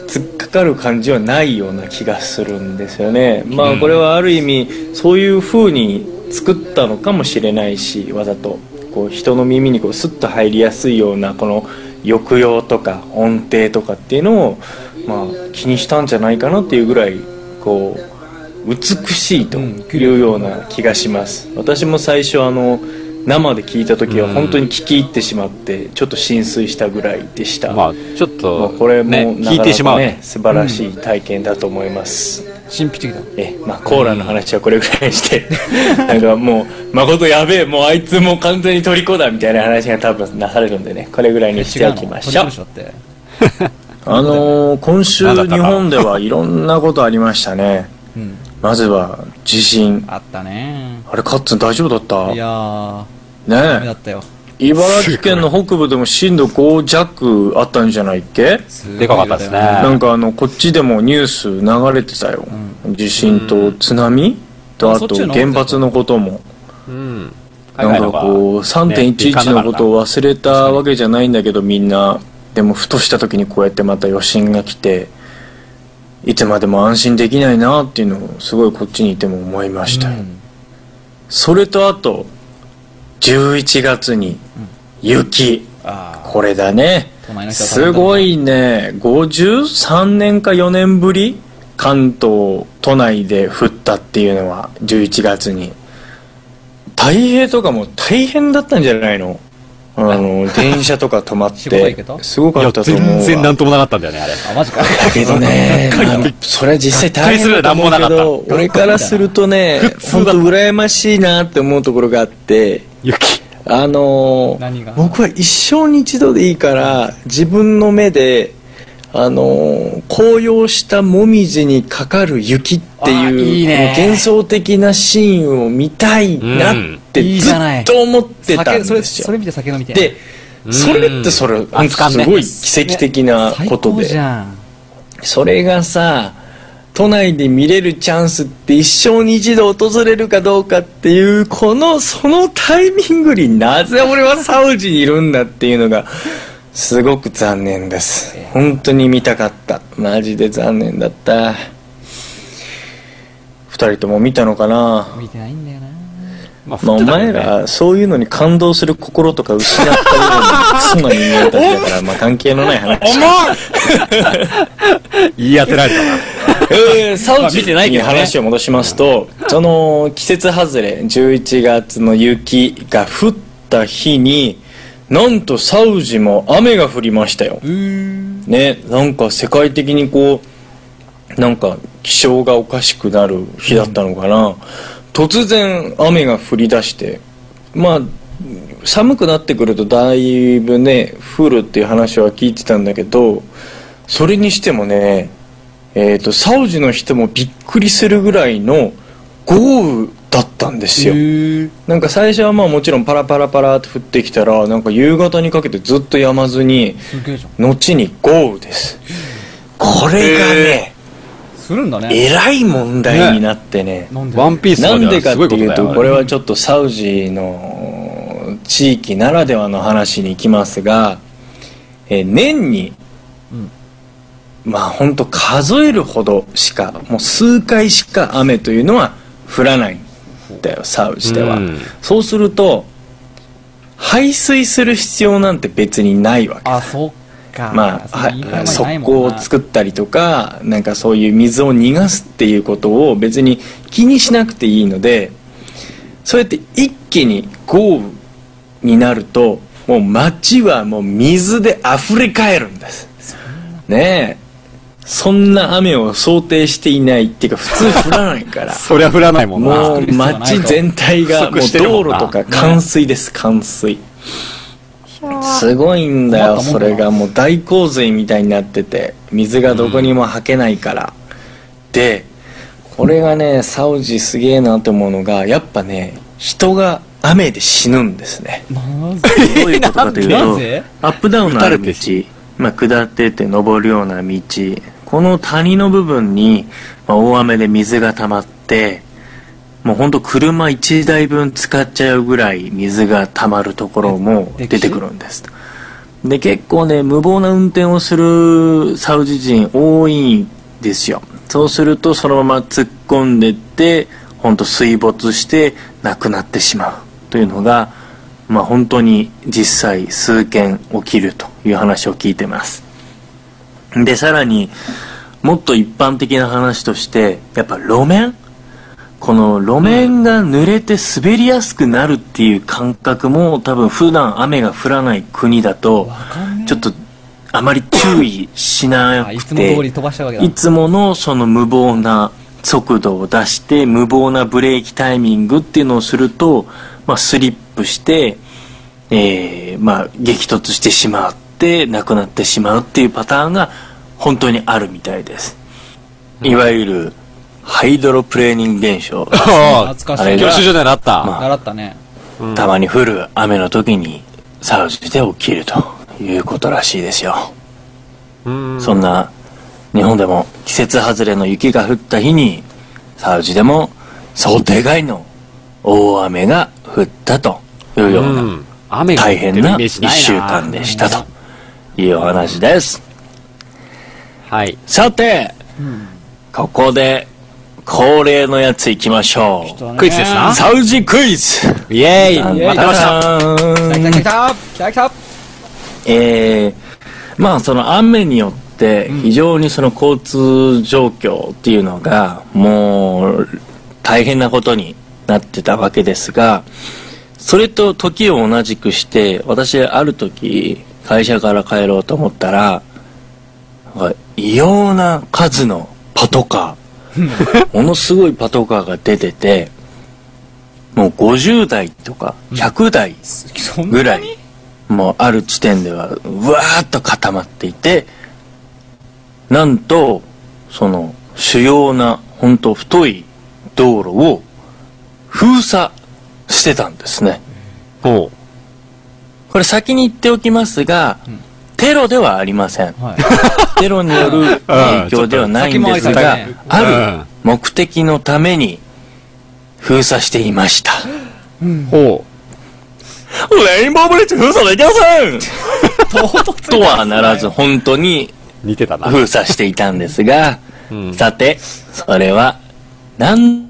Speaker 5: 突っかかる感じはないような気がするんですよねまあこれはある意味そういう風に作ったのかもしれないしわざとこう人の耳にこうスッと入りやすいようなこの抑揚とか音程とかっていうのをまあ気にしたんじゃないかなっていうぐらいこう美しいというような気がします私も最初あの生で聞いた時は本当に聞き入ってしまってちょっと浸水したぐらいでし た、
Speaker 2: まあ、ちょっ
Speaker 5: まあ
Speaker 2: と、
Speaker 5: これもな
Speaker 2: ね
Speaker 5: かな
Speaker 2: 聞い
Speaker 5: か、
Speaker 2: てしまう。
Speaker 5: ね素晴らしい体験だと思います、
Speaker 1: 神秘的だ。
Speaker 5: えまあコーラの話はこれぐらいにして なんかもう誠やべえもうあいつもう完全に虜だみたいな話が多分なされるんでねこれぐらいにしておきましょう
Speaker 1: 鳥殺だって。
Speaker 5: あのー今週
Speaker 2: なんだった
Speaker 5: 日
Speaker 2: か
Speaker 5: 本ではいろんなことありましたね
Speaker 1: うん。
Speaker 5: まずは地震
Speaker 1: あったね。
Speaker 5: あれカッツン大丈夫だった
Speaker 1: いやー、ダメだ
Speaker 5: ね
Speaker 1: ったよ。
Speaker 5: え茨城県の北部でも震度5弱あったんじゃないっけ
Speaker 1: すごい
Speaker 2: でかかったですね。
Speaker 5: なんかあのこっちでもニュース流れてたよ、地震と津波と
Speaker 1: あ
Speaker 5: あ
Speaker 1: そっ
Speaker 5: と
Speaker 1: ちの
Speaker 5: 原発のことも
Speaker 2: うん。
Speaker 5: なんかこう3.11のことを忘れたわけじゃないんだけどみんなでもふとした時にこうやってまた余震が来ていつまでも安心できないなっていうのをすごいこっちにいても思いましたよ、
Speaker 1: うん
Speaker 5: それとあと11月に雪、
Speaker 1: あ
Speaker 5: これだね
Speaker 1: 都内の人は大変だ
Speaker 5: すごいね53年か4年ぶり関東都内で降ったっていうのは11月に太平とかも大変だったんじゃないのあ の電車とか止まっ
Speaker 1: 仕事行け
Speaker 5: て
Speaker 1: た
Speaker 5: すご
Speaker 2: い
Speaker 5: か
Speaker 2: や、
Speaker 5: ったと思うわ
Speaker 2: 全然なんともなかったんだよね、あれ。
Speaker 1: ー、あ、マジか。
Speaker 5: だけどね、まあそれは実際大変だと思う
Speaker 2: が
Speaker 5: け
Speaker 2: っかりするよ
Speaker 5: ど俺からするとね
Speaker 2: 通
Speaker 5: 本
Speaker 2: だ
Speaker 5: 当羨ましいなって思うところがあって
Speaker 2: 雪。
Speaker 5: あのー
Speaker 1: 何が
Speaker 5: 僕は一生に一度でいいから自分の目であのー紅葉したもみじにかかる雪って
Speaker 1: あ
Speaker 5: いう
Speaker 1: ーいいね
Speaker 5: この幻想的なシーンを見たいな
Speaker 2: うん
Speaker 5: って
Speaker 1: いい
Speaker 5: ず
Speaker 1: じゃない
Speaker 5: っと思ってたん
Speaker 1: 酒それ
Speaker 5: です
Speaker 1: そ
Speaker 5: よ。
Speaker 1: れ見て酒飲みて
Speaker 5: で、それってそれ、
Speaker 2: うん
Speaker 5: なんかすごい奇跡的な
Speaker 1: 最
Speaker 5: こと
Speaker 1: 高
Speaker 5: で
Speaker 1: じ。ゃん
Speaker 5: それがさ都内で見れるチャンスって一生に一度訪れるかどうかっていうこのそのタイミングになぜ 俺はサウジにいるんだっていうのがすごく残念です本当に見たかったマジで残念だった二人とも見たのかな
Speaker 1: 見てないんだよな
Speaker 2: まあ
Speaker 5: まあ、お前
Speaker 2: ら
Speaker 5: らそういうのに感動する心とか失ったようなクソな人間たちだからまあ関係のない話
Speaker 2: 言い当てられたな。
Speaker 5: えー、サ
Speaker 2: ま
Speaker 5: ウ
Speaker 2: あ見
Speaker 5: ジ
Speaker 2: てないけ
Speaker 5: に
Speaker 2: どね
Speaker 5: 話を戻しますと、その季節外れ11月の雪が降った日になんとサウジも雨が降りましたよねなんか世界的にこうなんか気象がおかしくなる日だったのかな、突然雨が降り出してまあ寒くなってくるとだいぶね降るっていう話は聞いてたんだけどそれにしてもねえー、とサウジの人もびっくりするぐらいの豪雨だったんですよなんか最初はまあもちろんパラパラパラって降ってきたらなんか夕方にかけてずっとやまずに
Speaker 1: すげえじゃん
Speaker 5: 後に豪雨ですこれがね、
Speaker 1: するんだね
Speaker 5: えらい問題になってね
Speaker 1: なんで
Speaker 2: ワンピース
Speaker 5: な
Speaker 2: と
Speaker 5: んで
Speaker 2: では
Speaker 5: かっ
Speaker 2: すごい
Speaker 5: て
Speaker 2: こと
Speaker 5: いう
Speaker 2: だよ
Speaker 5: とこれはちょっとサウジの地域ならではの話に行きますが、えー年に、まあ本当数えるほどしかもう数回しか雨というのは降らないんだよサウジでは、
Speaker 2: うん
Speaker 5: そうすると排水する必要なんて別にないわけ
Speaker 1: あそっか
Speaker 5: まあ、
Speaker 1: そんな言い方な
Speaker 5: は
Speaker 1: いも
Speaker 5: 側
Speaker 1: ん
Speaker 5: 溝
Speaker 1: な
Speaker 5: を作ったりとかなんかそういう水を逃がすっていうことを別に気にしなくていいのでそうやって一気に豪雨になるともう街はもう水で溢れ返るんですねえそんな雨を想定していないっていうか普通降らないから
Speaker 2: そりゃ降らないもんな。
Speaker 5: もう街全体が
Speaker 2: 不
Speaker 5: も
Speaker 2: 足
Speaker 5: う
Speaker 2: してるもん
Speaker 5: 道
Speaker 2: な
Speaker 5: 路とか冠水です冠水すごいん
Speaker 1: 困った
Speaker 5: だよ
Speaker 1: もんだ
Speaker 5: そ
Speaker 1: な
Speaker 5: れがもう大洪水みたいになってて水がどこにも吐けないから、でこれがねサウジすげえなと思うのがやっぱね人が雨で死ぬんですね
Speaker 1: なぜ
Speaker 5: どういうことかというと
Speaker 1: なぜ
Speaker 5: アップダウンのある
Speaker 2: 打たれて
Speaker 5: 道
Speaker 2: し、
Speaker 5: まあ、下ってって登るような道この谷の部分に、まあ、大雨で水が溜まってもうほんと車1台分使っちゃうぐらい水が溜まるところも
Speaker 1: え
Speaker 5: 出てくるんですで結構ね無謀な運転をするサウジ人多いんですよそうするとそのまま突っ込んでってほんと水没して亡くなってしまうというのがまあ本当に実際数件起きるという話を聞いてますでさらにもっと一般的な話としてやっぱ路面この路面が濡れて滑りやすくなるっていう感覚も多分普段雨が降らない国だとちょっとあまり注意しな
Speaker 1: あい
Speaker 5: く
Speaker 1: つも通
Speaker 5: て
Speaker 1: り飛ばしちゃうわけだ
Speaker 5: いつものその無謀な速度を出して無謀なブレーキタイミングっていうのをすると、まあ、スリップして、えーまあ、激突してしまって亡くなってしまうっていうパターンが本当にあるみたいですいわゆるハイドロプレーニング現象
Speaker 2: ああ
Speaker 1: 懐かし
Speaker 5: あれ
Speaker 1: い
Speaker 5: が
Speaker 2: 教習所で習った。
Speaker 5: ま
Speaker 1: 習ったね
Speaker 5: たまに降る雨の時にサウジで起きるということらしいですよ
Speaker 2: うん
Speaker 5: そんな日本でも季節外れの雪が降った日にサウジでも想定外の大雨が降ったというよう
Speaker 2: う
Speaker 5: なん
Speaker 2: 雨が降って
Speaker 5: 大変
Speaker 2: るイメ
Speaker 5: な
Speaker 2: ー
Speaker 5: 1
Speaker 2: ジないな
Speaker 5: 週間でしたというお話です
Speaker 2: はい。
Speaker 5: さてここで恒例のやついきましょう
Speaker 2: クイズですな
Speaker 5: サウジクイズ
Speaker 2: イエーイ
Speaker 5: ま
Speaker 2: 待ってまし
Speaker 1: 来た
Speaker 2: た。
Speaker 1: 来た来た来た来
Speaker 5: えーまあその雨によって非常にその交通状況っていうのがもう大変なことになってたわけですがそれと時を同じくして私ある時会社から帰ろうと思ったらなんか異様な数のパトカーものすごいパトカーが出ててもう50台とか100台、
Speaker 1: たそんな
Speaker 5: ぐらいもうある地点ではうわーっと固まっていてなんとその主要な本当太い道路を封鎖してたんですね
Speaker 2: ほ
Speaker 5: これ先に言っておきますが、テロではありません
Speaker 1: はい。
Speaker 5: テロによる影響ではないんです
Speaker 1: ちょっと
Speaker 5: が
Speaker 1: 先回りされ、
Speaker 2: たね
Speaker 5: ある目的のために封鎖していました。
Speaker 2: う。ほ
Speaker 5: レインボーブリッジ封鎖できません
Speaker 1: 唐突
Speaker 5: とはならず、本当に
Speaker 2: う。似てたな。
Speaker 5: 封鎖していたんですが、
Speaker 2: うん
Speaker 5: さて、それは何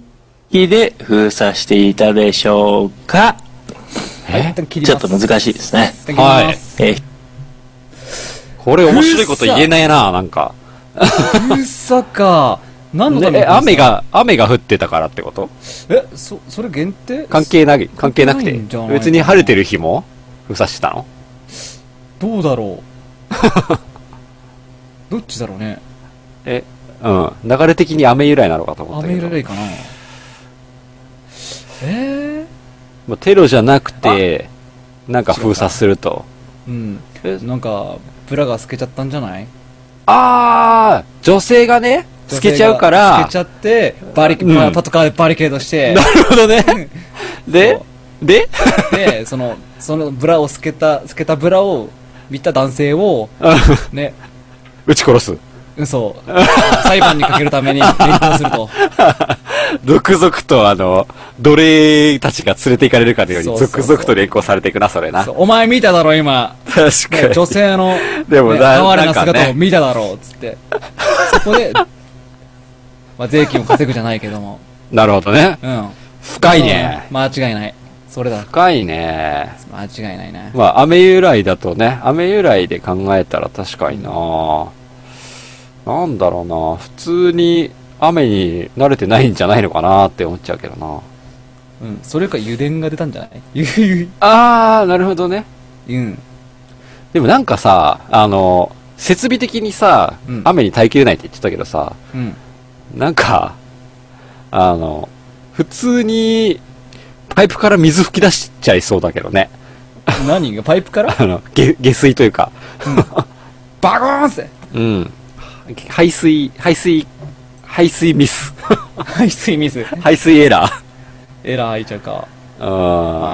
Speaker 5: 機で封鎖していたでしょうか
Speaker 1: はい、一旦切り
Speaker 5: ちょ
Speaker 1: ま
Speaker 5: っ
Speaker 1: す。
Speaker 5: と難しいですね。
Speaker 1: 一旦切ります。
Speaker 2: はい
Speaker 5: えー
Speaker 2: これ面白いこと言えないな、なんか。
Speaker 1: 封鎖か。何のために封
Speaker 2: でえ、
Speaker 1: 鎖
Speaker 2: 雨。が、雨が降ってたからってこと
Speaker 1: え、そ、それ限定
Speaker 2: 関係な、関係なくて
Speaker 1: ないんじゃない。
Speaker 2: 別に晴れてる日も封鎖してたの
Speaker 1: どうだろう。どっちだろうね。
Speaker 2: え、うん。流れ的に雨由来なのかと思った
Speaker 1: 雨
Speaker 2: け
Speaker 1: 入
Speaker 2: ど。
Speaker 1: れないかな。え
Speaker 2: まあテロじゃなくて、なんか封鎖すると。
Speaker 1: ー、うん。なんか、ブラが透けちゃったんじゃない
Speaker 2: あー女性がね、透けちゃうか
Speaker 1: 女性が透
Speaker 2: ら
Speaker 1: けち、ゃって、バリケ、
Speaker 2: うん
Speaker 1: パトカーでバリケードして
Speaker 2: な、るほどね。で
Speaker 1: そ、
Speaker 2: で、
Speaker 1: で、その、そのブラを透けた、透けたブラを見た男性 を、ね、
Speaker 2: 撃ち殺す。
Speaker 1: 嘘を裁判にかけるために連行する と。
Speaker 2: 続々とあの、奴隷たちが連れて行かれるかのよう
Speaker 1: そう
Speaker 2: に、
Speaker 1: そうそう
Speaker 2: 続々と連行されていくな、それな。
Speaker 1: そう
Speaker 2: 確
Speaker 1: お前見ただろ、今。
Speaker 2: か
Speaker 1: ね、女
Speaker 2: に。
Speaker 1: 性の、
Speaker 2: でも
Speaker 1: ね、
Speaker 2: な
Speaker 1: 哀れ
Speaker 2: なん
Speaker 1: な
Speaker 2: かね
Speaker 1: 姿を見ただろう、つって。そこで、まあ、税金を稼ぐじゃないけども。
Speaker 2: なるほどね。
Speaker 1: うん。
Speaker 2: 深いね。
Speaker 1: 間違いない。それだ。
Speaker 2: 深いね。
Speaker 1: 間違いないね。
Speaker 2: まあ、雨由来だとね、雨由来で考えたら確かにななんだろうな普通に雨に慣れてないんじゃないのかなって思っちゃうけどな
Speaker 1: うん。それか油田が出たんじゃない ゆゆ
Speaker 2: あー、なるほどね。
Speaker 1: ゆうん。
Speaker 2: でもなんかさ、あの、設備的にさ、
Speaker 1: うん
Speaker 2: 雨に耐えきれないって言ってたけどさ、
Speaker 1: うん。
Speaker 2: なんか、あの、普通に、パイプから水吹き出しちゃいそうだけどね。
Speaker 1: 何がパイプから
Speaker 2: あの、下下水というか、
Speaker 1: バコーンって。
Speaker 2: うん。排水、排水、排水ミス。
Speaker 1: 排水ミス。
Speaker 2: 排水エラー。
Speaker 1: エラー開いちゃうか。ま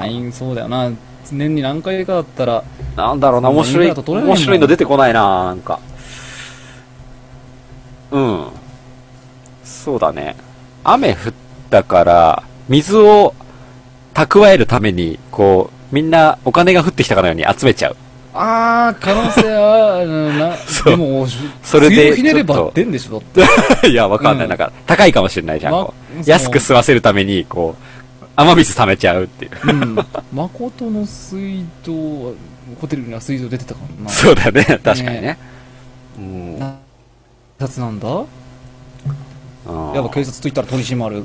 Speaker 2: あ
Speaker 1: あ、いいそうだよな。年に何回かだったら、
Speaker 2: ーなんだろうな、面白い、
Speaker 1: 今だと取れないもん
Speaker 2: 面白いの出てこないな、なんか。うん。そうだね。雨降ったから、水を蓄えるために、こう、みんなお金が降ってきたかのように集めちゃう。
Speaker 1: ああ、可能性は、うんな、
Speaker 2: そ
Speaker 1: で
Speaker 2: う
Speaker 1: も、
Speaker 2: それで
Speaker 1: 水をひねれ
Speaker 2: ちょっ
Speaker 1: ば
Speaker 2: と
Speaker 1: 出んでしょ、だって
Speaker 2: いや、わかんない。
Speaker 1: うん
Speaker 2: なんか、高いかもしれないじゃん。
Speaker 1: ま
Speaker 2: こう
Speaker 1: その
Speaker 2: 安く吸わせるために、こう、雨水溜めちゃうっていう。
Speaker 1: うん。誠の水道は、ホテルには水道出てたからな。
Speaker 2: そうだね、確かにね。うん。
Speaker 1: な警察なんだや
Speaker 2: や
Speaker 1: っぱ警察といったら取り締まる。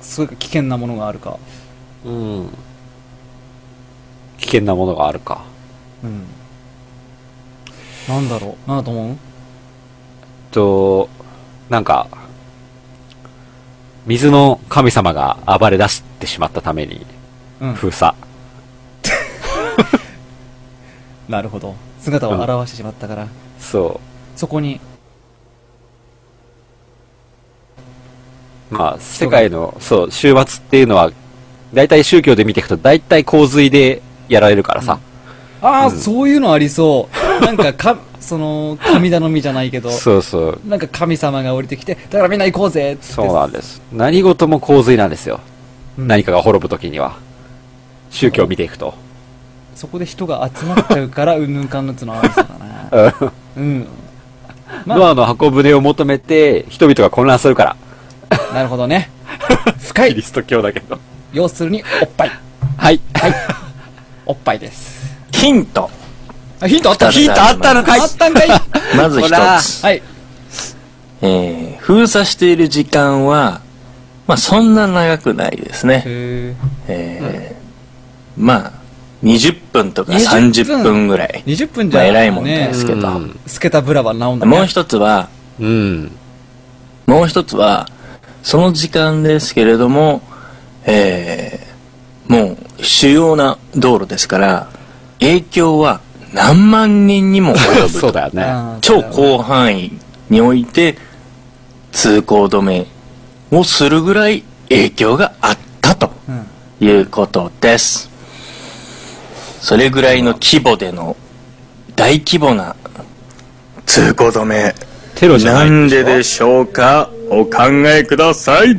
Speaker 1: すごい危険なものがあるか。
Speaker 2: うん。危険なものがあるか。
Speaker 1: うん。なんだろう。なんだと思う
Speaker 2: と、なんか、水の神様が暴れ出してしまったために、
Speaker 1: うん。
Speaker 2: 封鎖。
Speaker 1: なるほど。姿を現してしまったから、
Speaker 2: そ
Speaker 1: そこに、
Speaker 2: う。まあ、世界の、そう、終末っていうのは、大体宗教で見ていくと、大体洪水でやられるからさ。
Speaker 1: ああ、そういうのありそう。なんか、か、その、神頼みじゃないけど、
Speaker 2: そうそう。
Speaker 1: なんか神様が降りてきて、だからみんな行こうぜっつって。
Speaker 2: そうなんです。何事も洪水なんですよ。
Speaker 1: うん
Speaker 2: 何かが滅ぶときには。宗教を見ていくと。
Speaker 1: そこで人が集まっちゃうから、うんぬんかんぬんつのあるんだ な。
Speaker 2: う
Speaker 1: う
Speaker 2: ん
Speaker 1: ん。まあ
Speaker 2: ノアの箱舟を求めて、人々が混乱するから。
Speaker 1: なるほどね。深
Speaker 2: キ リ
Speaker 1: い。
Speaker 2: スト教だけど。
Speaker 1: 要するに、おっぱい。
Speaker 2: はい。
Speaker 1: おっぱいです。
Speaker 5: ヒント
Speaker 1: あヒントあった
Speaker 5: ヒントあったの
Speaker 2: かい
Speaker 1: あったんかい
Speaker 5: まず一
Speaker 2: ほら
Speaker 5: つ。
Speaker 1: はい。
Speaker 5: えー封鎖している時間は、まあそんな長くないですね。
Speaker 1: へ
Speaker 5: えーまあ、20分とか
Speaker 1: 20
Speaker 5: 30分ぐらい。
Speaker 1: 20分じ
Speaker 5: ま
Speaker 1: ゃ、
Speaker 5: あ
Speaker 1: ね、
Speaker 5: 偉いもんですけど。
Speaker 2: うん
Speaker 1: 透けたブラは治んだね。
Speaker 5: もう一つは、
Speaker 2: うん。
Speaker 5: もう一つは、その時間ですけれども、えーもう主要な道路ですから、影響は何万人にも及ぶと。
Speaker 2: そうだよね。
Speaker 1: あー
Speaker 5: 超広範囲において通行止めをするぐらい影響があったということです、それぐらいの規模での大規模な通行止め
Speaker 2: テロじゃ
Speaker 5: な
Speaker 2: ない
Speaker 5: んででしょうかお考えください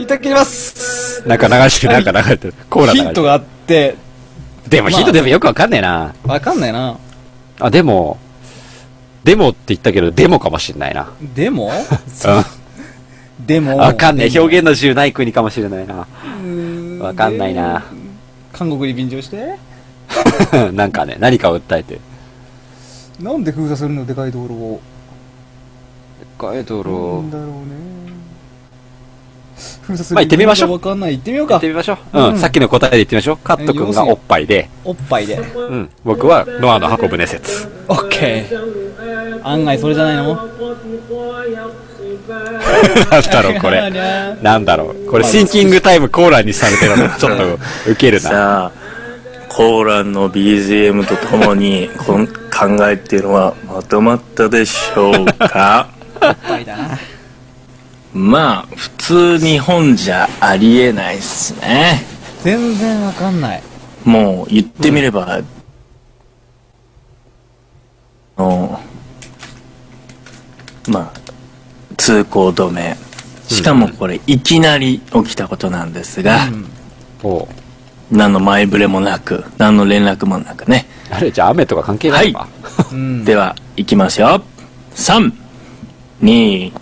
Speaker 1: いただきます
Speaker 2: なんか流してる、なんか流れてる。コーラ
Speaker 1: ヒ
Speaker 2: 流れて
Speaker 1: ン
Speaker 2: る
Speaker 1: トがあって
Speaker 2: でもヒントでもよくわかんねえな。
Speaker 1: わかんないな
Speaker 2: あ、でも、でもって言ったけど、デモかもしんないな。
Speaker 1: で も
Speaker 2: う
Speaker 1: でも
Speaker 2: ん。わかんねえ。表現の自由ない国かもしれないな。
Speaker 1: 現
Speaker 2: わかんないな。
Speaker 1: 韓国に便乗して
Speaker 2: なんかね、何かを訴えてる。
Speaker 1: なんで封鎖するのでかい道路を
Speaker 2: ガイド
Speaker 1: なんだろうね封鎖する
Speaker 2: まあ行ってみましょう
Speaker 1: 理由がわかんない行ってみよう
Speaker 2: 行
Speaker 1: か
Speaker 2: ってみましょう。うん、
Speaker 1: うん
Speaker 2: さっきの答えで言ってみましょう。カット君がおっぱいで、
Speaker 1: おっぱいで
Speaker 2: うん、僕はノアの箱舟説。
Speaker 1: オッケー案外それじゃないの
Speaker 2: なんだろう、これ。なんだろう。これ、シンキングタイムコーラにされてる の、ちょっと、ウケるな。
Speaker 5: さあコーランの BGM とともにこの考えっていうのはまとまったでしょうか
Speaker 1: おっぱいだな
Speaker 5: まあ普通日本じゃありえないっすね
Speaker 1: 全然わかんない
Speaker 5: もう言ってみれば、あのまあ通行止めしかもこれいきなり起きたことなんですが、
Speaker 2: おう
Speaker 5: 何の前触れもなく何の連絡もなくね
Speaker 2: あれ、じゃあ雨とか関係ないのか。
Speaker 1: うん
Speaker 5: では、いきますよ。3、2、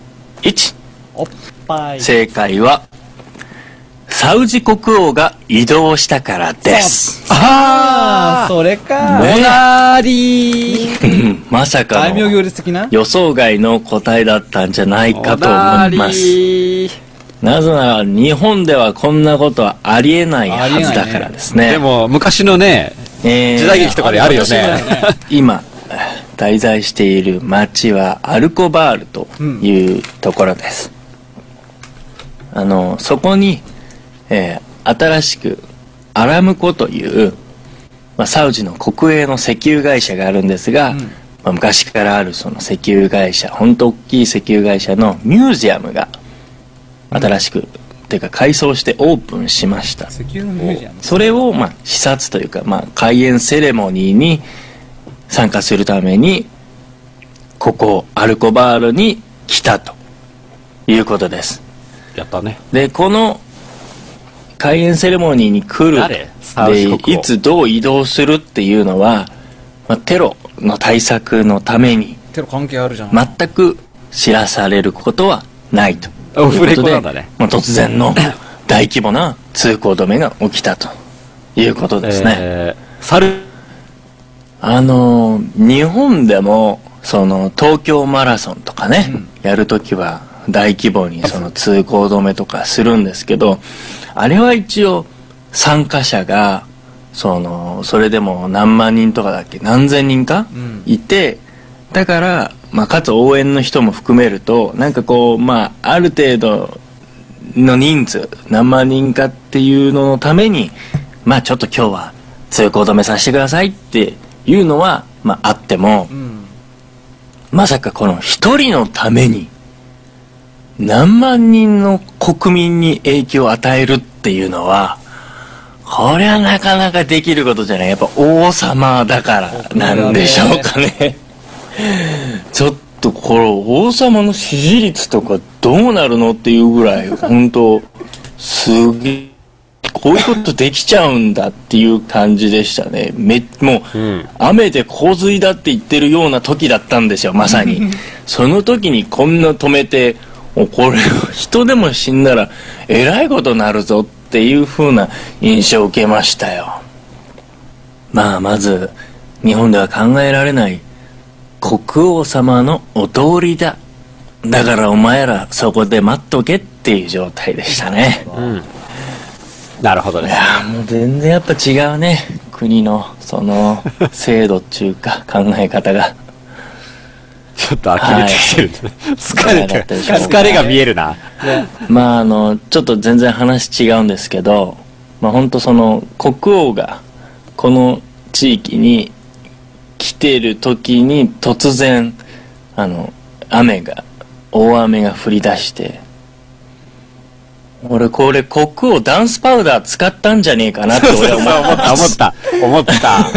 Speaker 5: 1。
Speaker 1: おっぱい
Speaker 5: 正解は、サウジ国王が移動したからです。
Speaker 1: ああそれか
Speaker 5: ね
Speaker 2: ありー
Speaker 5: うんまさか
Speaker 1: 大名
Speaker 5: の
Speaker 1: 行列的な
Speaker 5: 予想外の答えだったんじゃないかと思います。なぜなら、日本ではこんなことはありえないはずだからですね。
Speaker 2: でも、昔のね、
Speaker 5: えー
Speaker 2: 時代劇とかであるよ
Speaker 1: あ
Speaker 2: ね
Speaker 1: りま。したね
Speaker 5: 今滞在している町はアルコバールというところです、あのそこに、えー新しくアラムコという、まあ、サウジの国営の石油会社があるんですが、
Speaker 1: ん
Speaker 5: まあ昔からあるその石油会社本当大きい石油会社のミュージアムが新しく、ていうか改装してオープンしました
Speaker 1: 石油のミュージアム
Speaker 5: それを、まあ、視察というか、まあ、開園セレモニーに参加するために、ここ、アルコバールに来たということです。
Speaker 2: やったね。
Speaker 5: で、この開園セレモニーに来る
Speaker 2: 誰サウジ国王
Speaker 5: で、いつどう移動するっていうのは、まあ、テロの対策のために、
Speaker 1: テロ関係あるじゃん
Speaker 5: 全く知らされることはないと。
Speaker 2: オフレコ
Speaker 5: とい
Speaker 2: な
Speaker 5: うこ
Speaker 2: ん
Speaker 5: と
Speaker 2: だ
Speaker 5: で
Speaker 2: ね。
Speaker 5: まあ、突然の大規模な通行止めが起きたということですね。
Speaker 2: えー、猿、
Speaker 5: あのー日本でもその東京マラソンとかね、やるときは大規模にその通行止めとかするんですけどあれは一応参加者がそのそれでも何万人とかだっけ何千人か、
Speaker 1: ん
Speaker 5: いてだから、まあ、かつ応援の人も含めるとなんかこうまあある程度の人数何万人かっていうののためにまあちょっと今日は通行止めさせてくださいっていうのは、まあ、あっても、
Speaker 1: うん
Speaker 5: まさかこの一人のために何万人の国民に影響を与えるっていうのはこれはなかなかできることじゃないやっぱ王様だからなんでしょうかねちょっとこれ王様の支持率とかどうなるのっていうぐらい本当すげえこういうことできちゃうんだっていう感じでしたね。め、もう、
Speaker 2: うん
Speaker 5: 雨で洪水だって言ってるような時だったんですよ、まさに。その時にこんな止めて、おこれ、人でも死んだら、えらいことなるぞっていう風な印象を受けましたよ。まあ、まず、日本では考えられない、国王様のお通りだ。だからお前らそこで待っとけっていう状態でしたね。
Speaker 2: なるほどね
Speaker 5: い。やーもう全然やっぱ違うね国のその制度っちゅうか考え方が
Speaker 2: ちょっと呆れてきてる。 疲れてる。疲れが見えるな。
Speaker 5: まああのちょっと全然話違うんですけどまあ本当その国王がこの地域に来てる時に突然あの雨が大雨が降り出して俺これコックをダンスパウダー使ったんじゃねえかなって
Speaker 2: そう
Speaker 5: 俺 は
Speaker 2: そう
Speaker 5: 思
Speaker 2: 思った、思
Speaker 5: っ
Speaker 2: った、思っ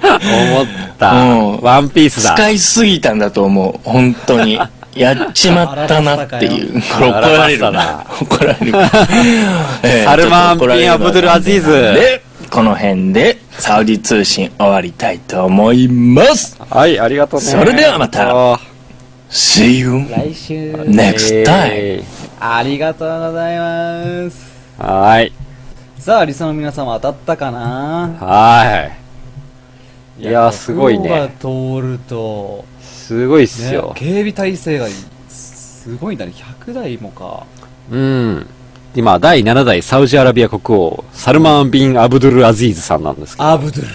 Speaker 2: た。思った。
Speaker 5: うん
Speaker 2: ワンピースだ。
Speaker 5: 使いすぎたんだと思う本 当にやっちまったなっていうこれ怒られるな怒られる、 ええ
Speaker 2: サルマン・
Speaker 5: ちょっと怒られ
Speaker 2: ピ
Speaker 5: る
Speaker 2: ン・
Speaker 5: な
Speaker 2: アブドゥル・アズィーズ。
Speaker 5: でこの辺でサウディ通信終わりたいと思います
Speaker 2: はい、ありがとうね。
Speaker 5: それではまた
Speaker 2: あ
Speaker 5: See you
Speaker 1: 来週
Speaker 2: ー
Speaker 5: next time
Speaker 1: ありがとうございます
Speaker 2: はーい。
Speaker 1: さあリスナーの皆様当たったかな
Speaker 2: はーい。いやー、すごい
Speaker 1: 雲が
Speaker 2: ね。
Speaker 1: 通ると、
Speaker 2: すごい
Speaker 1: ね
Speaker 2: っすよ。
Speaker 1: 警備体制がいいすごいんだね100台もか
Speaker 2: うん。今、第7代サウジアラビア国王、サルマン・ビン・アブドゥル・アズィーズさんなんですけど、
Speaker 1: アブドゥル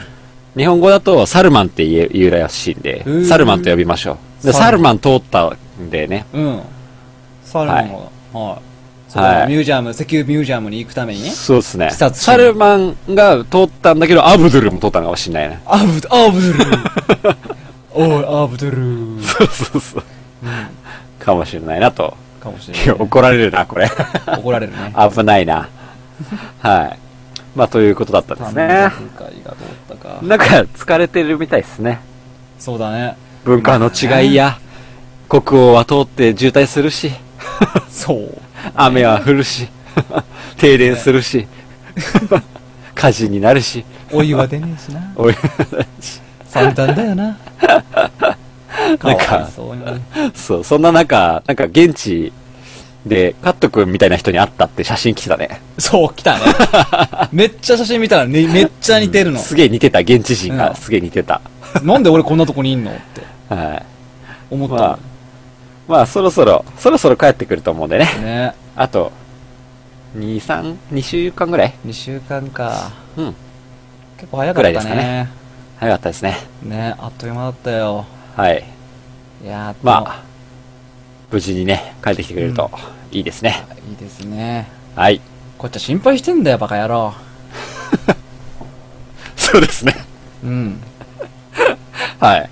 Speaker 2: 日本語だとサルマンって言え言うらしいんで
Speaker 1: うーん、
Speaker 2: サルマンと呼びましょう。でサ
Speaker 1: サル
Speaker 2: ルマン通ったんでね、
Speaker 1: うんサルマンははいそれ
Speaker 2: は
Speaker 1: はいミュージアム石油ミュージアムに行くためにね
Speaker 2: そうですね。
Speaker 1: 視察しに
Speaker 2: サルマンが通ったんだけど、アブドゥルも通ったのかもしれないね。
Speaker 1: アブドアブドゥル おいアブドゥル
Speaker 2: そうそうそう。かもしれないなと。
Speaker 1: かもしれ
Speaker 2: 今
Speaker 1: ない
Speaker 2: 日怒られるな、 これ。
Speaker 1: 怒られるね
Speaker 2: 危ないな。はい。まあ、ということだったですね
Speaker 1: 単。独会が通ったか
Speaker 2: なんか、疲れてるみたいですね。
Speaker 1: そうだね
Speaker 2: 文化の違いや、国王は通って渋滞するし、
Speaker 1: そう
Speaker 2: 雨は降るし、停電するし、火事になるし、
Speaker 1: お湯は出ねえしな
Speaker 2: おい
Speaker 1: 惨憺だよ なかわいそうにね
Speaker 2: そう、そんな中、なんか現地でカット君みたいな人に会ったって写真来てたね。
Speaker 1: そう来 たねめっちゃ写真見たら、ね、めっちゃ似てるの、
Speaker 2: すげえ似てた、現地人
Speaker 1: うん
Speaker 2: がすげえ似てた。
Speaker 1: なんで俺こんなとこにいんのって
Speaker 2: はい。
Speaker 1: 思った
Speaker 2: まあ、まあそろそろ、そろそろ帰ってくると思うんでね。
Speaker 1: のね
Speaker 2: あと、2、3、2週間ぐらい
Speaker 1: 2週間か
Speaker 2: うん。
Speaker 1: 結構早かった
Speaker 2: ぐらいですか
Speaker 1: ね
Speaker 2: ね早かったですね。
Speaker 1: ねあっという間だったよ
Speaker 2: はい。
Speaker 1: いやー
Speaker 2: まあ、無事にね、帰ってきてくれるといいですね。
Speaker 1: でもいいですね
Speaker 2: はい。
Speaker 1: こっちは心配してんだよバカ野郎
Speaker 2: そうですね。
Speaker 1: うん
Speaker 2: はい。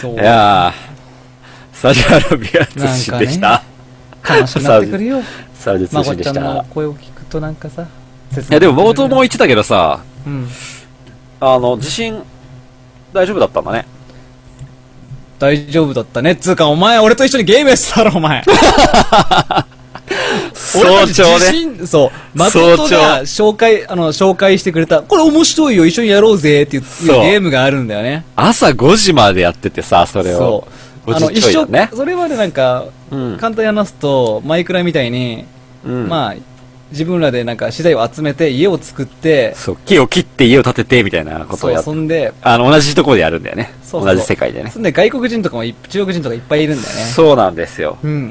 Speaker 1: そう
Speaker 2: いやー、サウジアラビア通
Speaker 1: なんか
Speaker 2: 信
Speaker 1: ね
Speaker 2: でした。
Speaker 1: 悲しくなってくるよ
Speaker 2: サウジ通
Speaker 1: まこ
Speaker 2: 信で
Speaker 1: ちゃ
Speaker 2: し
Speaker 1: ん
Speaker 2: た。
Speaker 1: の声を聞くとなんかさ
Speaker 2: いや、でも冒頭も言ってたけどさ、
Speaker 1: うん
Speaker 2: あの、地震、大丈夫だったんだね。
Speaker 1: 大丈夫だったねつうかお前俺と一緒にゲームやってたろお前俺たち自信そう。誠が紹介、あの、紹介してくれた、これ面白いよ、一緒にやろうぜっていう
Speaker 2: そう
Speaker 1: ゲームがあるんだよね。
Speaker 2: 朝5時までやっててさ、それを
Speaker 1: そ。う。
Speaker 2: 5
Speaker 1: あの、
Speaker 2: 時
Speaker 1: 一
Speaker 2: ちょ
Speaker 1: 緒、
Speaker 2: いだね。
Speaker 1: それまでなんか、
Speaker 2: うん
Speaker 1: 簡単に話すと、マイクラみたいに、
Speaker 2: うん
Speaker 1: まあ、自分らでなんか資材を集めて、家を作って、
Speaker 2: そう、木を切って家を建てて、みたいなことを
Speaker 1: そう、
Speaker 2: やっ
Speaker 1: そんで、
Speaker 2: あの、同じところでやるんだよね。
Speaker 1: そう
Speaker 2: 同じ世界でね
Speaker 1: そ。んで外国人とかもい、中国人とかいっぱいいるんだよね。
Speaker 2: そうなんですよ。
Speaker 1: うん。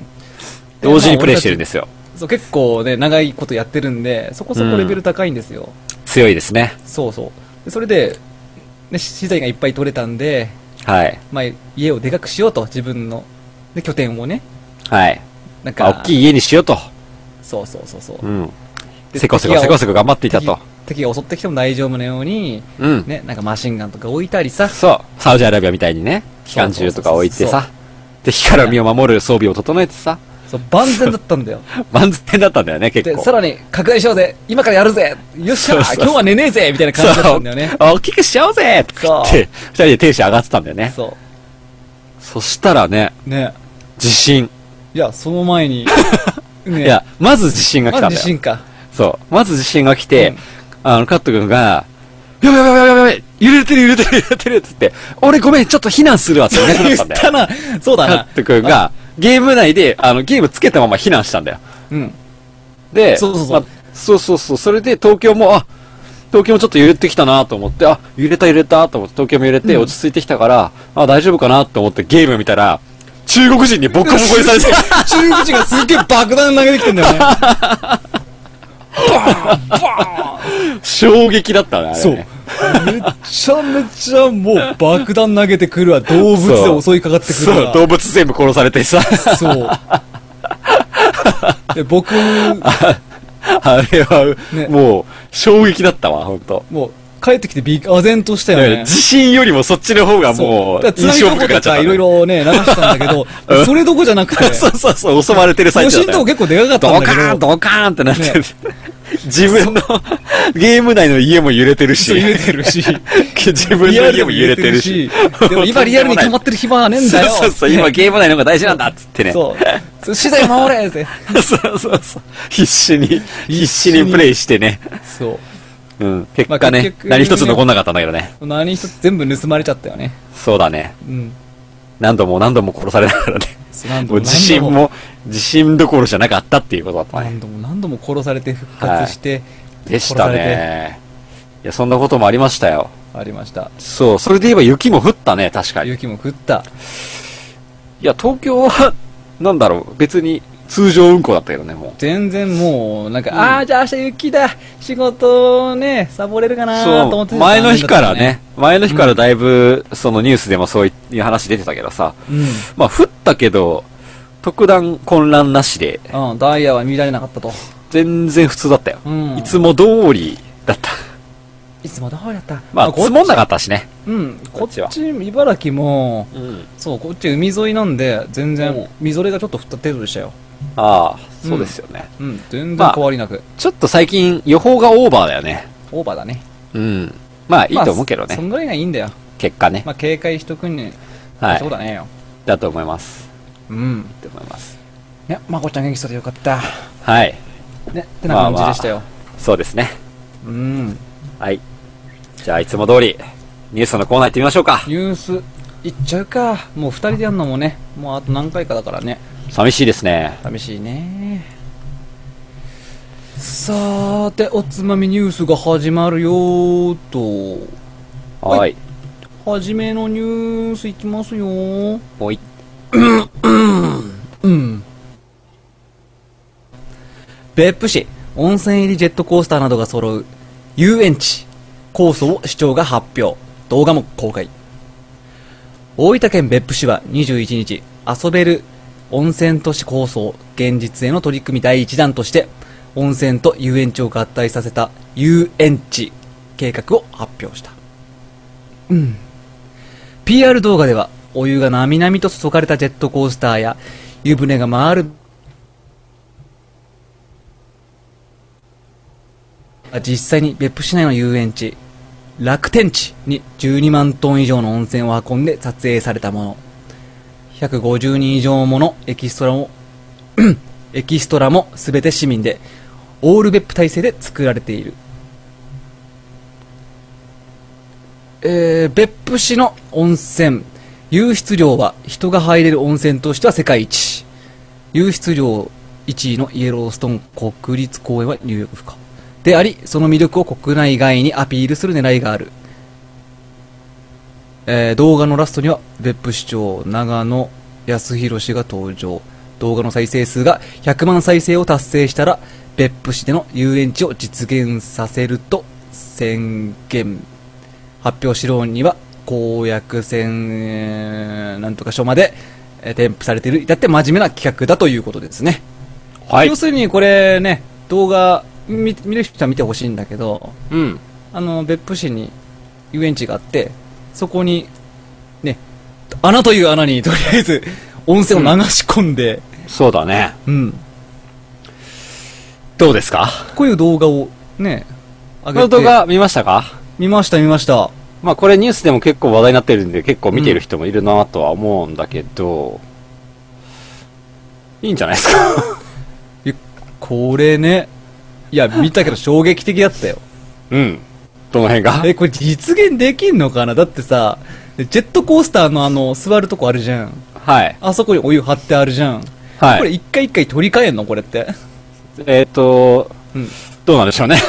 Speaker 1: で
Speaker 2: 同時にプレイしてるんで
Speaker 1: まあ
Speaker 2: すよ。
Speaker 1: 俺たちそう、結構ね、長いことやってるんで、そこそこレベル高いんですよ。
Speaker 2: 強いですね。
Speaker 1: そうそう。でそれで、ね、資材がいっぱい取れたんで、
Speaker 2: はい。
Speaker 1: まあ、家をでかくしようと、自分の、で、拠点をね。
Speaker 2: はい。
Speaker 1: なんか、
Speaker 2: まあ、大きい家にしようと。
Speaker 1: そうそうそうそう。
Speaker 2: うん。
Speaker 1: で
Speaker 2: せこせこせこせこ頑張っていたと。
Speaker 1: 敵敵が襲ってきても大丈夫なように、
Speaker 2: うん。
Speaker 1: ね、なんかマシンガンとか置いたりさ、
Speaker 2: そう。サウジアラビアみたいにね、機関銃とか置いて
Speaker 1: そうそう
Speaker 2: さ。で、火から身を守る装備を整え てさ。
Speaker 1: そう、万全だったんだよ。
Speaker 2: 万全だったんだよね、 結
Speaker 1: で、
Speaker 2: 構。
Speaker 1: さらに、拡大しようぜ今からやるぜよっしゃ
Speaker 2: そうそうそう
Speaker 1: 今日は寝ねえぜみたいな感じだったんだよね。
Speaker 2: そうあ大きくしちゃおうぜって言って、二人でテンション上がってたんだよね。
Speaker 1: そ
Speaker 2: そしたらね、
Speaker 1: う。ね。
Speaker 2: 地震。
Speaker 1: いや、その前 に、ね
Speaker 2: いや、、まず地震が来
Speaker 1: ま
Speaker 2: た
Speaker 1: ず
Speaker 2: ん
Speaker 1: 地
Speaker 2: だよ。
Speaker 1: 震か。
Speaker 2: そう。まず地震が来て、
Speaker 1: うん
Speaker 2: あの、カット君が、やべやべやべやべやべ揺れてる揺れてる揺れてるって言って、俺ごめん、ちょっと避難するわって言
Speaker 1: 言っ
Speaker 2: なくなったんだ
Speaker 1: た
Speaker 2: よ。
Speaker 1: な。そうだ
Speaker 2: カ
Speaker 1: な
Speaker 2: ッ。ト君が、ゲーム内で、あの、ゲームつけたまま避難したんだよ。
Speaker 1: うん。
Speaker 2: で、
Speaker 1: そうそうそう
Speaker 2: まあそうそうそうそれで東京も、あ、東京もちょっと揺れてきたなと思って、あ、揺れた揺れたと思って、東京も揺れて落ち着いてきたから、あ、大丈夫かなと思ってゲーム見たら、中国人にボッコボコにされて、
Speaker 1: 中国人がすっげえ爆弾投げてきてんだよ ね。
Speaker 2: 衝撃だったね、あれね。
Speaker 1: そう。めちゃめちゃもう爆弾投げてくるわ。動物で襲いかかってくる
Speaker 2: そう、動
Speaker 1: わ。
Speaker 2: 物全部殺されてさ、
Speaker 1: そう。で僕、
Speaker 2: あれは、
Speaker 1: ね
Speaker 2: もう、衝撃だったわ、ほんと。
Speaker 1: もう、帰ってきてびっあぜんとしたよね。
Speaker 2: 自信よりもそっちの方がもう、
Speaker 1: だから津
Speaker 2: 印象
Speaker 1: 波
Speaker 2: 深
Speaker 1: と
Speaker 2: くな
Speaker 1: か
Speaker 2: っちゃった。、
Speaker 1: いろいろね、流してたんだけど
Speaker 2: うん
Speaker 1: それどこじゃなくて、
Speaker 2: そうそうそう、襲われてる最
Speaker 1: 余
Speaker 2: 中
Speaker 1: 震
Speaker 2: だ
Speaker 1: と
Speaker 2: った
Speaker 1: か結
Speaker 2: よ
Speaker 1: 構でかかった
Speaker 2: ド
Speaker 1: ん
Speaker 2: カ
Speaker 1: だけ
Speaker 2: ー
Speaker 1: ど
Speaker 2: ン、ドカーンってなってる
Speaker 1: ね
Speaker 2: 自分の、ゲーム内の家も揺れてるし
Speaker 1: そう、揺れてるし、
Speaker 2: 自分の家も揺れてるし
Speaker 1: リアルでも揺れてるし。でも 今リアルに溜まってる暇はねえんだよ。
Speaker 2: そうそうそう、今ゲーム内の方が大事なんだっつってね。
Speaker 1: そう。資材守れって。
Speaker 2: そうそうそう。必死に、必死にプレイしてね。
Speaker 1: そ
Speaker 2: うん。結
Speaker 1: ま
Speaker 2: 果
Speaker 1: あ
Speaker 2: ね
Speaker 1: 結、局
Speaker 2: 何一つ残んなかったんだけどね。
Speaker 1: う。何一つ全部盗まれちゃったよね。
Speaker 2: そうだね。
Speaker 1: うん。
Speaker 2: 何度も何度も殺されながらね。
Speaker 1: そう何度
Speaker 2: もう
Speaker 1: も
Speaker 2: 自信も、自信どころじゃなかったっていうことだったね
Speaker 1: 何。度も何度も殺されて復活して、
Speaker 2: でした
Speaker 1: 殺され
Speaker 2: ね。いや、そんなこともありましたよ。
Speaker 1: てありました。
Speaker 2: そう、それで言えば雪も降ったね、確かに。い
Speaker 1: 雪も食った。
Speaker 2: や、東京は、 なんだろう、別に通常運行だったけどね、もう。
Speaker 1: 全然もう、なんか、ああ、じゃあ明日雪だ。仕事ね、サボれるかなと思ってた
Speaker 2: 前の日からね。、前の日からだいぶ、そのニュースでもそういう話出てたけどさ、
Speaker 1: う
Speaker 2: まあ降ったけど、特段混乱なしで、
Speaker 1: ん。うん、ダイヤは乱れなかったと。
Speaker 2: 全然普通だったよ。
Speaker 1: うん
Speaker 2: いつも通りだった。
Speaker 1: いつもどうだった
Speaker 2: まあ、
Speaker 1: こっ
Speaker 2: 積もんなかったしね。
Speaker 1: うん、
Speaker 2: こ
Speaker 1: こ
Speaker 2: っちは
Speaker 1: っち、茨城も、
Speaker 2: うん。
Speaker 1: そう、こっち海沿いなんで、全
Speaker 2: うん
Speaker 1: 然、みぞれがちょっと降った程度でしたよ。
Speaker 2: ああ、そうですよね。
Speaker 1: うん、全
Speaker 2: まあ
Speaker 1: 然変わりなく。
Speaker 2: ちょっと最近予報がオーバーだよね。
Speaker 1: オーバーだね。
Speaker 2: うん。まあいい
Speaker 1: まあ
Speaker 2: と思うけどね
Speaker 1: そ。んぐらいがいいんだよ。
Speaker 2: 結果ね。
Speaker 1: まあ、警戒しとくに、
Speaker 2: はい
Speaker 1: そうだねよ。
Speaker 2: だと思います。
Speaker 1: うん。
Speaker 2: だと思います。
Speaker 1: ね、まこちゃん元気そうでよかった。
Speaker 2: はい。
Speaker 1: ね、ってな感じでしたよ。
Speaker 2: そうですね。
Speaker 1: うん。
Speaker 2: はい。じゃあいつも通り、ニュースのコーナー行ってみましょうか。
Speaker 1: ニュース、いっちゃうか。もう二人でやるのもね、もうあと何回かだからね。
Speaker 2: 寂しいですね。
Speaker 1: 寂しいね。さーて、おつまみニュースが始まるよーと。はい
Speaker 2: はい。
Speaker 1: はじめのニュースいきますよー。
Speaker 2: もうい、
Speaker 1: うん。別府市、温泉入りジェットコースターなどが揃う遊園地構想を市長が発表。動画も公開。大分県別府市は21日、遊べる温泉都市構想現実への取り組み第一弾として、温泉と遊園地を合体させた遊園地計画を発表した。うん。PR 動画ではお湯がなみなみと注がれたジェットコースターや湯船が回るあ実際に別府市内の遊園地楽天地に12万トン以上の温泉を運んで撮影されたもの150人以上ものエキストラも エキストラも全て市民でオール別府体制で作られているえー別府市の温泉湧出量は人が入れる温泉としては世界一湧出量1位のイエローストーン国立公園は入浴不可でありその魅力を国内外にアピールする狙いがある、えー動画のラストには別府市長長野康弘氏が登場動画の再生数が100万再生を達成したら別府市での遊園地を実現させると宣言発表資料には公約戦、えーなんとか書まで、えー添付されている至って真面目な企画だということですね、
Speaker 2: はい
Speaker 1: 要。するにこれね動画見見る人は見てほしいんだけど
Speaker 2: うん。
Speaker 1: あの別府市に遊園地があってそこにね穴という穴にとりあえず温泉を流し込んで、
Speaker 2: そうだね。
Speaker 1: うん、
Speaker 2: どうですか
Speaker 1: こういう動画をね
Speaker 2: こ
Speaker 1: 上げ
Speaker 2: の
Speaker 1: て
Speaker 2: 動画見ましたか
Speaker 1: 見ました見ました
Speaker 2: まあこれニュースでも結構話題になってるんで結構見てる人もいるなとは思うんだけど、いいんじゃないですか
Speaker 1: いやこれねいや見たけど衝撃的だったよ
Speaker 2: うん。どの辺が
Speaker 1: え、これ実現できんのかなだってさ、ジェットコースターのあの、座るとこあるじゃん。
Speaker 2: はい。
Speaker 1: あそこにお湯張ってあるじゃん。
Speaker 2: はい
Speaker 1: これ一回一回取り替えんのこれ って。
Speaker 2: えっ、と、
Speaker 1: うん。
Speaker 2: どうなんでしょうね。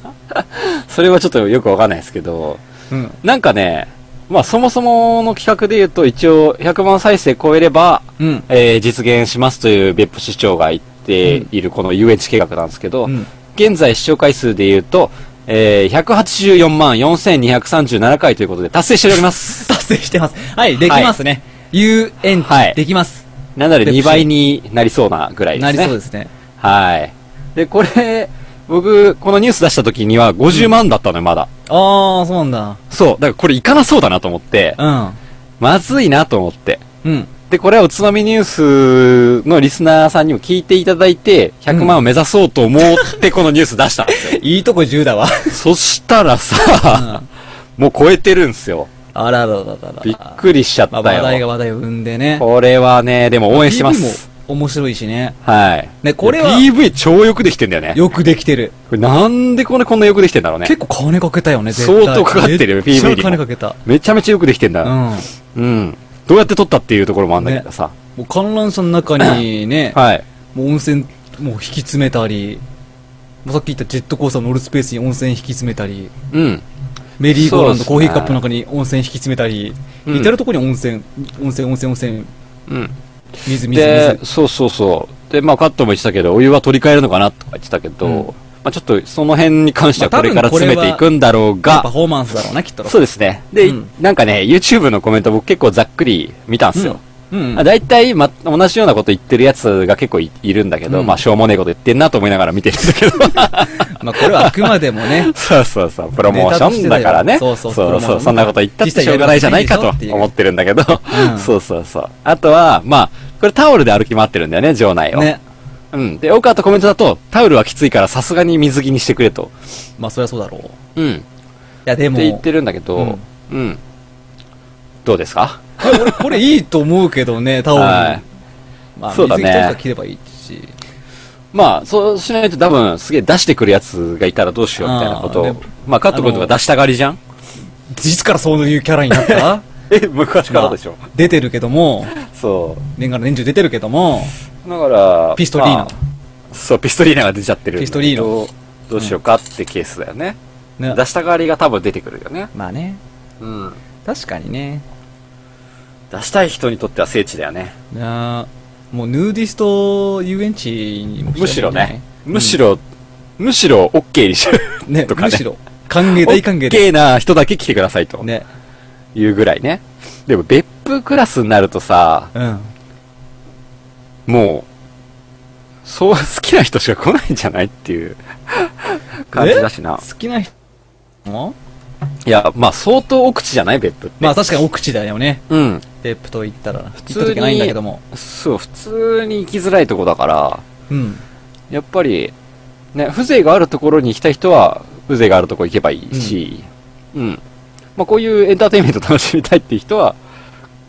Speaker 2: それはちょっとよくわかんないですけど、
Speaker 1: うん。
Speaker 2: なんかね、まあそもそもの企画で言うと一応100万再生超えれば、
Speaker 1: うん。
Speaker 2: えー実現しますという別府市長が言っているこの遊園地計画なんですけど、
Speaker 1: うん
Speaker 2: 現在視聴回数で言うと、えー、184万4237回ということで達成してお ります。
Speaker 1: 達成してます。はい、できますね。遊園地、
Speaker 2: はい
Speaker 1: できます。
Speaker 2: なので
Speaker 1: 別府
Speaker 2: 2
Speaker 1: 市
Speaker 2: 倍になりそうなぐらいです
Speaker 1: な
Speaker 2: ね。
Speaker 1: りそうですね。
Speaker 2: はい。で、これ、僕、このニュース出した時には50万だったのよ、まだ。
Speaker 1: あああ、そうなんだ。
Speaker 2: そう。だからこれいかなそうだなと思って、
Speaker 1: う
Speaker 2: まずいなと思って。
Speaker 1: ん。うん。
Speaker 2: で、これはおつまみニュースのリスナーさんにも聞いていただいて、100万を目指そうと思ってこのニュース出したんですよ。
Speaker 1: いいとこ10だわ。
Speaker 2: そしたらさ、もう超えてるんですよ。
Speaker 1: あららららら。
Speaker 2: びっくりしちゃった
Speaker 1: まあ
Speaker 2: よ。
Speaker 1: 話題が話題を生んでね。
Speaker 2: これはね、でも応援してます。
Speaker 1: PV も面白いしね。
Speaker 2: はい。
Speaker 1: ねこれは
Speaker 2: PV 超よくできてんだよね。
Speaker 1: よくできてる。
Speaker 2: これなんでこんなこんなよくできてんだろうね。
Speaker 1: 結構金かけたよね、絶対。
Speaker 2: 相当かかってるよ、
Speaker 1: めっ
Speaker 2: PV
Speaker 1: ちゃ
Speaker 2: にも。
Speaker 1: 金かけた。
Speaker 2: めちゃめちゃよくできてん
Speaker 1: う
Speaker 2: だ。
Speaker 1: ん。
Speaker 2: うん。どうやって撮ったっていうところもあるんだけどさ。
Speaker 1: もう観覧車の中にね、
Speaker 2: はい。
Speaker 1: もう温泉、もう引き詰めたり、もうさっき言ったジェットコースター乗るスペースに温泉引き詰めたり、
Speaker 2: うん。
Speaker 1: メリーゴーラン
Speaker 2: そうっす
Speaker 1: ド
Speaker 2: ね
Speaker 1: コーヒーカップの中に温泉引き詰めたり、
Speaker 2: うん
Speaker 1: 至るところに温泉、温泉、温泉、温泉、
Speaker 2: うん。
Speaker 1: 水、水、
Speaker 2: で
Speaker 1: 水、。
Speaker 2: そうそうそう。で、まあカットも言ってたけど、お湯は取り替えるのかなとか言ってたけど、
Speaker 1: うん
Speaker 2: まあちょっとその辺に関しては
Speaker 1: まあ
Speaker 2: これから
Speaker 1: 多分これ
Speaker 2: 詰
Speaker 1: は
Speaker 2: めていくんだろう
Speaker 1: パ
Speaker 2: が、
Speaker 1: フォーマンスだろうな、きっと。
Speaker 2: そうですね。で、
Speaker 1: うん
Speaker 2: なんかね、YouTube のコメント僕結構ざっくり見たんですよ。
Speaker 1: うん。うん。
Speaker 2: だいたい、ま、同じようなこと言ってるやつが結構いいるんだけど、
Speaker 1: うん
Speaker 2: まあ、しょうもねえこと言ってんなと思いながら見てるんだ けど。
Speaker 1: まあ、これはあくまでもね、
Speaker 2: そうそうそう、プロモーションだからね。
Speaker 1: ネタとしてだよそうそう
Speaker 2: そう
Speaker 1: プロモーション
Speaker 2: そんなこと言ったってしょうがないじゃないかと
Speaker 1: 実際やる
Speaker 2: 思
Speaker 1: わ
Speaker 2: ってるんだけど。
Speaker 1: うん
Speaker 2: そうそうそう。あとは、まあ、これタオルで歩き回ってるん だよね、場内を。
Speaker 1: ね。
Speaker 2: うん。で、奥川とコメントだと、タオルはきついからさすがに水着にしてくれと。
Speaker 1: まあ、そりゃそうだろう。い
Speaker 2: うん。って
Speaker 1: や、でも、
Speaker 2: 言ってるんだけど、うん。どうですか
Speaker 1: これ、これいいと思うけどね、タオル。
Speaker 2: はい。
Speaker 1: まあ、
Speaker 2: そうだね
Speaker 1: 水着とか着ればいいし。
Speaker 2: まあ、そうしないと多分、すげえ出してくるやつがいたらどうしようみたいなこと
Speaker 1: あー
Speaker 2: を
Speaker 1: で。
Speaker 2: まあ、カット君とか出したがりじゃん
Speaker 1: 実からそういうキャラになった
Speaker 2: え、昔からでしょ
Speaker 1: まあ出てるけども、
Speaker 2: そ
Speaker 1: 年がら年中出てるけども、
Speaker 2: う。だから、
Speaker 1: ピストリーナ
Speaker 2: まあそう、ピストリーナが出ちゃってるんだけ
Speaker 1: ピスト
Speaker 2: ど。
Speaker 1: リーナ
Speaker 2: どうしようかってケースだよね。
Speaker 1: ね
Speaker 2: 出したがりが多分出てくるよね。
Speaker 1: まあね、
Speaker 2: うん。
Speaker 1: 確かにね。
Speaker 2: 出したい人にとっては聖地だよね。
Speaker 1: なあもうヌーディスト遊園地にも
Speaker 2: むしろね。むし
Speaker 1: ろ、
Speaker 2: ろ、むしろ OK にしる。
Speaker 1: うんね
Speaker 2: とかね
Speaker 1: むしろ、歓迎、大歓迎で。
Speaker 2: OK な人だけ来てくださいと
Speaker 1: ね、
Speaker 2: いうぐらいね。でも別府クラスになるとさ、
Speaker 1: うん。
Speaker 2: もう、そう、好きな人しか来ないんじゃないっていう 感じだしな
Speaker 1: え。好きな人も
Speaker 2: いや、まあ相当奥地じゃない別府って。
Speaker 1: まあ確かに奥地だよね。
Speaker 2: うん。
Speaker 1: デップと言ったら。普
Speaker 2: 通
Speaker 1: 行っ
Speaker 2: に
Speaker 1: た時ないんだけども。
Speaker 2: そう、普通に行きづらいとこだから、
Speaker 1: うん。
Speaker 2: やっぱり、ね、風情があるところに行きたい人は、風情があるとこ行けばいいし、うん。まあこういうエンターテインメント 楽しみたいっていう人は、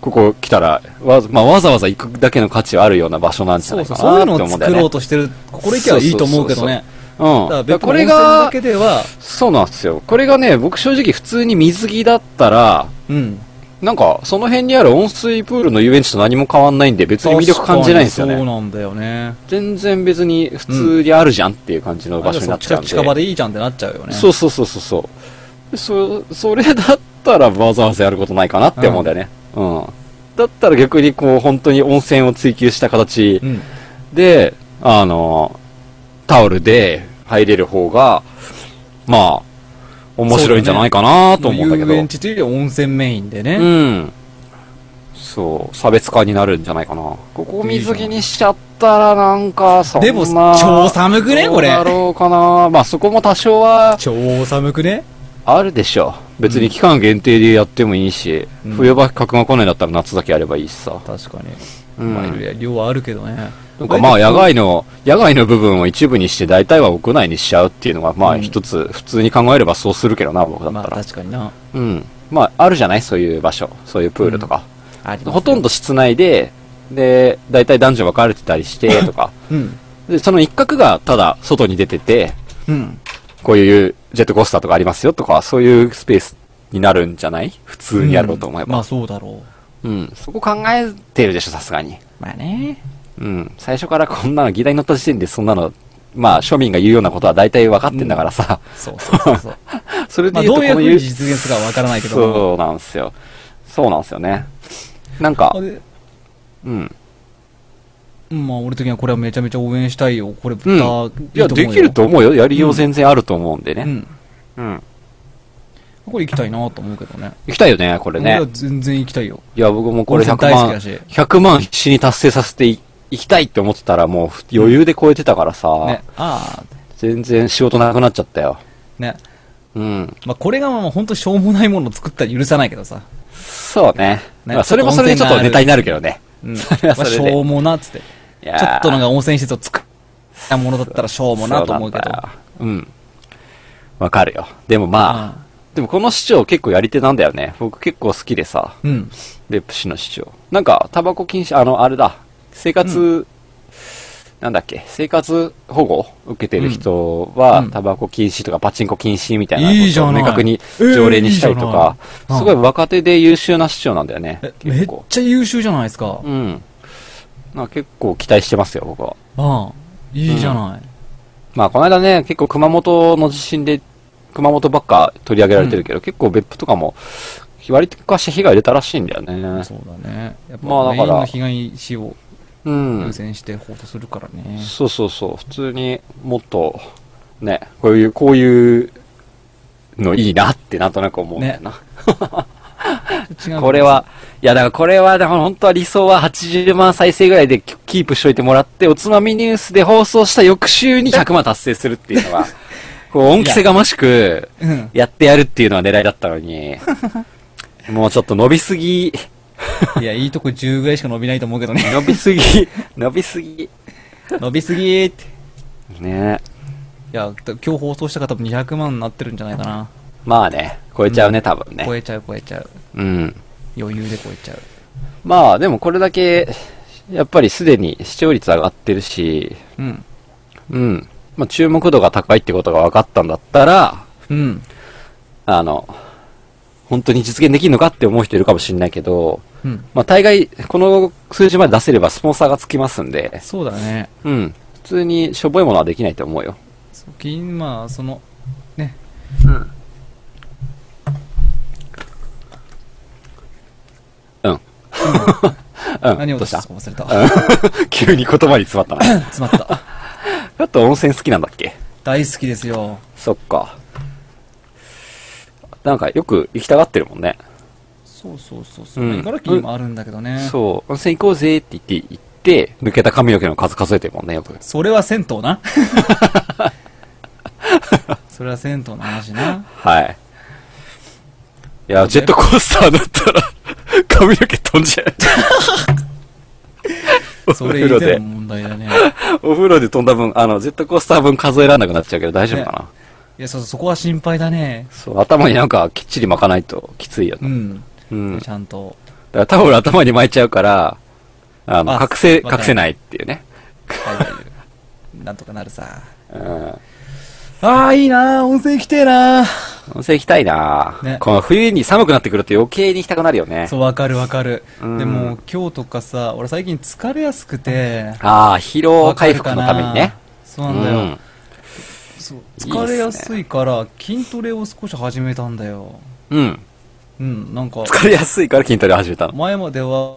Speaker 2: ここ来たら、わざ、まあわざわざ行くだけの価値はあるような場所なんじゃ
Speaker 1: そ
Speaker 2: な
Speaker 1: う
Speaker 2: いか
Speaker 1: そう、
Speaker 2: な
Speaker 1: そういう
Speaker 2: って
Speaker 1: のを
Speaker 2: 思うん
Speaker 1: 作
Speaker 2: だよね。
Speaker 1: ろうとしてる、これ行けばいいと思うけどね。
Speaker 2: うん。
Speaker 1: だから
Speaker 2: だから
Speaker 1: 別
Speaker 2: こ
Speaker 1: 府の温
Speaker 2: れ
Speaker 1: 泉だ
Speaker 2: が
Speaker 1: け、では、
Speaker 2: そうなんですよ。これがね、僕正直普通に水着だったら、
Speaker 1: うん。
Speaker 2: なんか、その辺にある温水プールの遊園地と何も変わんないんで、別に魅力感じないんですよ
Speaker 1: そう
Speaker 2: ね。
Speaker 1: なんだよね。
Speaker 2: 全然別に普通にあるじゃんっていう感じの場所になっちゃうんで。
Speaker 1: 近場でいいじゃんってなっちゃうよね。
Speaker 2: そうそうそうそうそう。そ、それだったらわざわざやることないかなって思うんだよね。うん。だったら逆にこう、本当に温泉を追求した形
Speaker 1: うん。
Speaker 2: で、あの、タオルで入れる方が、まあ、面白いんじゃないかなと思うんだけど。
Speaker 1: 遊園地というよりは温泉メインでね。
Speaker 2: うん。そう、差別化になるんじゃないかな。ここ水着にしちゃったらなんか、そんな。
Speaker 1: でも超寒くねこれ
Speaker 2: どうだろうかな。まあそこも多少は
Speaker 1: 超寒くね
Speaker 2: あるでしょう。別に期間限定でやってもいいし、
Speaker 1: うん
Speaker 2: 冬場客が来ないんだったら夏だけやればいいしさ。
Speaker 1: 確かに。
Speaker 2: うん
Speaker 1: まあ、量はあるけどね。
Speaker 2: なんかまあ野外の、野外の部分を一部にして大体は屋内にしちゃうっていうのがま
Speaker 1: う
Speaker 2: あ
Speaker 1: ん
Speaker 2: 一つ普通に考えればそうするけどな、僕だ
Speaker 1: ま
Speaker 2: っ
Speaker 1: あ
Speaker 2: たら。
Speaker 1: 確かにな。
Speaker 2: うん。まああるじゃないそういう場所。そういうプールとか。
Speaker 1: あります
Speaker 2: ほとんど室内で、で、大体男女分かれてたりして、とか。
Speaker 1: うん。
Speaker 2: で、その一角がただ外に出てて、
Speaker 1: うん。
Speaker 2: こういうジェットコースターとかありますよとか、そういうスペースになるんじゃない普通にやろうと思え
Speaker 1: まあ
Speaker 2: ば。
Speaker 1: そうだろ
Speaker 2: うん、そこ考えてるでしょ、さすが
Speaker 1: う。
Speaker 2: に。
Speaker 1: まあね。
Speaker 2: うん。最初からこんなの議題に乗った時点でそんなの、まあ庶民が言うようなことは大体分かってんだからさ。
Speaker 1: そうそうそう そう。
Speaker 2: それ
Speaker 1: ま
Speaker 2: で
Speaker 1: あ
Speaker 2: 言
Speaker 1: ど
Speaker 2: うと
Speaker 1: ういう
Speaker 2: こ
Speaker 1: ふ
Speaker 2: の
Speaker 1: う
Speaker 2: 言
Speaker 1: に
Speaker 2: う
Speaker 1: 実現するかはわからないけども。
Speaker 2: そうなんですよ。そうなんですよね。なんか
Speaker 1: あ、れ
Speaker 2: うん。
Speaker 1: うんまあ俺的にはこれはめちゃめちゃ応援したいよ。これ、
Speaker 2: うん。いや、できると思うよ。やりよう全然あると思うんでね。
Speaker 1: ね。うん。
Speaker 2: うん。
Speaker 1: これ行きたいなと思うけどね。
Speaker 2: 行きたいよね、これ
Speaker 1: 俺
Speaker 2: ね
Speaker 1: は。全然行きたいよ。
Speaker 2: いや、僕もこれ
Speaker 1: 温泉
Speaker 2: 100
Speaker 1: 大好き
Speaker 2: 万、
Speaker 1: だし
Speaker 2: 100万必死に達成させてい行きたいって思ってたらもう余裕で超えてたからさ、
Speaker 1: ね。ああ。
Speaker 2: 全然仕事なくなっちゃったよ。
Speaker 1: ね。
Speaker 2: うん。
Speaker 1: まあ、これがもう本当しょうもないものを作ったら許さないけどさ。
Speaker 2: そうね。
Speaker 1: ね
Speaker 2: まあ、それもそれでちょっとネタになるけどね。
Speaker 1: うん。
Speaker 2: それはそ
Speaker 1: まあ
Speaker 2: れ
Speaker 1: し
Speaker 2: で。
Speaker 1: ょうもな、つって。
Speaker 2: い
Speaker 1: ちょ
Speaker 2: やー
Speaker 1: っとなんか温泉施設を作ったものだったらしょうもなと思うけど
Speaker 2: そ。なんだようん。わかるよ。でもまあ、
Speaker 1: うん
Speaker 2: でもこの市長結構やり手なんだよね。僕結構好きでさ、
Speaker 1: うん。
Speaker 2: 別府市の市長。なんか、タバコ禁止、あの、あれだ、生活、なんだっけ、生活保護受けてる人は、
Speaker 1: うん
Speaker 2: タバコ禁止とかパチンコ禁止みたいない
Speaker 1: い
Speaker 2: こ
Speaker 1: じ
Speaker 2: と
Speaker 1: ゃ
Speaker 2: を
Speaker 1: ない
Speaker 2: 明確に
Speaker 1: えー
Speaker 2: 条例にしたりとか、
Speaker 1: いいじゃない
Speaker 2: すごい若手で優秀な市長なんだよね
Speaker 1: え。め
Speaker 2: 結
Speaker 1: っ
Speaker 2: 構。
Speaker 1: ちゃ優秀じゃないですか
Speaker 2: う。ん。なんか結構期待してますよ、僕は。
Speaker 1: ああ、いいじゃない。
Speaker 2: まあ、この間ね、結構熊本の地震で、熊本ばっか取り上げられてるけど、結構別府とかも、割とかして被害出たらしいんだよね。
Speaker 1: そうだね。やっぱ、
Speaker 2: まあだ
Speaker 1: メイ
Speaker 2: か
Speaker 1: ン
Speaker 2: ら
Speaker 1: の被害死を
Speaker 2: うん
Speaker 1: 優。先して放送するからね。
Speaker 2: そうそうそう。普通にもっと、ね、こういう、こういうのいいなってなんとなく思うんだよな。
Speaker 1: 違う
Speaker 2: これは、いやだからこれは、だから本当は理想は80万再生ぐらいでキキープしといてもらって、おつまみニュースで放送した翌週に100万達成するっていうの は、こう、恩着せがましく
Speaker 1: うん、
Speaker 2: やってやるっていうのは狙いだったのに、もうちょっと伸びすぎ、
Speaker 1: いや、いいとこ10ぐらいしか伸びないと思うけどね。
Speaker 2: 伸びすぎ、 伸びすぎ。
Speaker 1: 伸びすぎーって。い
Speaker 2: ね
Speaker 1: や、今日放送した方も200万になってるんじゃないかな。
Speaker 2: まあね、超えちゃうね、多分
Speaker 1: 超
Speaker 2: ね。
Speaker 1: えちゃう超えちゃう。
Speaker 2: うん。
Speaker 1: 余裕で超えちゃう。
Speaker 2: まあ、でもこれだけ、やっぱりすでに視聴率上がってるし、
Speaker 1: うん。
Speaker 2: うん。まあ、注目度が高いってことが分かったんだったら、
Speaker 1: うん。
Speaker 2: あの、本当に実現できるのかって思う人いるかもしれないけど、
Speaker 1: うん。
Speaker 2: まあ、大概、この数字まで出せればスポンサーがつきますんで、
Speaker 1: そうだね。
Speaker 2: うん。普通にしょぼいものはできないと思うよ。
Speaker 1: そう金、まあ、その、ね。
Speaker 2: うん。うん。
Speaker 1: 何を出
Speaker 2: どう
Speaker 1: し
Speaker 2: したた
Speaker 1: か忘れた。詰
Speaker 2: 急に言葉に詰まったな。
Speaker 1: まった。
Speaker 2: ちょっと温泉好きなんだっけ
Speaker 1: 大好きですよ。
Speaker 2: そっか。なんかよく行きたがってるもんね。
Speaker 1: そうそうそうそう。
Speaker 2: うん
Speaker 1: 茨城にもあるんだけどね。そ
Speaker 2: そう、温泉行こうぜって言って、行って、抜けた髪の毛の数数えてるもんね、よく。
Speaker 1: れは銭湯な。 それは銭湯の話な。
Speaker 2: はい。いや、ジェットコースターだったら、 髪の毛飛んじゃう。お
Speaker 1: それ
Speaker 2: 風
Speaker 1: 以
Speaker 2: 呂
Speaker 1: 前
Speaker 2: で
Speaker 1: の、問題だね。
Speaker 2: お風呂で飛んだ分、あの、ジェットコースター分数えられなくなっちゃうけど大丈夫かな。
Speaker 1: ねいや、そうそう、そこは心配だね。
Speaker 2: そう、頭になんかきっちり巻かないときついよ
Speaker 1: う
Speaker 2: ね。
Speaker 1: ん。
Speaker 2: うん。だ
Speaker 1: ちゃんと。
Speaker 2: からタオル頭に巻いちゃうから、あの、
Speaker 1: あ
Speaker 2: 隠せ、
Speaker 1: わかる
Speaker 2: 隠せないっていうね。
Speaker 1: 大丈夫なんとかなるさ。
Speaker 2: うん。
Speaker 1: ああ、いいなー温泉来てえなー
Speaker 2: 温泉行きたいな、
Speaker 1: ね
Speaker 2: この冬に寒くなってくると余計に行きたくなるよね。
Speaker 1: そう、わかるわかる。
Speaker 2: うん
Speaker 1: でも、今日とかさ、俺最近疲れやすくて。
Speaker 2: ああ、疲労回復のために
Speaker 1: わかる
Speaker 2: ね
Speaker 1: か。な。そうなんだよ。
Speaker 2: うん
Speaker 1: そう疲れやすいから筋トレを少し始めたんだよ。
Speaker 2: うん。
Speaker 1: うん、なんか、
Speaker 2: 疲れやすいから筋トレを始めたの。
Speaker 1: 前までは、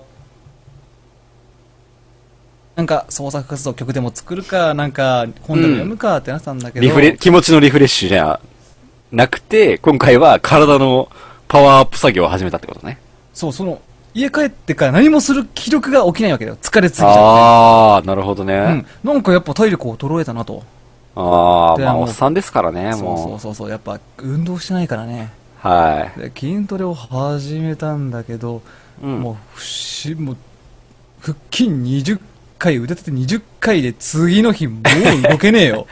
Speaker 1: なんか創作活動曲でも作るか、なんか本でも読むかってなってたんだけど、
Speaker 2: リフレ、気持ちのリフレッシュじゃなくて、今回は体のパワーアップ作業を始めたってことね。
Speaker 1: そう、その、家帰ってから何もする気力が起きないわけだよ。疲れすぎちゃっ
Speaker 2: ああ、なるほどね。
Speaker 1: て。うん。なんかやっぱ体力衰えたなと。
Speaker 2: ああ、
Speaker 1: で
Speaker 2: まあ、
Speaker 1: もう
Speaker 2: おっさんですからね、
Speaker 1: そうそ
Speaker 2: も
Speaker 1: うそうそう。やっぱ運動してないからね。
Speaker 2: う。は
Speaker 1: で筋トレを始めたんだけど、
Speaker 2: い。うん。
Speaker 1: もうふし、もう、腹筋20回、腕立て20回で次の日もう動けねえよ。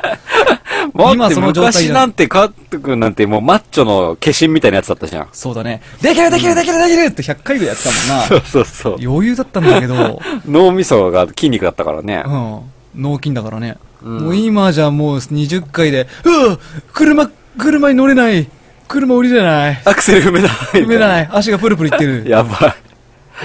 Speaker 2: もう
Speaker 1: 今その状態だ
Speaker 2: 昔なんて、カット君なんてもうマッチョの化身みたいなやつだったじゃん。
Speaker 1: そうだね。できるできるできるできるって100回ぐらいやってた
Speaker 2: そ
Speaker 1: も。
Speaker 2: うそうそうん
Speaker 1: な。余裕だったんだけど、
Speaker 2: 脳みそが筋肉だったからね。
Speaker 1: うん。脳筋だからね。
Speaker 2: うん
Speaker 1: もう今じゃもう20回で、うわ車、車に乗れない車降りれない
Speaker 2: アクセル踏めない。。
Speaker 1: 踏めない い足がプルプルいってる。
Speaker 2: やば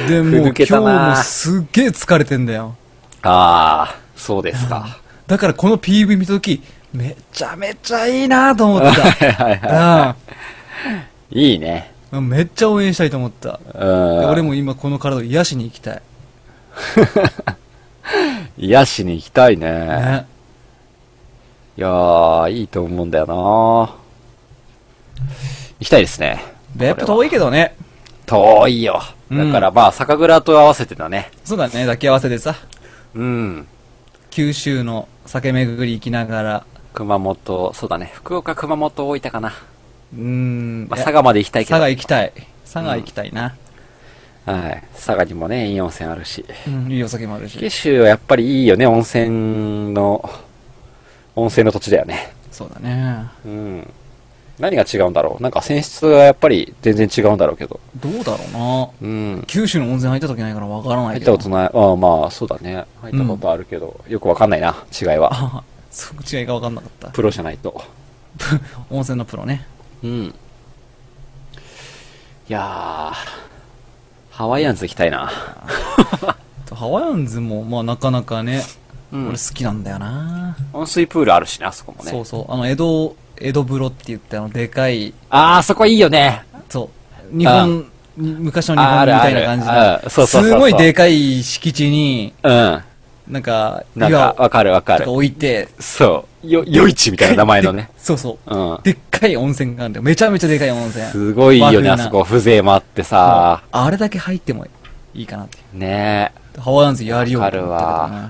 Speaker 2: い。
Speaker 1: で、もう
Speaker 2: ふ
Speaker 1: 今
Speaker 2: ぬけ
Speaker 1: 日
Speaker 2: たな
Speaker 1: もすっげえ疲れてんだよ。
Speaker 2: ああ、そうですか。
Speaker 1: だからこの PV 見たとき、めちゃめちゃいいなと思っ
Speaker 2: はいはい
Speaker 1: た。 うん
Speaker 2: いいね。
Speaker 1: めっちゃ応援したいと思った。
Speaker 2: うん。
Speaker 1: で俺も今この体を癒しに行きたい。
Speaker 2: 癒しに行きたいね。
Speaker 1: ね。
Speaker 2: いやー、いいと思うんだよな行きたいですね。
Speaker 1: 別府遠いけどね。
Speaker 2: 遠いよ。
Speaker 1: うん
Speaker 2: だからまあ、酒蔵と合わせてだね。
Speaker 1: そうだね、抱き合わせでさ、
Speaker 2: うん。
Speaker 1: 九州の酒巡り行きながら、
Speaker 2: 熊本、そうだね。福岡、熊本、大分かな。
Speaker 1: うーん。
Speaker 2: まあ、佐賀まで行きたいけど。
Speaker 1: 佐賀行きたい。佐賀行きたいな。
Speaker 2: はい。佐賀にもね、いい温泉あるし。
Speaker 1: うん、いいお酒もあるし。
Speaker 2: 九州はやっぱりいいよね、温泉の、温泉の土地だよね。
Speaker 1: そうだね。
Speaker 2: うん。何が違うんだろうなんか泉質がやっぱり全然違うんだろうけど。
Speaker 1: どうだろうな。
Speaker 2: うん。
Speaker 1: 九州の温泉入った時ないからわからな
Speaker 2: 入
Speaker 1: い
Speaker 2: っ
Speaker 1: け
Speaker 2: た
Speaker 1: ど。
Speaker 2: ことない。ああまあ、そうだね。入ったことあるけど、よくわかんないな、違いは。
Speaker 1: ああ、 その違いがわかんなかった。
Speaker 2: プロじゃないと。
Speaker 1: 温泉のプロね。
Speaker 2: うん。いやー、ハワイアンズ行きたいな。
Speaker 1: ハワイアンズも、まあなかなかね、
Speaker 2: うん
Speaker 1: 俺好きなんだよな、
Speaker 2: 温水プールあるしね、あそこもね。
Speaker 1: そうそう。あの、江戸、江戸風呂って言って、あの、でかい、
Speaker 2: ああ、そこいいよね。
Speaker 1: そう。日本、に昔の日
Speaker 2: あ
Speaker 1: 本み
Speaker 2: るあ
Speaker 1: た
Speaker 2: る
Speaker 1: いな感じ
Speaker 2: あ
Speaker 1: の。
Speaker 2: そうそうそう
Speaker 1: す
Speaker 2: そう
Speaker 1: ごいでかい敷地に、
Speaker 2: うん。
Speaker 1: なんか、
Speaker 2: なんか、わかるわか
Speaker 1: と
Speaker 2: る
Speaker 1: か。置いて、
Speaker 2: そう。よ、夜市みたいな名前 のね。
Speaker 1: そうそうう。
Speaker 2: ん。
Speaker 1: でっかい温泉があるんだよ。めちゃめちゃでかい温泉。
Speaker 2: すごいよね、
Speaker 1: 和風な
Speaker 2: あそこ。風情もあってさ。
Speaker 1: あれだけ入ってもいいかなって。
Speaker 2: ねえ。
Speaker 1: ハワイアンズやりようと思ったけ
Speaker 2: わ
Speaker 1: ど
Speaker 2: かる
Speaker 1: ね。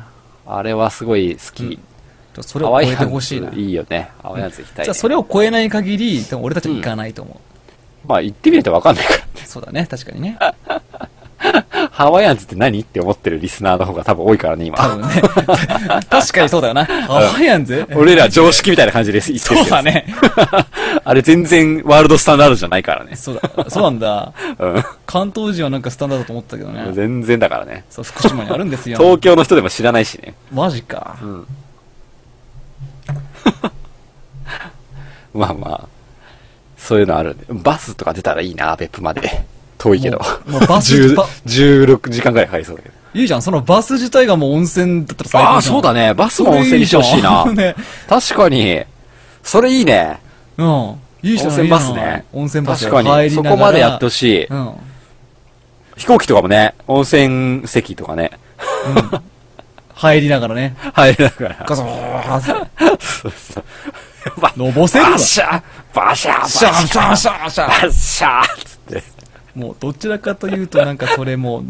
Speaker 2: あれはすごい好き。
Speaker 1: ちょそれを超えてほしいな。
Speaker 2: ハワイアンズいいよね。ハワイアンズ行きたい、ね。
Speaker 1: じゃあそれを超えない限り、でも俺たちは行かないと思う。
Speaker 2: まあ行ってみないとわかんないか
Speaker 1: そうだね、確かにね。
Speaker 2: ら。 ハワイアンズって何って思ってるリスナーの方が多分多いからね、
Speaker 1: 多
Speaker 2: 今。
Speaker 1: 分ね。 確かにそうだよな。ハワイアンズ
Speaker 2: 俺ら常識みたいな感じです。言って
Speaker 1: そ
Speaker 2: るけ
Speaker 1: う
Speaker 2: ど
Speaker 1: だ。ね。
Speaker 2: あれ全然ワールドスタンダードじゃないからね。
Speaker 1: そうだ、そうなんだ。
Speaker 2: う
Speaker 1: 関東人はなんかスタンダードだと思ったけど
Speaker 2: ん。
Speaker 1: ね。
Speaker 2: 全然だからね。
Speaker 1: そう、福島にあるんですよ。
Speaker 2: 東京の人でも知らないしね。
Speaker 1: マジか。
Speaker 2: まあまあ。そういうのあるんで。バスとか出たらいいな、別府まで。遠いけど。
Speaker 1: もうもうバス
Speaker 2: 10
Speaker 1: バ
Speaker 2: 16時間ぐらいかかりそうだけど。
Speaker 1: いいじゃん、そのバス自体がもう温泉だったら最高じゃん
Speaker 2: ああ、そうだ。ね。バスも温泉にしてほしいな
Speaker 1: それいいじゃんね。
Speaker 2: 確かに。それいいね。
Speaker 1: うん。いいじゃん、
Speaker 2: 温泉バスね。
Speaker 1: 温泉バス
Speaker 2: 確かに。そこまでやってほ
Speaker 1: しい。
Speaker 2: しい。
Speaker 1: うん。
Speaker 2: 飛行機とかもね、温泉席とかね、
Speaker 1: 入りながらね。
Speaker 2: 入れながら。
Speaker 1: ガサーッ
Speaker 2: そうそう。バ
Speaker 1: のぼせるわ
Speaker 2: バシャーバシャーバ
Speaker 1: シャーシャーシャーシャー
Speaker 2: バシャーつって。
Speaker 1: もうどちらかというとなんかそれもう、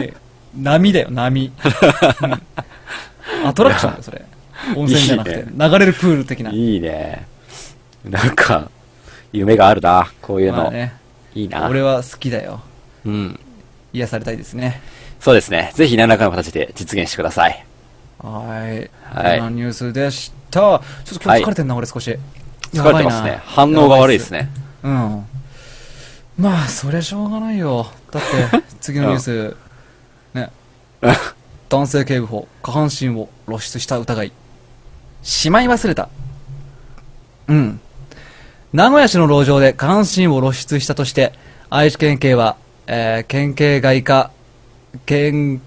Speaker 1: ね、波だよ、波。うんアトラクションだよ、それ。温泉じゃなく
Speaker 2: いい
Speaker 1: て、
Speaker 2: ね
Speaker 1: 流れるプール的な。
Speaker 2: いいね。なんか、夢があるな、こういう
Speaker 1: まあ
Speaker 2: の。
Speaker 1: ね、
Speaker 2: いいな。
Speaker 1: 俺は好きだよ。
Speaker 2: うん。
Speaker 1: 癒されたいですね。
Speaker 2: そうですね。ぜひ何らかの形で実現してください。
Speaker 1: はい。
Speaker 2: はい
Speaker 1: こんなニュースでした。ちょっと今日疲れてんな、俺少し。や
Speaker 2: 疲れ
Speaker 1: ば
Speaker 2: て
Speaker 1: い
Speaker 2: ます
Speaker 1: な
Speaker 2: ね。反応が悪いです。ね。
Speaker 1: やばいっすうん。まあ、そりゃしょうがないよ。だって、次のニュース、ね。男性警部補、下半身を露出した疑い。しまい忘れた。うん。名古屋市の路上で下半身を露出したとして、愛知県警は、えー県警外科、県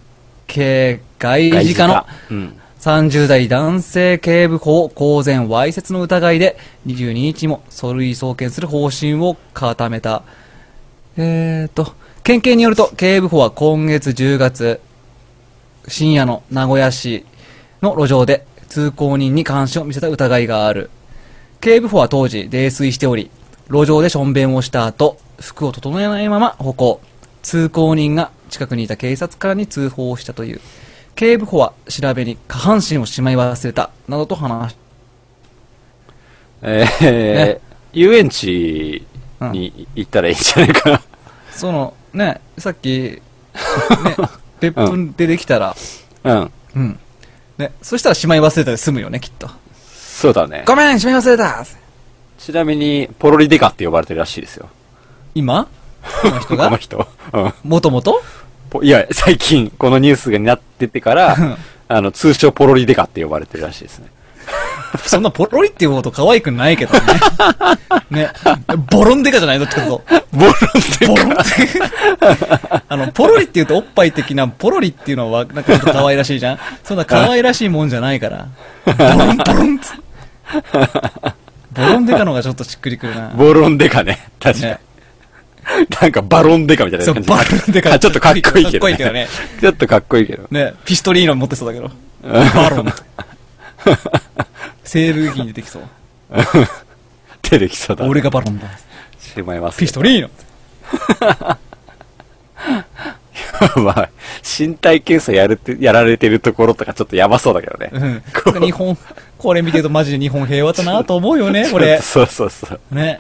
Speaker 1: 警外事課の
Speaker 2: うん。
Speaker 1: 30代男性警部補を公然わいせつの疑いで22日にも書類送検する方針を固めた。えーと、県警によると警部補は今月10月、深夜の名古屋市の路上で通行人に監視を見せた疑いがある。警部補は当時泥酔しており、路上でしょんべんをした後、服を整えないまま歩行。通行人が近くにいた警察官に通報をしたという。警部補は調べに下半身をしまい忘れた、などと話し、
Speaker 2: えー
Speaker 1: ね、
Speaker 2: 遊園地に行ったらいいんじゃないかな。
Speaker 1: その、ね、さっき、ね、別府でできたら、
Speaker 2: うん。
Speaker 1: うん。ね、そしたらしまい忘れたで済むよね、きっと。
Speaker 2: そうだね。
Speaker 1: ごめん、しまい忘れた
Speaker 2: ちなみに、ポロリデカって呼ばれてるらしいですよ。
Speaker 1: 今この人
Speaker 2: この
Speaker 1: が
Speaker 2: 人。うん
Speaker 1: もともと
Speaker 2: ポ。 いや、最近、このニュースがになって てから、あの、通称ポロリデカって呼ばれてるらしいですね。
Speaker 1: そんなポロリって言うほど可愛くないけど ね。ね。ボロンデカじゃないどっちかと。
Speaker 2: ボロ
Speaker 1: ボロンデカ。 あの、ポロリって言うとおっぱい的な、ポロリっていうのは、なんかちょっと可愛らしいじゃんそんな可愛らしいもんじゃないから。ボロンボロンつボロンデカの方がちょっとしっくりくるな。
Speaker 2: ボロンデカね。確かに
Speaker 1: ね。
Speaker 2: なんかバロンデカみたいな感じ。
Speaker 1: そうバロンデカ
Speaker 2: あちょっとかっこいいけど、
Speaker 1: かっこいいけどね。
Speaker 2: ちょっとかっこいいけど。
Speaker 1: ね、ピストリーノ持ってそうだけど。バ ロン。西部劇に出てきそう。
Speaker 2: 出てきそうだ。
Speaker 1: 俺がバロンだ。
Speaker 2: しまいます。
Speaker 1: ピストリーノ。
Speaker 2: まあ、身体検査やるって、やられてるところとかちょっとやばそうだけどね。
Speaker 1: うん。日本、これ見てるとマジで日本平和だなと思うよね、これ。
Speaker 2: そうそうそう。
Speaker 1: ね。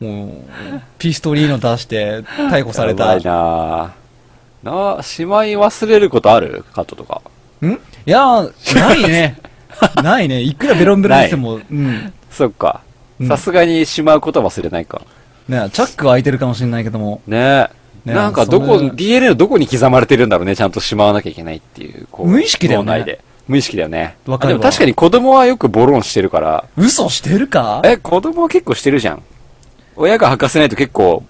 Speaker 1: もう、ピストリーノ出して逮捕された。
Speaker 2: やばいなぁなしまい忘れることあるカットとか。
Speaker 1: んいや、ないね。ないね。いくらベロンベロンしても、うん。
Speaker 2: そっか
Speaker 1: う。ん
Speaker 2: さすがにしまうことは忘れないか。
Speaker 1: ね、チャックは開いてるかもしれないけども。
Speaker 2: ねえ。
Speaker 1: ねえ
Speaker 2: なんかどこ、
Speaker 1: それ
Speaker 2: DNA のどこに刻まれてるんだろうね。ちゃんとしまわなきゃいけないっていう。こう
Speaker 1: 無意識だよね
Speaker 2: 脳内で。無意識だよね。
Speaker 1: わかるわ
Speaker 2: でも確かに子供はよくボロンしてるから。
Speaker 1: 嘘してるか
Speaker 2: え、子供は結構してるじゃん。親が履かせないと結構、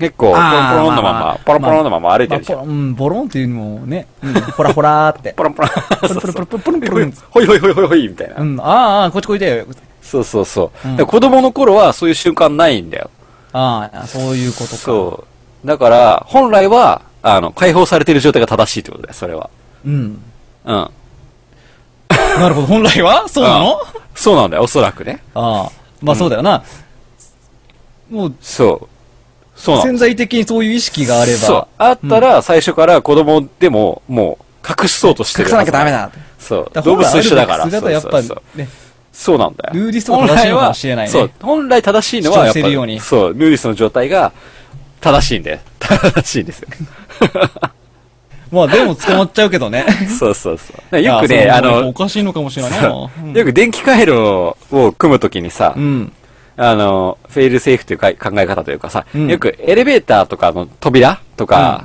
Speaker 2: 結構、ポロンポロンのまま、ポロンポロンのまま歩いてるじゃん。
Speaker 1: まあポロうん、ボロンっていうのもね、うん、ほらほらーって
Speaker 2: ポ。ロンポロン。
Speaker 1: ロンポロンポロンポロンポロンポロン
Speaker 2: ほいほいほいほいほい、み たいな。
Speaker 1: うん、あーあー、こっちこいで。
Speaker 2: そうそうそう。
Speaker 1: うん
Speaker 2: で子供の頃はそういう瞬間ないんだよ。
Speaker 1: ああ、そういうことか。
Speaker 2: そう。だから、本来は、あの、解放されてる状態が正しいってことだよ、それは。
Speaker 1: う。うん。
Speaker 2: うん。
Speaker 1: なるほど、本来はそうなの
Speaker 2: うんそうなんだよ、おそらくね。
Speaker 1: ああ、まあそうだよな。もう、
Speaker 2: そう。そうなん
Speaker 1: 潜在的にそういう意識があれば。
Speaker 2: そう。あったら、最初から子供でも、もう、隠そうとして
Speaker 1: 隠
Speaker 2: る。
Speaker 1: さなきゃダメ。だ。
Speaker 2: そう。動物と一緒だから。
Speaker 1: 本来あるべき姿はやっぱ
Speaker 2: そうそうそう
Speaker 1: ね、
Speaker 2: そうなんだよ。
Speaker 1: ヌーディストが正しいのかもしれないね
Speaker 2: 本来はそう。本来正しいの
Speaker 1: 主
Speaker 2: は、や
Speaker 1: 張
Speaker 2: っ
Speaker 1: して
Speaker 2: ぱ
Speaker 1: るように
Speaker 2: そう、ヌーディストの状態が、正しいんで。正しいんで すよ。
Speaker 1: まあでも捕まっちゃうけどね。
Speaker 2: そうそうそう。 よくね、
Speaker 1: いや
Speaker 2: あ
Speaker 1: そうお
Speaker 2: の、
Speaker 1: かしいのかもしれないな。
Speaker 2: そ
Speaker 1: うん
Speaker 2: うよく電気回路を組むときにさ
Speaker 1: う、ん。
Speaker 2: あの、フェイルセーフというか考え方というかさ、
Speaker 1: うん
Speaker 2: よくエレベーターとかの扉とか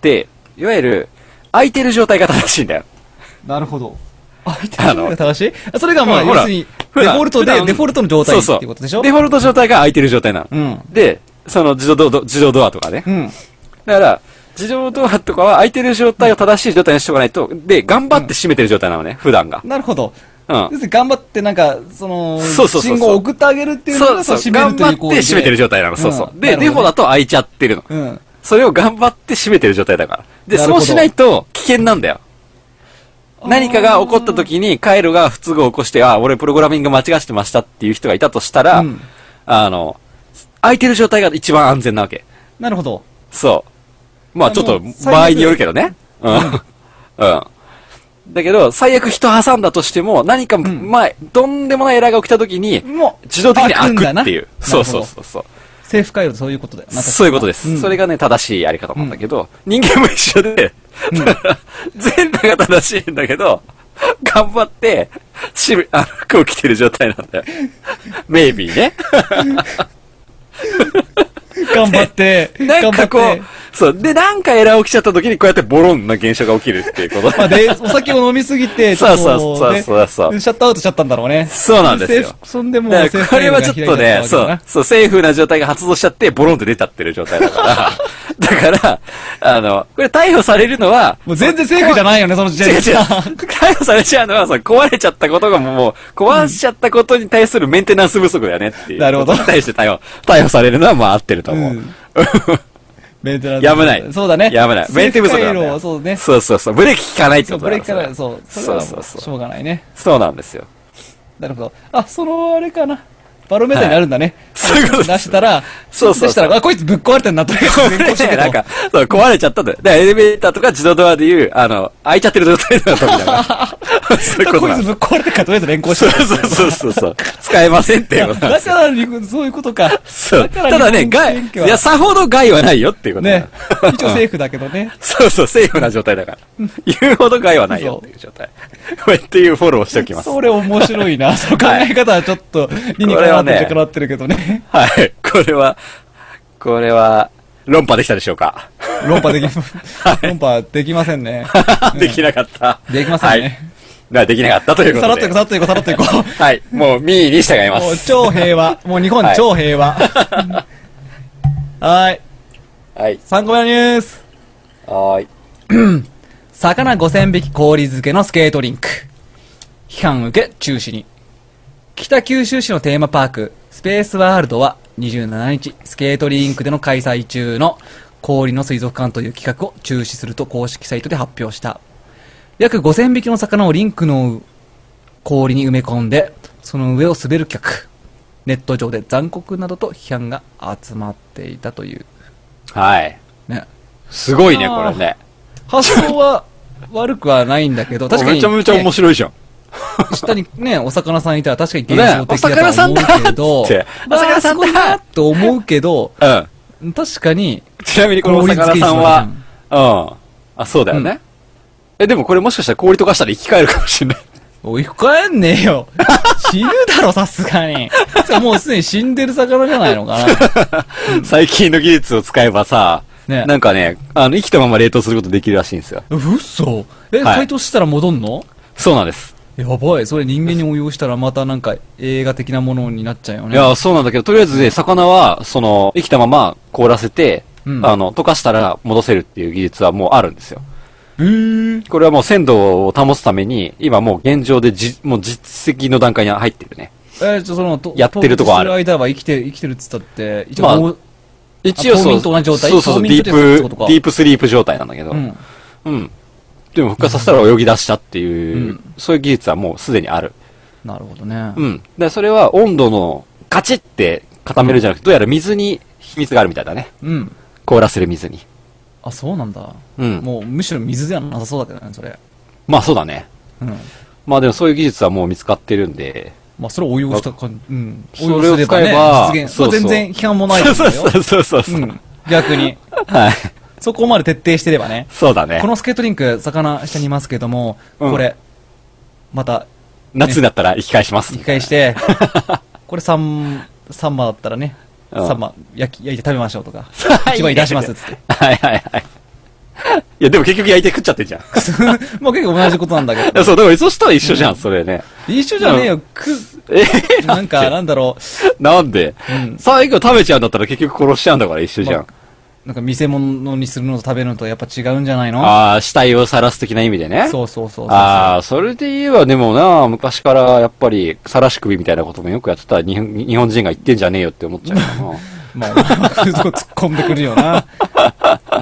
Speaker 2: で、いわゆる、開いてる状態が正しいんだよ。
Speaker 1: なるほど。あ、い
Speaker 2: あ
Speaker 1: た
Speaker 2: の
Speaker 1: の正しいそれがまあ、
Speaker 2: ほ
Speaker 1: 要
Speaker 2: ら
Speaker 1: するに、
Speaker 2: ほ
Speaker 1: デ
Speaker 2: ら
Speaker 1: フォルト
Speaker 2: 普
Speaker 1: で、
Speaker 2: 段
Speaker 1: デフォルトの状態っていうことでしょ
Speaker 2: デフォルト状態が空いてる状態なの。
Speaker 1: うん
Speaker 2: で、その自動ドド自動ドアとかね。
Speaker 1: うん。
Speaker 2: だから、自動ドアとかは空いてる状態を正しい状態にしておかないと、で、頑張って閉めてる状態なのね、普段が。
Speaker 1: なるほど。
Speaker 2: うん
Speaker 1: 要するに頑張ってなんか、その、
Speaker 2: そうそうそうそう
Speaker 1: 信号を送ってあげるっていうのが、
Speaker 2: そ
Speaker 1: そ
Speaker 2: うそうう、
Speaker 1: 閉め
Speaker 2: 頑
Speaker 1: るとい
Speaker 2: 張っ
Speaker 1: う
Speaker 2: て
Speaker 1: 行為で
Speaker 2: 閉めてる状態なの。そうそう。で、デフォだ
Speaker 1: と。
Speaker 2: と開いちゃってるの。
Speaker 1: うん。
Speaker 2: それを頑張って閉めてる状態だから。で、
Speaker 1: なるほ
Speaker 2: そ
Speaker 1: ど
Speaker 2: うしないと危険なんだよ。何かが起こった時に回路が不都合を起こして、あ、俺プログラミング間違ってましたっていう人がいたとしたら、
Speaker 1: うん
Speaker 2: あの、空いてる状態が一番安全なわけ。
Speaker 1: なるほど。
Speaker 2: そう。まあ
Speaker 1: あ
Speaker 2: ちょっと
Speaker 1: もう最悪
Speaker 2: 場合によるけどね。うん。うん。だけど、最悪人挟んだとしても、何か、まあ、とんでもないエラーが起きた時に、
Speaker 1: もう、
Speaker 2: 自動的に
Speaker 1: 開くんだ
Speaker 2: 開く
Speaker 1: な
Speaker 2: っていう。
Speaker 1: なるほ
Speaker 2: そ
Speaker 1: ど
Speaker 2: うそうそうそう。
Speaker 1: セーフ回路とそういうことだよな確かに
Speaker 2: そういうことです。
Speaker 1: ん
Speaker 2: それがね、正しいやり方なんだけど、人間も一緒で、全部が正しいんだけど、頑張って、しぶ、あの、服を着てる状態なんだよ。メイビーね。
Speaker 1: 頑張って、
Speaker 2: な ん
Speaker 1: 頑張
Speaker 2: か
Speaker 1: っ
Speaker 2: こ
Speaker 1: て。
Speaker 2: う、そう。で、なんかエラー起きちゃった時に、こうやってボロンな現象が起きるっていうこと。
Speaker 1: まあ、で、お酒を飲みすぎて、
Speaker 2: そうそう
Speaker 1: ちょっ
Speaker 2: そ
Speaker 1: と
Speaker 2: う
Speaker 1: ね
Speaker 2: そうそう
Speaker 1: シャットアウトしちゃったんだろうね。
Speaker 2: そうなんですよ
Speaker 1: セーフそんでもう
Speaker 2: だ
Speaker 1: セ
Speaker 2: か
Speaker 1: ー
Speaker 2: ら
Speaker 1: フ
Speaker 2: こ
Speaker 1: 回
Speaker 2: れ
Speaker 1: 路が
Speaker 2: は
Speaker 1: 開
Speaker 2: ち
Speaker 1: いち
Speaker 2: ょっ
Speaker 1: ゃ
Speaker 2: と
Speaker 1: ったわけ
Speaker 2: ね、
Speaker 1: だ
Speaker 2: そ
Speaker 1: な
Speaker 2: う、そう、セーフな状態が発動しちゃって、ボロンって出ちゃってる状態だから、だから、あの、これ逮捕されるのは、
Speaker 1: もう全然セーフじゃないよね、その時点
Speaker 2: 違う違
Speaker 1: で
Speaker 2: う。逮捕されちゃうのは、その壊れちゃったことがもう、壊しちゃったことに対するメンテナンス不足だよねっていう。
Speaker 1: なるほど
Speaker 2: ことに対して逮捕、逮捕されるのはまあ合ってると思う。
Speaker 1: うんメンテナンス。
Speaker 2: やむない。
Speaker 1: そうだね。
Speaker 2: やむない。メンテ不足な
Speaker 1: セーフ
Speaker 2: んだ
Speaker 1: 回路
Speaker 2: よ。
Speaker 1: はそうね。
Speaker 2: そうそうそう。ブレーキ効かないって
Speaker 1: そう、
Speaker 2: こと
Speaker 1: ブ
Speaker 2: だ
Speaker 1: レー
Speaker 2: よ
Speaker 1: キから、そう。それは
Speaker 2: そ
Speaker 1: も
Speaker 2: う
Speaker 1: う
Speaker 2: そうそう
Speaker 1: しょうがないね。
Speaker 2: そうなんですよ。
Speaker 1: なるほど。あ、そのあれかな。バロメーターになるんだね。
Speaker 2: そういうことです
Speaker 1: 出したら、
Speaker 2: そうそうそう
Speaker 1: 出したら、あ、こいつぶっ壊れてんなと。
Speaker 2: ね なんか、そう、壊れちゃったんだよ。だからエレベーターとか自動ドアでいう、あの、開いちゃってる状態の時だから。そう いうこと
Speaker 1: こい
Speaker 2: なん
Speaker 1: つぶ
Speaker 2: だ。
Speaker 1: っ壊れてるから、とりあえず連行し
Speaker 2: そ
Speaker 1: て
Speaker 2: うそうそうそうそう。使えませんっていうことなんで
Speaker 1: だ
Speaker 2: すよ
Speaker 1: から日本、そういうことか。
Speaker 2: そう。
Speaker 1: から
Speaker 2: ただね、
Speaker 1: 日本
Speaker 2: 害、
Speaker 1: 選
Speaker 2: い
Speaker 1: 挙は
Speaker 2: や、さほど害はないよっていうことだ
Speaker 1: ね。一応セーフだけど ね。
Speaker 2: そうそう、セーフな状態だから。言うほど害はないよっていう状態。っていうフォローをしておきます。
Speaker 1: それ面白いな。その考え方はちょっと、理にかなってるかなってるけどね。
Speaker 2: はい。これは、これは、論破できたでしょうか
Speaker 1: 論破できま
Speaker 2: い、
Speaker 1: 論破できませんね。
Speaker 2: できなかった。
Speaker 1: できませんね
Speaker 2: はい。なできなかったというこ
Speaker 1: さら
Speaker 2: と
Speaker 1: っといこう、
Speaker 2: で
Speaker 1: さ。らっといこう、さらっといこう。
Speaker 2: はい。もう、民意に従いま
Speaker 1: もう
Speaker 2: す。
Speaker 1: 超平和。もう日本
Speaker 2: はい
Speaker 1: 超平 和。はい。
Speaker 2: はい。
Speaker 1: 3個目のニュース。
Speaker 2: はーい。
Speaker 1: 魚5000匹氷漬けのスケートリンク。批判受け中止に。北九州市のテーマパーク、スペースワールドは27日、スケートリンクでの開催中の氷の水族館という企画を中止すると公式サイトで発表した。約5000匹の魚をリンクの氷に埋め込んで、その上を滑る客。ネット上で残酷などと批判が集まっていたという。
Speaker 2: はい。
Speaker 1: ね。
Speaker 2: すごいね、これね。
Speaker 1: 発想は悪くはないんだけ ど、確かに、
Speaker 2: めちゃめちゃ面白いじゃん。
Speaker 1: ね下にね、お魚さんいたら確かに
Speaker 2: ね
Speaker 1: 幻想的だと思うけど、
Speaker 2: お魚さんだっつって
Speaker 1: まあ
Speaker 2: お魚さんだ
Speaker 1: すごいなと思うけど、
Speaker 2: うん。
Speaker 1: 確かに、
Speaker 2: ちなみにこのお魚さんは、うん。あ、そうだよね。
Speaker 1: うん
Speaker 2: え、でもこれもしかしたら氷溶かしたら生き返るかもしれない。
Speaker 1: おい、帰んねえ よ。死ぬだろ、さすがに。つかもうすでに死んでる魚じゃないのか
Speaker 2: 最近の技術を使えばさ、
Speaker 1: ね
Speaker 2: なんかね、あの、生きたまま冷凍することできるらしいんですよ。
Speaker 1: な。嘘え、
Speaker 2: はい
Speaker 1: 解凍したら戻んの
Speaker 2: そうなんです。
Speaker 1: やばい。それ人間に応用したらまたなんか映画的なものになっちゃうよ
Speaker 2: い
Speaker 1: ね。
Speaker 2: や、そうなんだけど、とりあえずね、魚は、その、生きたまま凍らせて、
Speaker 1: うん
Speaker 2: あの、溶かしたら戻せるっていう技術はもうあるんですよ。
Speaker 1: えー、
Speaker 2: これはもう鮮度を保つために、今もう現状でじ、もう実績の段階に入ってるね。
Speaker 1: えー、ちょ、その、と
Speaker 2: やってるとこある
Speaker 1: 凍結して間は生きてる、生きてるっつったって、一応、
Speaker 2: まあ
Speaker 1: もう
Speaker 2: 一応そう、
Speaker 1: 冬眠と同じ状態
Speaker 2: そうそうそう、
Speaker 1: 冬
Speaker 2: デ
Speaker 1: 眠
Speaker 2: ィ
Speaker 1: っ
Speaker 2: ー
Speaker 1: てやつって
Speaker 2: プ、デ
Speaker 1: ことか
Speaker 2: ィープスリープ状態なんだけど、
Speaker 1: うん。
Speaker 2: うん。でも復活させたら泳ぎ出したっていう、
Speaker 1: うん
Speaker 2: そういう技術はもうすでにある。
Speaker 1: なるほどね。
Speaker 2: うん。で、それは温度のカチッって固めるんじゃなくて、どうやら水に秘密があるみたいだね。
Speaker 1: うん。
Speaker 2: 凍らせる水に。
Speaker 1: あ、そうなんだ。
Speaker 2: うん
Speaker 1: もう、むしろ水ではなさそうだけどね、それ。
Speaker 2: まあそうだね。
Speaker 1: うん。
Speaker 2: まあでもそういう技術はもう見つかってるんで。
Speaker 1: まあ、それを応用した感じ、うん。
Speaker 2: そ
Speaker 1: 応
Speaker 2: れ
Speaker 1: 用
Speaker 2: を
Speaker 1: すればね、
Speaker 2: 使えば
Speaker 1: 実現。
Speaker 2: そうそう
Speaker 1: まあ、全然批判もない
Speaker 2: そ
Speaker 1: で
Speaker 2: う
Speaker 1: す
Speaker 2: そう
Speaker 1: よ。
Speaker 2: そうそうそう。
Speaker 1: うん。逆に。
Speaker 2: はい。
Speaker 1: そこまで徹底してればね。
Speaker 2: そうだね
Speaker 1: こ。のスケートリンク、魚下にいますけども、
Speaker 2: うん
Speaker 1: これ、また、
Speaker 2: 夏になったら生き返します。
Speaker 1: 生き返 して、これサン、サンマだったらね、
Speaker 2: うん
Speaker 1: サンマ焼き、焼いて食べましょうと か、
Speaker 2: はい。
Speaker 1: 一番い出しますっつって。
Speaker 2: はいはいはい。いやでも結局焼いて食っちゃってんじゃん。
Speaker 1: まあ結構同じことなんだけ
Speaker 2: いや
Speaker 1: ど。
Speaker 2: そう、でもそしたら一緒じゃん、それね。
Speaker 1: 一緒じゃねえよ、く、
Speaker 2: え
Speaker 1: なんか、なんだろ
Speaker 2: なんで、
Speaker 1: うん
Speaker 2: 最後食べちゃうんだったら結局殺しちゃうんだから一緒
Speaker 1: う、
Speaker 2: じゃん。
Speaker 1: まあなんか見せ物にするのと食べるのとやっぱ違うんじゃないの
Speaker 2: ああ、死体を晒す的な意味でね。
Speaker 1: そうそうそうそう。
Speaker 2: ああ、それで言えばでもな、昔からやっぱり、晒し首みたいなこともよくやってたら日本日本人が言ってんじゃねえよって思っちゃ うか
Speaker 1: まあ、お前は突っ込んでくるよな。
Speaker 2: な。
Speaker 1: ま
Speaker 2: あ
Speaker 1: あ
Speaker 2: あ、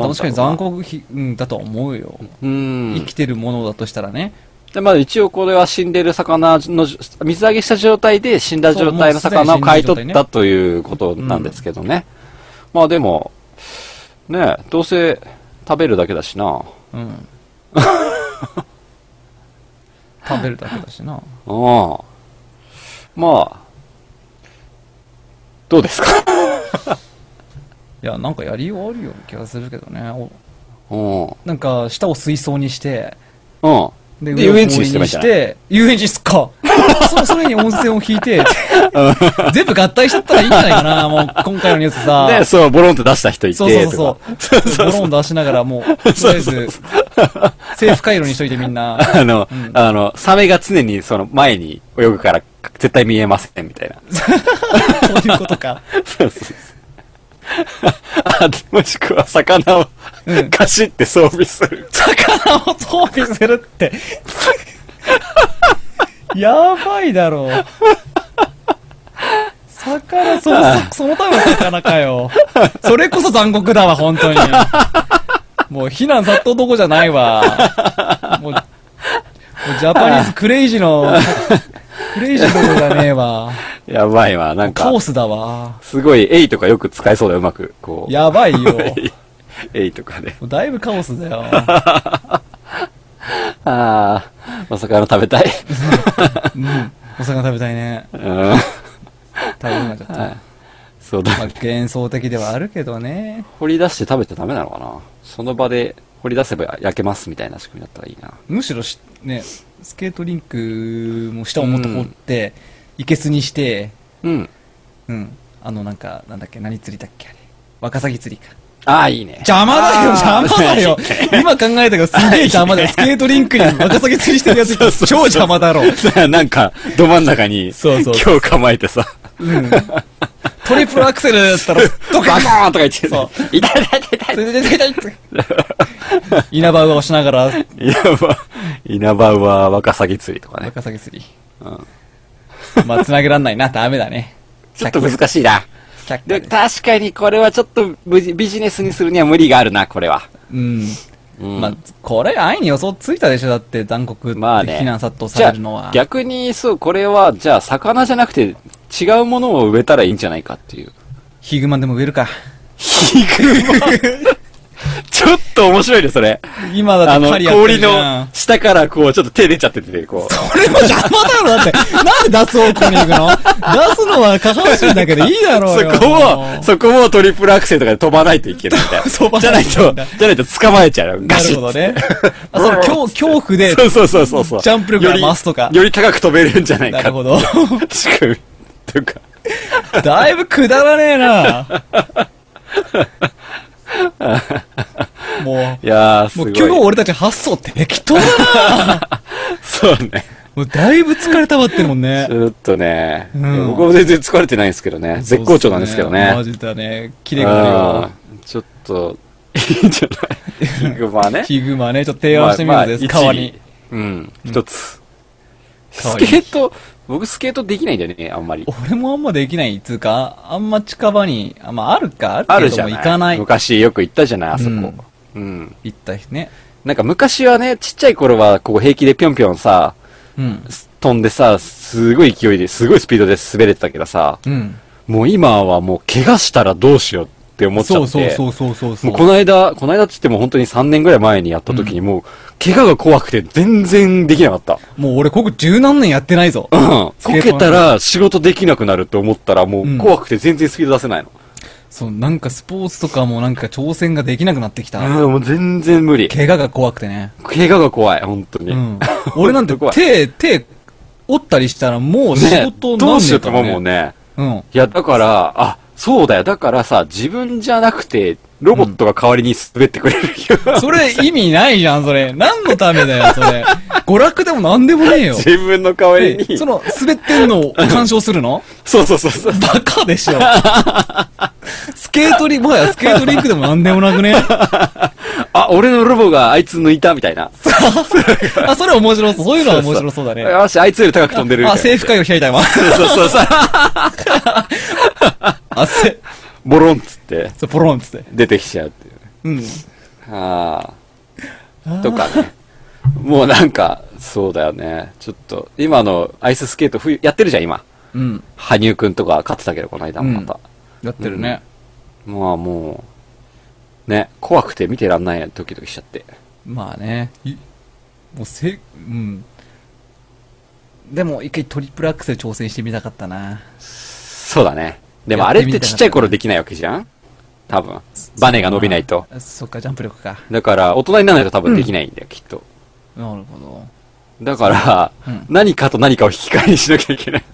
Speaker 1: 確かに残
Speaker 2: 酷。
Speaker 1: 酷ひ、うん、だとは思うよ。
Speaker 2: う
Speaker 1: 生
Speaker 2: ん
Speaker 1: き。てるものだとしたらね。
Speaker 2: で、まあ一応これは死んでる魚の、水揚げした状態で死んだ状態の魚を買い取ったということなんですけどね。まあでも、ねえ、どうせ食べるだけだしな。
Speaker 1: うん。食べるだけだしな。
Speaker 2: ああ。まあ、どうですか
Speaker 1: いや、なんかやりようあるような気がするけどね。お
Speaker 2: うん。うん。
Speaker 1: なんか、下を水槽にして、で、
Speaker 2: で
Speaker 1: 上を
Speaker 2: 遊園地に
Speaker 1: 氷
Speaker 2: してもいいんじ
Speaker 1: し
Speaker 2: ゃない
Speaker 1: て、遊園地っすか そそれに温泉を引いて、全部合体しちゃったらいいんじゃないかな、もう、今回のニュースさ。
Speaker 2: ね、そう、ボロンって出した人いて。
Speaker 1: そうそうそうそう。
Speaker 2: とかそう
Speaker 1: ド
Speaker 2: そう
Speaker 1: ローン出しながら、もう、とりあえず、セーフ回路にしといてみんな。
Speaker 2: あの、
Speaker 1: うん
Speaker 2: あの、サメが常にその前に泳ぐから絶対見えませんみたいな。
Speaker 1: そういうことか。
Speaker 2: そうそうそう。あもしくは魚を
Speaker 1: うん
Speaker 2: ガシって装備する。
Speaker 1: 魚を装備するって。やばいだろう。魚、その、そそのための魚かよ。それこそ残酷だわ、本当に。もう避難殺到どこじゃないわ。もう、もうジャパニーズクレイジーの、クレイジーどころじゃねえわ。
Speaker 2: やばいわ、なん
Speaker 1: カ
Speaker 2: か
Speaker 1: オ、スだわ。
Speaker 2: すごい、エイとかよく使えそうだよ、うまく。こ う。
Speaker 1: やばいよ。も
Speaker 2: エイとかね。
Speaker 1: うだいぶカオスだ よ。
Speaker 2: ああ、お魚食べたい。
Speaker 1: うん。お魚食べたいね。
Speaker 2: うん。
Speaker 1: 食べれなかった。
Speaker 2: そうだ
Speaker 1: まあ、。幻想的ではあるけどね。
Speaker 2: 掘り出して食べちゃダメなのかなその場で掘り出せば焼けますみたいな仕組みだったらいいな。
Speaker 1: むしろし、ね、スケートリンクも下をもっと掘って、いけすにして、
Speaker 2: うん。
Speaker 1: うん。あの、なんか、なんだっけ、何釣りだっけ、あれ。ワカサギ釣りか。
Speaker 2: ああ、いいね。
Speaker 1: 邪魔だよ、邪
Speaker 2: あー
Speaker 1: 魔だ よ。今考えたけど、すげえ邪魔だよ。スケートリンクにワカサギ釣りしてるやつ、
Speaker 2: そうそう
Speaker 1: 超邪魔だろ。
Speaker 2: なんか、ど真ん中に、
Speaker 1: そうそう
Speaker 2: 今日構えてさ、
Speaker 1: うん。トリプルアクセルだったら、
Speaker 2: ドカーンとか言って
Speaker 1: そ
Speaker 2: さ
Speaker 1: う、
Speaker 2: 痛い痛い痛い痛い
Speaker 1: 痛い痛い痛い痛い 稲葉を押しながら、
Speaker 2: 稲葉、稲葉はワカサギ釣りとか
Speaker 1: ワ
Speaker 2: ね。
Speaker 1: カサギ釣り。まあ、繋げらんないな、ダメだね。
Speaker 2: ちょっと難しいな。
Speaker 1: 却下
Speaker 2: で
Speaker 1: です
Speaker 2: 確かにこれはちょっと無事ビジネスにするには無理があるな、これは。
Speaker 1: うん。
Speaker 2: うん
Speaker 1: まあ、これ、愛に予想ついたでしょだって、残酷って
Speaker 2: まあね。
Speaker 1: 非難殺到されるのは。
Speaker 2: じゃあ逆に、そう、これは、じゃあ、魚じゃなくて、違うものを植えたらいいんじゃないかっていう。
Speaker 1: ヒグマでも植えるか。
Speaker 2: ヒグマ。ちょっと面白いね、それ。
Speaker 1: 今だ
Speaker 2: あ
Speaker 1: って
Speaker 2: の
Speaker 1: 狩り、やって
Speaker 2: 氷
Speaker 1: るじゃ
Speaker 2: の
Speaker 1: ん。
Speaker 2: 下からこう、ちょっと手出ちゃってて、こう。
Speaker 1: これも邪魔だろ、だって。なんで出す方向に行くの出すのは下半身だけでいいだろう
Speaker 2: そ
Speaker 1: よ。
Speaker 2: こを、そこをトリプルアクセルとかで飛ばないといけないみたい
Speaker 1: 飛ば
Speaker 2: じゃ
Speaker 1: な
Speaker 2: ないい
Speaker 1: と
Speaker 2: と、じゃないと捕まえちゃう。
Speaker 1: な
Speaker 2: ガシ
Speaker 1: るほ
Speaker 2: ッ
Speaker 1: どね。あ、その恐恐怖で
Speaker 2: そ、うそうそうそうそう。
Speaker 1: ジャンプ力が増すとか
Speaker 2: よりより高く飛べるんじゃないか。
Speaker 1: なるほ。ど。
Speaker 2: 仕組みとか。
Speaker 1: だいぶくだらねえな。 もう、
Speaker 2: いやー、す
Speaker 1: も
Speaker 2: ご
Speaker 1: う
Speaker 2: い。
Speaker 1: 今日俺たち発想適当 だな。
Speaker 2: そうね。
Speaker 1: もうだいぶ疲れたわってるもんね
Speaker 2: ち。ょっとね、
Speaker 1: ん
Speaker 2: 僕も全然疲れてないんですけどね。絶好調なんですけど
Speaker 1: マ
Speaker 2: ね。
Speaker 1: ジだね。綺麗があるよ。
Speaker 2: うんちょっと、いいんじゃないヒグ マね。
Speaker 1: ヒグマね、ちょっと提案してみるぜ、
Speaker 2: まあ
Speaker 1: 川に。。
Speaker 2: まあ一理うん、一つ。
Speaker 1: 川
Speaker 2: ス
Speaker 1: に
Speaker 2: ケート、僕スケートできないんだよね、あんまり。
Speaker 1: 俺もあんまできないっつうか、あんま近場に、あまあ、あるか、あるけども
Speaker 2: あるじゃない。
Speaker 1: 行かない。
Speaker 2: 昔よく行ったじゃない、あそこ。うん。
Speaker 1: 行ったしね。
Speaker 2: なんか昔はね、ちっちゃい頃は、こう平気でぴょんぴょんさ、
Speaker 1: うん。
Speaker 2: 飛んでさ、すごい勢いで、すごいスピードで滑れてたけどさ、
Speaker 1: うん。
Speaker 2: もう今はもう怪我したらどうしようって思っちゃって。
Speaker 1: そうそうそうそうそうそう。
Speaker 2: もうこの間、この間って言っても本当に3年ぐらい前にやった時にもう、怪我が怖くて全然できなかった。
Speaker 1: もう俺ここ十何年やってない ぞ。
Speaker 2: うん。
Speaker 1: スケート
Speaker 2: こ
Speaker 1: はね
Speaker 2: けたら仕事できなくなると思ったらも
Speaker 1: うん
Speaker 2: う怖くて全然スピード出せないの。
Speaker 1: そう、なんかスポーツとかもなんか挑戦ができなくなってきた。
Speaker 2: うん、もう全然無理。
Speaker 1: 怪我が怖くてね。
Speaker 2: 怪我が怖い、本当に。
Speaker 1: うん。俺なんて
Speaker 2: 怖い
Speaker 1: 手、手、折ったりしたらもう仕
Speaker 2: ね、
Speaker 1: 事
Speaker 2: ど
Speaker 1: なん
Speaker 2: うし
Speaker 1: ねえ
Speaker 2: ようと
Speaker 1: から
Speaker 2: 思
Speaker 1: ね。
Speaker 2: うもんね。
Speaker 1: うん。
Speaker 2: いや、だから、あ、そうだよ。だからさ、自分じゃなくて、ロボットが代わりに滑ってくれるよ。
Speaker 1: それ意味ないじゃん、それ。何のためだよ、それ。娯楽でもなんでもねえ よ。
Speaker 2: 自分の代わり
Speaker 1: え
Speaker 2: に。
Speaker 1: その、滑ってんのを鑑賞する の
Speaker 2: そうそうそうそう。
Speaker 1: バカでしょ。スケートリ、もはやスケートリンクでもなんでもな くね。
Speaker 2: あ、俺のロボがあいつ抜いたみたいな。
Speaker 1: あ、それ面白そう。そういうのは面白そうだね。
Speaker 2: よし、あいつより高く飛んでるみたい
Speaker 1: あ、
Speaker 2: な。
Speaker 1: 制服会を開いた今。
Speaker 2: そうそうそう。
Speaker 1: あ、せ、
Speaker 2: ボロンっつって、
Speaker 1: そうポロンっつって。
Speaker 2: 出てきちゃうっていう。
Speaker 1: うん。
Speaker 2: ああ。とかね。もうなんか、そうだよね。ちょっと、今のアイススケート冬、やってるじゃん、今。
Speaker 1: うん。
Speaker 2: 羽生くんとか勝ってたけど、この間もまた。
Speaker 1: やってるね。
Speaker 2: まあもう、ね、怖くて見てらんないやドキドキしちゃって。
Speaker 1: まあね。いもうせ、うん。でも、一回トリプルアクセル挑戦してみたかったな。
Speaker 2: そうだね。でも
Speaker 1: や
Speaker 2: あ
Speaker 1: って
Speaker 2: れ
Speaker 1: み
Speaker 2: った
Speaker 1: かった
Speaker 2: てちっちゃい頃できないわけじゃん多分。バネが伸びないと。
Speaker 1: あそっか、ジャンプ力か。
Speaker 2: だから、大人にならないと多分できないんだよ、きっと。
Speaker 1: なるほど。
Speaker 2: だから、
Speaker 1: うん
Speaker 2: 何かと何かを引き換えにしなきゃいけない。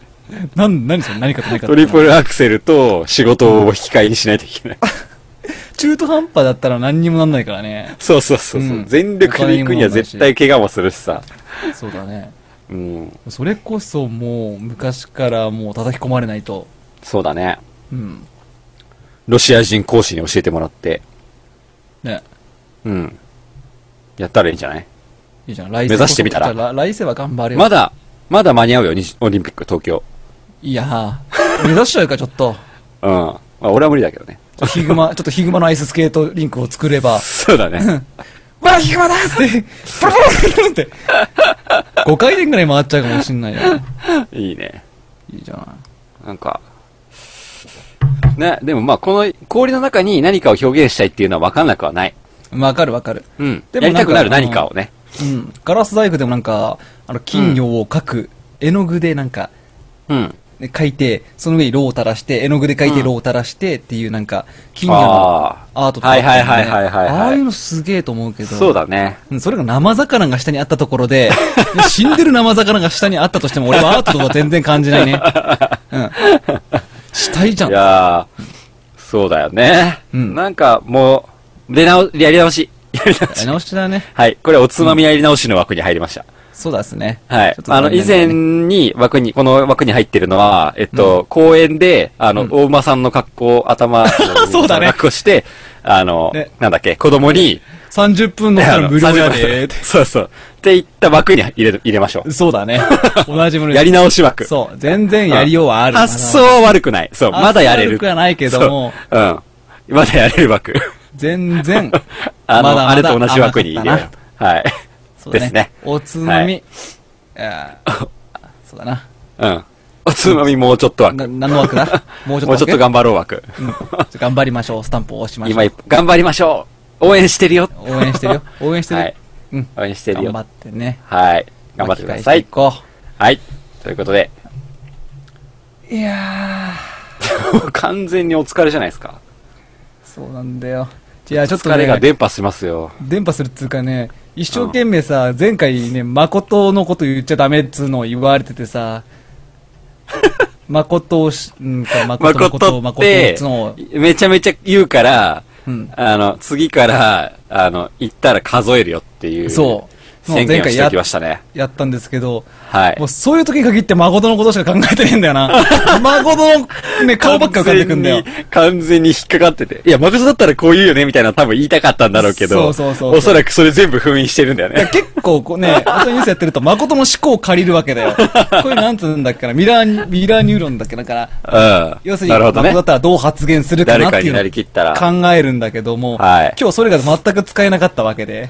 Speaker 1: なん、何それ何かと何か
Speaker 2: トリプ
Speaker 1: ル。
Speaker 2: ルアクセルと仕事を引き換えにしないといけない。
Speaker 1: 中途半端だったら何にもなんないからね。
Speaker 2: そうそうそうそう、
Speaker 1: うん
Speaker 2: 全力で行くには絶対怪我もするしさ。
Speaker 1: そうだね。
Speaker 2: うん。
Speaker 1: それこそもう、昔からもう叩き込まれないと。
Speaker 2: そうだね。
Speaker 1: うん。
Speaker 2: ロシア人講師に教えてもらって。
Speaker 1: ね。
Speaker 2: うん。やったらいいんじゃない
Speaker 1: いいじゃん。来世
Speaker 2: 目指してみたら
Speaker 1: じゃあ来世は頑張れよ。
Speaker 2: まだ、まだ間に合うよ、にじオリンピック、東京。
Speaker 1: いやー、目指しちゃうか、ちょっと。
Speaker 2: うん。まあ、俺は無理だけどね。
Speaker 1: ヒグ マ、ちょっとヒグマのアイススケートリンクを作れば、
Speaker 2: そう だね。
Speaker 1: わあ、ヒグマだっつ って、ポロポロって、5回転ぐらい回っちゃうかもしんないよ。
Speaker 2: いいね。
Speaker 1: いいじゃない。
Speaker 2: なんか、ね、でもまあ、この氷の中に何かを表現したいっていうのは分かんなくはない。
Speaker 1: わかるわかる。
Speaker 2: うん。
Speaker 1: でも
Speaker 2: やりたくなる
Speaker 1: なんか
Speaker 2: 何かをね。
Speaker 1: うん。ガラス細工でもなんか、あの、金魚を描く、絵の具でなんか、
Speaker 2: うん。
Speaker 1: ね描いて、その上にローを垂らして、絵の具で描いてローを垂らしてっていうなんか、金魚の
Speaker 2: あー
Speaker 1: アートとかあったよね、
Speaker 2: はいはいはいはいはいはい
Speaker 1: ああいうのすげえと思うけど。
Speaker 2: そう だね。
Speaker 1: うんそれが生魚が下にあったところ で、死んでる生魚が下にあったとしても、俺はアートとは全然感じないね。うん。死体じゃ
Speaker 2: い
Speaker 1: ん。
Speaker 2: やー、そうだよね。
Speaker 1: うん
Speaker 2: なんか、もう、出直、やり直し。 やり直
Speaker 1: やり
Speaker 2: し。
Speaker 1: 直しだね。
Speaker 2: はい。これ、おつまみやり直しの枠に入りました。
Speaker 1: そうですね。
Speaker 2: はい
Speaker 1: ちょっ。と
Speaker 2: あ
Speaker 1: 残
Speaker 2: の、以
Speaker 1: 念だね
Speaker 2: 前に枠に、この枠に入ってるのは、えっと、公園で、あの、大馬さんの格好、 頭の、
Speaker 1: そうだね
Speaker 2: 格好して、あの
Speaker 1: ね、
Speaker 2: なんだっけ、子供に、
Speaker 1: 30分乗った
Speaker 2: あ
Speaker 1: ら
Speaker 2: の
Speaker 1: 無料や
Speaker 2: 30
Speaker 1: で
Speaker 2: 分 そうそう。って言った枠に入れる、入れましょう。
Speaker 1: そうだ ね。同じもの
Speaker 2: やり直し枠。う。
Speaker 1: そう。全然やりようはある。
Speaker 2: 発想は悪くない。そう、
Speaker 1: 発想は
Speaker 2: まだやれる。
Speaker 1: 悪くはないけども
Speaker 2: そう。うん。まだやれ る枠。。
Speaker 1: 全然
Speaker 2: あの、
Speaker 1: まだまだ
Speaker 2: あれと同じ枠に入れ
Speaker 1: 甘か
Speaker 2: よ
Speaker 1: っ
Speaker 2: う。はい。
Speaker 1: たなそう
Speaker 2: で
Speaker 1: だ
Speaker 2: すね
Speaker 1: ね。。おつま
Speaker 2: は
Speaker 1: み
Speaker 2: い。
Speaker 1: あーそうだな。
Speaker 2: うん。おつまみもうちょっと枠。
Speaker 1: な何の枠 だもうちょっと
Speaker 2: もうちょっと
Speaker 1: 頑
Speaker 2: 頑張ろう枠。
Speaker 1: 張頑張りましょう。スタンプを押しましょ
Speaker 2: 今
Speaker 1: う
Speaker 2: 一。歩、頑張りましょう応援してるよ
Speaker 1: 応援してるよ。応援してる。
Speaker 2: はい
Speaker 1: うん。
Speaker 2: 応援してる
Speaker 1: 頑
Speaker 2: よ
Speaker 1: 張ってね。
Speaker 2: はい。頑張ってください
Speaker 1: 巻き。返して
Speaker 2: はい。ということで、
Speaker 1: いこう。いや
Speaker 2: もう 完全にお疲れじゃないですか。
Speaker 1: ー、そうなんだよ。じゃあちょっと
Speaker 2: 疲れが
Speaker 1: ね、
Speaker 2: 伝播しますよ。
Speaker 1: 電波するっつうかね、一生懸命さ、前回ね、誠のこと言っちゃダメっつうのを言われててさ、 誠をし、うんか、誠のことを
Speaker 2: 誠っ
Speaker 1: 誠ってつうのを、、
Speaker 2: めちゃめちゃ言うから、
Speaker 1: うん
Speaker 2: あの、次から、あの、行ったら数えるよっていう、
Speaker 1: そう
Speaker 2: 宣言
Speaker 1: もう
Speaker 2: をして
Speaker 1: 前回やっ
Speaker 2: きましたね。
Speaker 1: やったんですけど、
Speaker 2: はい
Speaker 1: もう。そういう時に限って誠のことしか考えてねえんだよ な。誠の、ね、顔ばっか浮かんでくんだよ
Speaker 2: 完。全に完全に引っかかってて。いや、マグロだったらこう言うよね、みたいなの多分言いたかったんだろうけど。
Speaker 1: そうそうそうそう
Speaker 2: おそらくそれ全部封印してるんだよ
Speaker 1: いや
Speaker 2: ね。
Speaker 1: 結構こう ね、朝ニュースやってると誠の思考を借りるわけだよ。こういうなんつうんだっけな、ミラー、ミラーニューロンだっけだから、
Speaker 2: うん。
Speaker 1: 要するに、
Speaker 2: なるほ
Speaker 1: 誠
Speaker 2: ど
Speaker 1: だ
Speaker 2: ね
Speaker 1: っ。たらどう発言するかなって
Speaker 2: 誰か
Speaker 1: いう
Speaker 2: になりきったら
Speaker 1: のを考えるんだけども、
Speaker 2: はい
Speaker 1: 今日それが全く使えなかったわけで、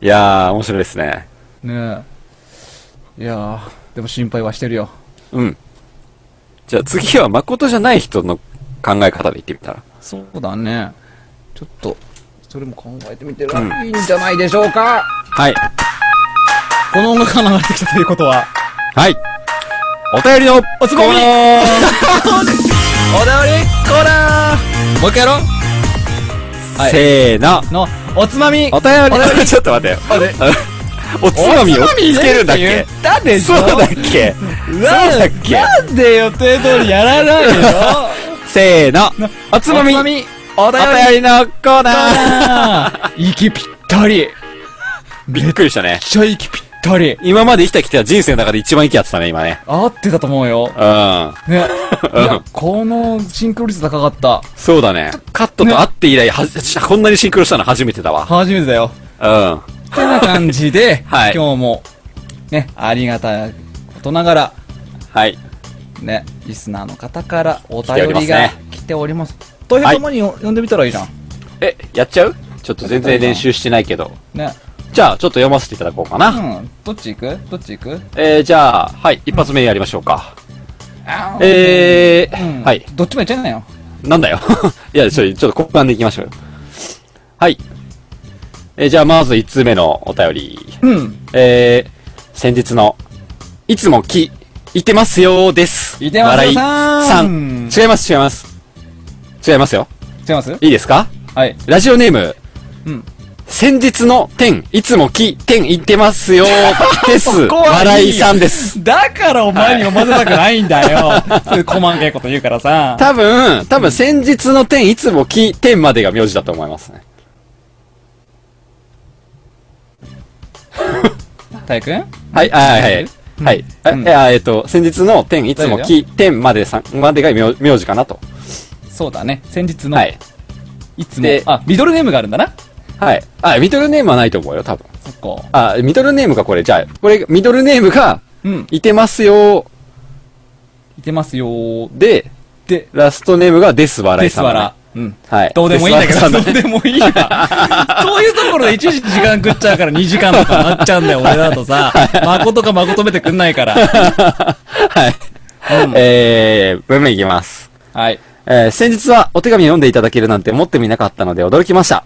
Speaker 2: いやー、面白いですね。
Speaker 1: ねえいやー、でも心配はしてるよ。
Speaker 2: うん。じゃあ次は誠じゃない人の考え方で言ってみたら。
Speaker 1: そうだね。ちょっと、それも考えてみてら、いいんじゃないでしょうか。
Speaker 2: はい。
Speaker 1: この音楽が流れてきたということは、
Speaker 2: はい。お便りの
Speaker 1: おつまみ
Speaker 2: コーナ
Speaker 1: おだわりコーナーもう一回やろう
Speaker 2: ー
Speaker 1: はい
Speaker 2: せーの。
Speaker 1: の、おつまみ
Speaker 2: お便 り、ちょっと待ってよ。
Speaker 1: あれ
Speaker 2: おつまみをつけるんだっ
Speaker 1: 言
Speaker 2: け
Speaker 1: ったでし
Speaker 2: そ
Speaker 1: ょ
Speaker 2: うだっけそうだっけ
Speaker 1: なんで予定通りやらないでしょ
Speaker 2: せーの。おつまみ、
Speaker 1: おつ
Speaker 2: お
Speaker 1: ま
Speaker 2: 便
Speaker 1: みおだより
Speaker 2: りのコーナー
Speaker 1: 息ぴったり
Speaker 2: びっくりしたね。
Speaker 1: ちゃ息ぴったり
Speaker 2: 今まで生きてきた人生の中で一番息合ってたね、今ね。
Speaker 1: 合ってたと思うよ
Speaker 2: うん。
Speaker 1: ねい
Speaker 2: うん
Speaker 1: やこのシンクロ率高かった
Speaker 2: そうだね。カットと会って以来、はじ、こんなにシンクロしたの初めてだわ。
Speaker 1: 初めてだよ
Speaker 2: うん。
Speaker 1: てな感じで
Speaker 2: はい
Speaker 1: 今日もねありがたいことながら
Speaker 2: はい。
Speaker 1: ねリスナーの方からお
Speaker 2: てお
Speaker 1: 便
Speaker 2: ります
Speaker 1: りが
Speaker 2: ね
Speaker 1: 来ておりますというともに呼んでみたらいいじゃん
Speaker 2: え、やっちゃうちょっと全然練習してないけど。
Speaker 1: ね
Speaker 2: じゃあ、ちょっと読ませていただこうか
Speaker 1: う
Speaker 2: な。
Speaker 1: んどっち行くどっち行く
Speaker 2: えー、じゃあ、はい、一発目やりましょうか。
Speaker 1: あー
Speaker 2: え
Speaker 1: うん
Speaker 2: ー、はい、
Speaker 1: どっちもやっちゃいなよ。
Speaker 2: なんだよ。 いや、ちょ、ちょっと交換でいきましょうよ。はい。えー、じゃあ、まず一通目のお便り。
Speaker 1: うん。
Speaker 2: えー、先日の、いつもき、いてますよーです。
Speaker 1: いてますよーさ
Speaker 2: さ
Speaker 1: ん
Speaker 2: ん。違います、違います。違いますよ。
Speaker 1: 違います
Speaker 2: いいですか
Speaker 1: はい。
Speaker 2: ラジオネーム、
Speaker 1: うん
Speaker 2: 先日の天、いつもき、天言ってますよーです。 笑いさんです。。
Speaker 1: だからお前に読ませたくないんだよ。そういう細かいこと言うからさ。
Speaker 2: 多分、多分先日の天、いつもき、天までが名字だと思いますね。
Speaker 1: たいくん
Speaker 2: はい、あはい、はい。はい。あ
Speaker 1: うん
Speaker 2: えあえっと、先日の天、いつもき、天までさん、までが名名字かなと。
Speaker 1: そうだね。先日の、、
Speaker 2: はいい。
Speaker 1: つも
Speaker 2: で、
Speaker 1: あ、ミドルネームがあるんだな。
Speaker 2: はい。あ、ミドルネームはないと思うよ、多分。
Speaker 1: そっか。
Speaker 2: あ、ミドルネームか、これ。じゃあ、これ、ミドルネームが、
Speaker 1: うん。
Speaker 2: いてますよ
Speaker 1: いてますよー。
Speaker 2: ーで、
Speaker 1: で、
Speaker 2: ラストネームがです笑
Speaker 1: で
Speaker 2: い
Speaker 1: す
Speaker 2: さんだ
Speaker 1: わ
Speaker 2: ね、
Speaker 1: ら。うん。
Speaker 2: はい。
Speaker 1: どうでもいいんだけ
Speaker 2: デスワ
Speaker 1: ど、ど
Speaker 2: ラさ
Speaker 1: うんで
Speaker 2: ね
Speaker 1: もいいわ。そういうところで一時時間食っちゃうから2時間とかなっちゃうんだよ、俺だとさ。誠か誠めてくんないから。
Speaker 2: はい。 えー、文面いきます。
Speaker 1: はい。
Speaker 2: えー、先日はお手紙を読んでいただけるなんて思ってみなかったので驚きました。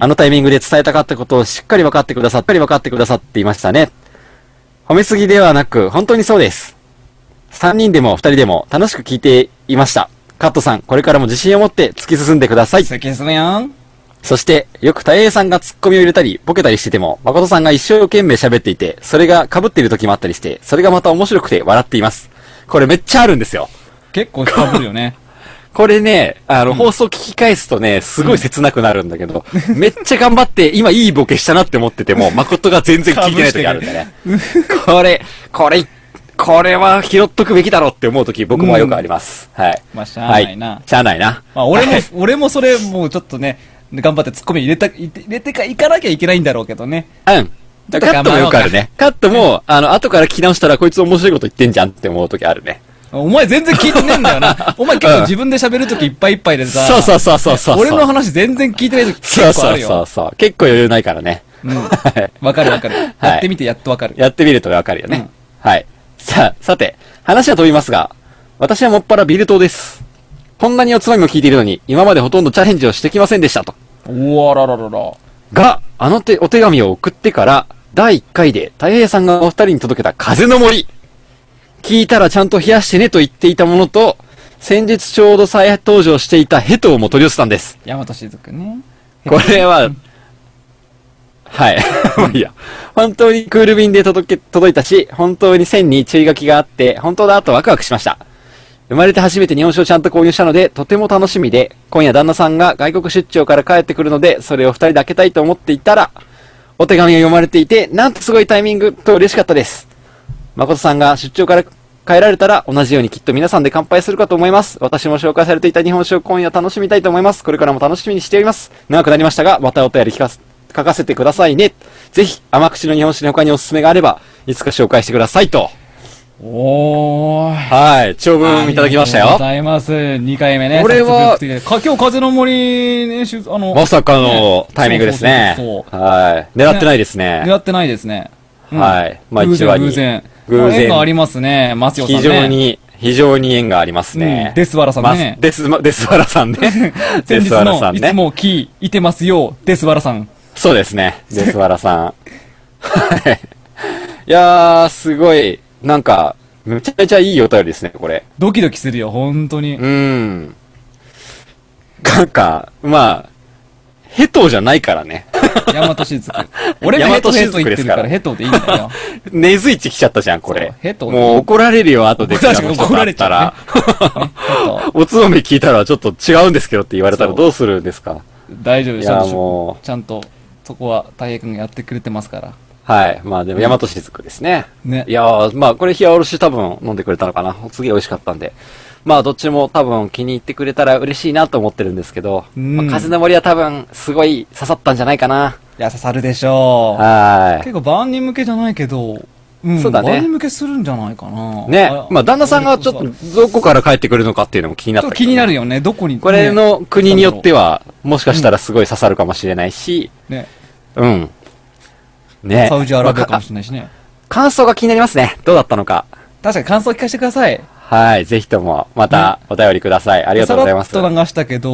Speaker 2: あのタイミングで伝えたかったことをしっかり分かってくださっかり分かってくださっていましたね。褒めすぎではなく、本当にそうです。3人でも2人でも楽しく聞いていました。カットさん、これからも自信を持って突き進んでください。
Speaker 1: 接近するやん。
Speaker 2: そして、よく大平さんがツッコミを入れたり、ボケたりしてても、誠さんが一生懸命喋っていて、それが被っている時もあったりして、それがまた面白くて笑っています。これめっちゃあるんですよ。
Speaker 1: 結構かぶるよね。
Speaker 2: これね、あの、放送聞き返すとね、すごい切なくなるんだけど、 めっちゃ頑張って、今いいボケしたなって思ってても、誠が全然聞いてない時あるんだね。 これ、これ、これは拾っとくべきだろうって思う時、僕もよくあります。はい。
Speaker 1: まあしゃあないな
Speaker 2: はしゃあないな。
Speaker 1: まあ、俺も
Speaker 2: はい、
Speaker 1: 俺もそれ、もうちょっとね、頑張ってツッコミ入れた、入れてか、行かなきゃいけないんだろうけどね。
Speaker 2: うん。
Speaker 1: ちょ
Speaker 2: カ
Speaker 1: っと頑張ろうか
Speaker 2: ットもよくあるね。カットも、あの、後から聞き直したら、こいつ面白いこと言ってんじゃんって思う時ある ね。
Speaker 1: お前全然聞いてねえんだよ な。お前結構自分で喋るときいっぱいいっぱいでさ。
Speaker 2: そうそうそうそうそう。
Speaker 1: 俺の話全然聞いてないとき
Speaker 2: そう
Speaker 1: 結構あ
Speaker 2: そう
Speaker 1: る
Speaker 2: そう
Speaker 1: よ。
Speaker 2: そう。結構余裕ないからね。
Speaker 1: うん。わかるわかる。
Speaker 2: い
Speaker 1: やってみてやっとわかる。
Speaker 2: やってみるとわかるよね。はい。さあ、さて、話は飛びますが、私はもっぱらビル党です。こんなにおつまみも聞いているのに、今までほとんどチャレンジをしてきませんでしたと。
Speaker 1: うわらららら。
Speaker 2: が、あの手、お手紙を送ってから、第1回で、太平さんがお二人に届けた風の森。聞いたらちゃんと冷やしてねと言っていたものと、先日ちょうど再登場していたヘトウも取り寄せたんです。
Speaker 1: 大和雫ね。
Speaker 2: これは、はい。 まあいいや。本当にクール便で届け、届いたし、本当に線に注意書きがあって、本当だとワクワクしました。生まれて初めて日本酒をちゃんと購入したので、とても楽しみで、今夜旦那さんが外国出張から帰ってくるので、それを二人で開けたいと思っていたら、お手紙を読まれていて、なんとすごいタイミングと嬉しかったです。誠さんが出張から帰られたら、同じようにきっと皆さんで乾杯するかと思います。私も紹介されていた日本酒を今夜楽しみたいと思います。これからも楽しみにしております。長くなりましたが、またお便り聞かせ書かせてくださいね。ぜひ、甘口の日本酒の他におすすめがあれば、いつか紹介してくださいと。
Speaker 1: おーい。
Speaker 2: はい、長文いただきました
Speaker 1: ありがとうご
Speaker 2: よ。
Speaker 1: ざいます。2回目ね。
Speaker 2: これは
Speaker 1: 早速送ってきてか今日風の森ね、しゅあの、
Speaker 2: まさかの
Speaker 1: ね
Speaker 2: タイミングですね
Speaker 1: そうそうそう。
Speaker 2: はい。狙ってないです
Speaker 1: そう
Speaker 2: ね。
Speaker 1: 狙ってないですね。うん
Speaker 2: はいまあ
Speaker 1: 偶
Speaker 2: 一話
Speaker 1: 然、偶
Speaker 2: に
Speaker 1: 然。
Speaker 2: 偶然
Speaker 1: まあ縁がありますね、松代さん
Speaker 2: 非
Speaker 1: ね。
Speaker 2: 常に、非常に縁がありますね
Speaker 1: う。んデスワラさんね。
Speaker 2: まデス、デスワラさんね デ
Speaker 1: 先日
Speaker 2: スワラさ
Speaker 1: の、
Speaker 2: ん
Speaker 1: いつ
Speaker 2: ね。
Speaker 1: も聞いてますよ、デスワラさん。
Speaker 2: そうですね。デスワラさん。はい。いやー、すごい、なんか、めちゃめちゃいいお便りですね、これ。
Speaker 1: ドキドキするよ、本当に
Speaker 2: う。ーん。なんか、まあ、ヘトじゃないからね。
Speaker 1: ヤマトシ ズク。俺がヘトヘト言ってるから、
Speaker 2: 大和雫で
Speaker 1: ヘトでいいんだ よ。
Speaker 2: 根付いてきちゃったじゃん、こ
Speaker 1: そ
Speaker 2: れ
Speaker 1: う。ヘト
Speaker 2: もう怒られるよ、 後で。
Speaker 1: 確かに怒られち
Speaker 2: た
Speaker 1: ゃ
Speaker 2: ら。
Speaker 1: う ね。ねヘト
Speaker 2: おつまみ聞いたらちょっと違うんですけどって言われたら
Speaker 1: そう
Speaker 2: どうするんですか
Speaker 1: 大丈夫で
Speaker 2: い
Speaker 1: すちゃ
Speaker 2: や
Speaker 1: んと
Speaker 2: も
Speaker 1: ちゃんと、そこは、たい平くんがやってくれてますから。
Speaker 2: はい。まあでも、大和雫ですね。
Speaker 1: ね
Speaker 2: いやー、まあこれ冷やおろし多分飲んでくれたのかな。すげえ美味しかったんで。まあどっちも多分気に入ってくれたら嬉しいなと思ってるんですけど、
Speaker 1: うん
Speaker 2: まあ、風の森は多分すごい刺さったんじゃないかな。
Speaker 1: いや、刺さるでしょう。
Speaker 2: は
Speaker 1: 結構万人向けじゃないけど、うん、
Speaker 2: そうだね。。
Speaker 1: 万人向けするんじゃないかない
Speaker 2: ね。まあ旦那さんがちょっと
Speaker 1: ち
Speaker 2: どこから帰ってくるのかっていうのも気に
Speaker 1: ょ
Speaker 2: な
Speaker 1: っ
Speaker 2: った
Speaker 1: と
Speaker 2: けど
Speaker 1: 気になるよね。どこに、
Speaker 2: これの国によって
Speaker 1: は。
Speaker 2: は、もしかしたらすごい刺さるかもしれないし、
Speaker 1: ね。
Speaker 2: うん。ね。
Speaker 1: サウジアラビアか
Speaker 2: ま
Speaker 1: も
Speaker 2: あ
Speaker 1: しれないしね。
Speaker 2: 感想が気になりますね。どうだったのか。
Speaker 1: 確かに感想聞かせてください。
Speaker 2: はい。ぜひとも、またお便りください。あ
Speaker 1: あ
Speaker 2: りがとうございます
Speaker 1: さ。らっと流したけど、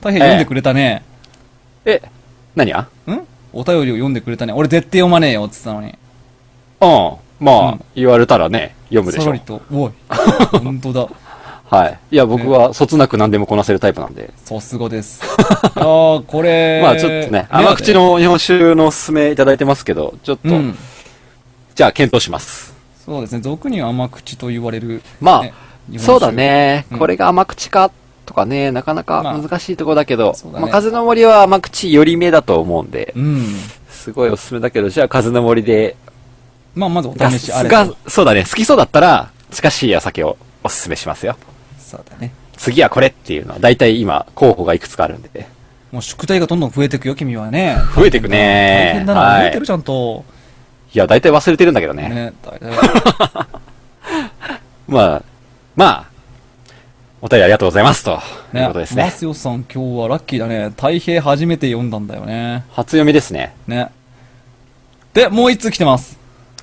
Speaker 1: 大平読んでくれたね。
Speaker 2: え、何が
Speaker 1: んお便りを読んでくれたね。俺絶対読まねえよって言ってたのに。
Speaker 2: うん。
Speaker 1: う
Speaker 2: まあ
Speaker 1: ん、
Speaker 2: 言われたらね、読むでし
Speaker 1: さ
Speaker 2: ょ
Speaker 1: らり。と。お い。本当だ。
Speaker 2: はい。いや、僕は、そつなく何でもこなせるタイプなんで。
Speaker 1: さすがです。ああ、これ。
Speaker 2: まあ、ちょっとね、甘口。の日本酒のおすすめいただいてますけど、ちょっと
Speaker 1: う、ん。
Speaker 2: じゃあ、検討します。
Speaker 1: そうですね。俗には甘口と言われる。
Speaker 2: ま
Speaker 1: ね
Speaker 2: あ、そうだ。ね
Speaker 1: う。ん
Speaker 2: これが甘口か、とかね、なかなか
Speaker 1: まあ
Speaker 2: 難しいとこだけど
Speaker 1: そ、うだね
Speaker 2: まあ、風の森は甘口より目だと思うんで
Speaker 1: 日、本酒うん。
Speaker 2: すごいおすすめだけど、じゃあ、風の森で
Speaker 1: まあ、まずお
Speaker 2: が
Speaker 1: 試しあれと。
Speaker 2: がそうだね、好きそうだったら、近しいお酒をおすすめしますよ。
Speaker 1: そうだね。
Speaker 2: 次はこれっていうのは、だいたい今、候補がいくつかあるんでね。
Speaker 1: もう宿題がどんどん増えていくよ、君はね。
Speaker 2: 増えていく
Speaker 1: 大
Speaker 2: ね
Speaker 1: 変だな。
Speaker 2: は
Speaker 1: 増え
Speaker 2: い
Speaker 1: てる、。ちゃんと。
Speaker 2: いや、だいたい忘れてるんだけどね。
Speaker 1: ね。大体
Speaker 2: まあ、まあ、お便りありがとうございます、ということです
Speaker 1: ね。マ
Speaker 2: ね。
Speaker 1: スヨさん今日はラッキーだね。大平初めて読んだんだよね。
Speaker 2: 初読みですね。
Speaker 1: ね。で、もう一通来てます。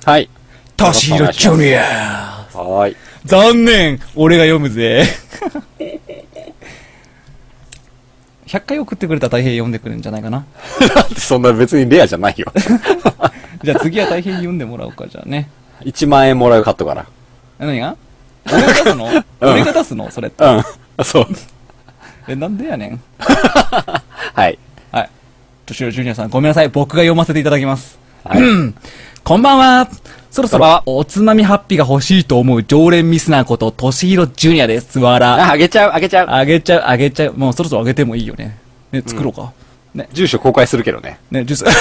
Speaker 2: はい。
Speaker 1: タ
Speaker 2: シヒロジュ
Speaker 1: ニア
Speaker 2: はーい。
Speaker 1: 残念俺が読むぜ。100回送ってくれたら大平読んでくるんじゃないかな。
Speaker 2: そんな別にレアじゃない よ。
Speaker 1: じゃあ次は大平に読んでもらおうか、じゃあね。
Speaker 2: 1万円もらうカットか
Speaker 1: え何が俺が出すの俺が出すのそれって。
Speaker 2: な。うん。 そう。
Speaker 1: え、なんでやねん。
Speaker 2: はい。
Speaker 1: はい。トシロジュニアさん、ごめんなさい。僕が読ませていただきます。
Speaker 2: はい
Speaker 1: うんこんばんは。そろそろ、おつまみハッピーが欲しいと思う常連ミスナーこと、トシヒロジュニアです。わら。
Speaker 2: あ、あげちゃう、あげちゃう。
Speaker 1: あげちゃう、あげちゃう。もうそろそろあげてもいいよね。ね、作ろうか。ね、
Speaker 2: 住所公開するけどね。
Speaker 1: ね、ジュー ス。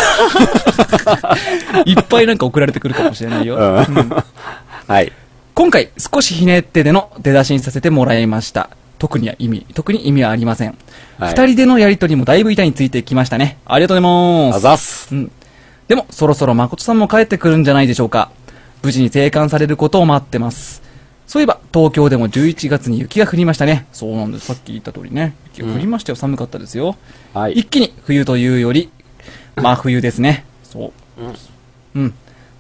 Speaker 1: いっぱいなんか送られてくるかもしれないよ。
Speaker 2: うん。 はい。
Speaker 1: 今回、少しひねってでの出だしにさせてもらいました。特には意味、特に意味はありません。二、
Speaker 2: はい
Speaker 1: 人でのやりとりもだいぶ板についてきましたね。ありがとうござい
Speaker 2: あ
Speaker 1: ます。
Speaker 2: ざっす
Speaker 1: う。ん。でも、そろそろ誠さんも帰ってくるんじゃないでしょうか。無事に生還されることを待ってます。そういえば、東京でも11月に雪が降りましたね。そうなんです。さっき言った通りね。雪が降りましたよ。寒かったですよ。
Speaker 2: はい
Speaker 1: 一気に冬というより、真冬ですね。そう。うん。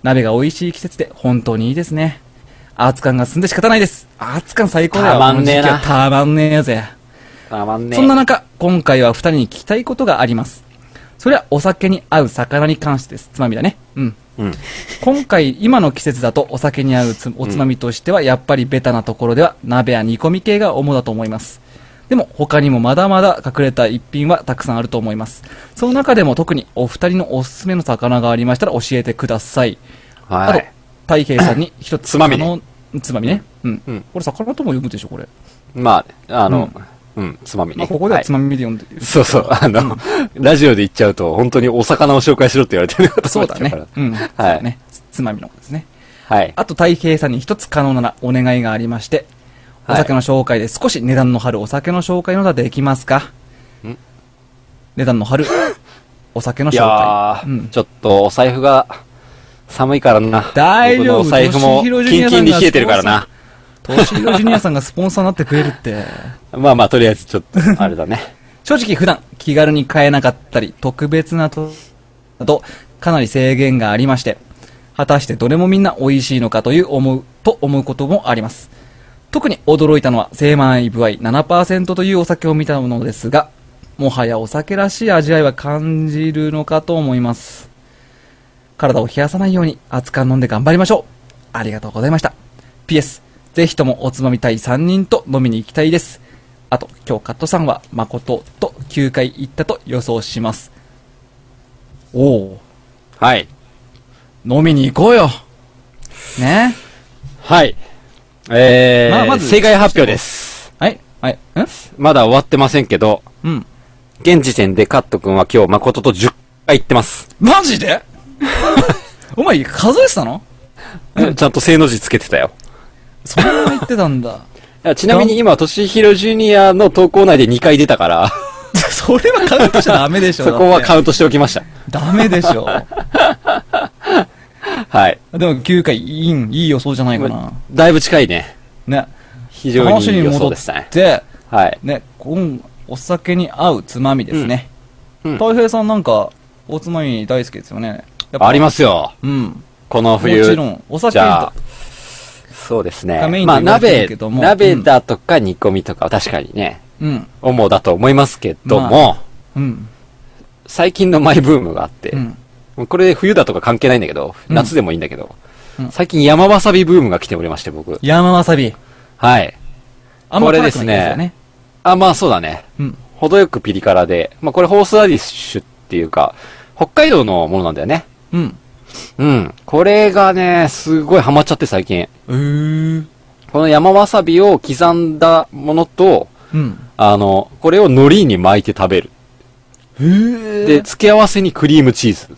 Speaker 1: 鍋が美味しい季節で本当にいいですね。アーツ感が進んで仕方ないです。アーツ感最高だよ。
Speaker 2: たまんねえ
Speaker 1: こ
Speaker 2: な
Speaker 1: の時期はたまんねえぜ。
Speaker 2: たまんねえ
Speaker 1: そんな中、今回は二人に聞きたいことがあります。それはお酒に合う魚に関してです。つまみだね。うん。
Speaker 2: うん。
Speaker 1: 今回、今の季節だとお酒に合うつおつまみとしては、やっぱりベタなところでは鍋や煮込み系が主だと思います。でも、他にもまだまだ隠れた一品はたくさんあると思います。その中でも特にお二人のおすすめの魚がありましたら教えてください。あ
Speaker 2: は
Speaker 1: と
Speaker 2: い。、
Speaker 1: たい平さんに一つ。
Speaker 2: つまみね
Speaker 1: あのつまみね。うん。
Speaker 2: うん
Speaker 1: これ魚とも呼ぶでしょ、これ。
Speaker 2: まあ、あの、うん、つまみ
Speaker 1: ま
Speaker 2: ね。
Speaker 1: あ、ここではつ
Speaker 2: ま
Speaker 1: まみで呼んでる。
Speaker 2: み。そうそう、あの、ラジオで言っちゃうと、本当にお魚を紹介しろって言われてるかと
Speaker 1: そ
Speaker 2: 思
Speaker 1: う
Speaker 2: っ
Speaker 1: だ
Speaker 2: ちゃう
Speaker 1: ね
Speaker 2: から。。
Speaker 1: うん。そう
Speaker 2: は
Speaker 1: だ
Speaker 2: い。
Speaker 1: ね。つつまみのことですね。
Speaker 2: はい。
Speaker 1: あと、たい平さんに一つ可能ならお願いがありまして、
Speaker 2: は
Speaker 1: お
Speaker 2: い
Speaker 1: 酒の紹介で少し値段の張るお酒の紹介のだできますか
Speaker 2: ん
Speaker 1: 値段の 張るお酒の
Speaker 2: い
Speaker 1: 紹
Speaker 2: や
Speaker 1: 介。う
Speaker 2: ー、
Speaker 1: ん
Speaker 2: ちょっとお財布が寒いからな。
Speaker 1: 大丈夫
Speaker 2: 僕のお財布も
Speaker 1: 年広ジュニア
Speaker 2: キンキ
Speaker 1: さ
Speaker 2: ン
Speaker 1: ん
Speaker 2: に
Speaker 1: が
Speaker 2: 冷えてるからな。
Speaker 1: トシヒロジュニアさんがスポンサーになってくれるって。
Speaker 2: まあまあ、とりあえずちょっと、あれだね。
Speaker 1: 正直普段気軽に買えなかったり、特別なと、など、かなり制限がありまして、果たしてどれもみんな美味しいのかという思う、と思うこともあります。特に驚いたのは、精米部合7%というお酒を見たのですが、もはやお酒らしい味わいは感じるのかと思います。体を冷やさないように熱燗飲んで頑張りましょう。ありがとうございました。PS、ぜひともおつまみ隊3人と飲みに行きたいです。あと、今日カットさんは誠と9回行ったと予想します。おお、
Speaker 2: はい。
Speaker 1: 飲みに行こうよ。ね
Speaker 2: はい。えー、
Speaker 1: まあまず
Speaker 2: 正解発表です。
Speaker 1: はい、はい、ん
Speaker 2: まだ終わってませんけど、
Speaker 1: うん。
Speaker 2: 現時点でカット君は今日誠と10回行ってます。
Speaker 1: マジで お前、数えてたの
Speaker 2: ちゃんと正の字つけてたよ。
Speaker 1: そんな言ってたんだ。
Speaker 2: いやちなみに今、としひろジュニアの投稿内で2回出たから、
Speaker 1: それはカウントしちゃダメでしょ。
Speaker 2: そこは
Speaker 1: だ
Speaker 2: カ
Speaker 1: って
Speaker 2: ウントしておきました。
Speaker 1: ダメでしょ。
Speaker 2: はい。
Speaker 1: でも9回いいん、いい予想じゃないかな。
Speaker 2: だいぶ近いね。
Speaker 1: ね。
Speaker 2: 非常
Speaker 1: 話
Speaker 2: に
Speaker 1: に
Speaker 2: 良
Speaker 1: 戻
Speaker 2: そうで
Speaker 1: っ
Speaker 2: したね。
Speaker 1: て、
Speaker 2: はい。
Speaker 1: ね、今、お酒に合うつまみですね。
Speaker 2: うんうん
Speaker 1: たい平さんなんか、おつまみ大好きですよね。やっぱ
Speaker 2: ありますよ。
Speaker 1: うん。
Speaker 2: この冬。
Speaker 1: もちろんお酒
Speaker 2: じゃあそうです
Speaker 1: がメイン
Speaker 2: ね。ま
Speaker 1: と
Speaker 2: あ、
Speaker 1: 言われてる
Speaker 2: 鍋
Speaker 1: け、ども
Speaker 2: 鍋だとか煮込みとかは確かにね、
Speaker 1: うん。
Speaker 2: 主だと思いますけども、
Speaker 1: まうん。
Speaker 2: 最近のマイブームがあって、
Speaker 1: うん。
Speaker 2: もうこれ冬だとか関係ないんだけど、
Speaker 1: うん
Speaker 2: 夏でもいいんだけど、
Speaker 1: うん
Speaker 2: 最近山わさびブームが来ておりまして、僕。
Speaker 1: 山わさび。
Speaker 2: はい。
Speaker 1: あんま
Speaker 2: これ
Speaker 1: 辛く
Speaker 2: で
Speaker 1: ない
Speaker 2: すね
Speaker 1: やつだね。
Speaker 2: あ、まあそうだね。
Speaker 1: うん。
Speaker 2: 程よくピリ辛で、まあこれホースラディッシュっていうか、北海道のものなんだよね。
Speaker 1: うん。
Speaker 2: うん。これがね、すごいハマっちゃって最近。
Speaker 1: うー。
Speaker 2: この山わさびを刻んだものと、
Speaker 1: うん。
Speaker 2: あの、これを海苔に巻いて食べる。
Speaker 1: へー
Speaker 2: で、付け合わせにクリームチーズ。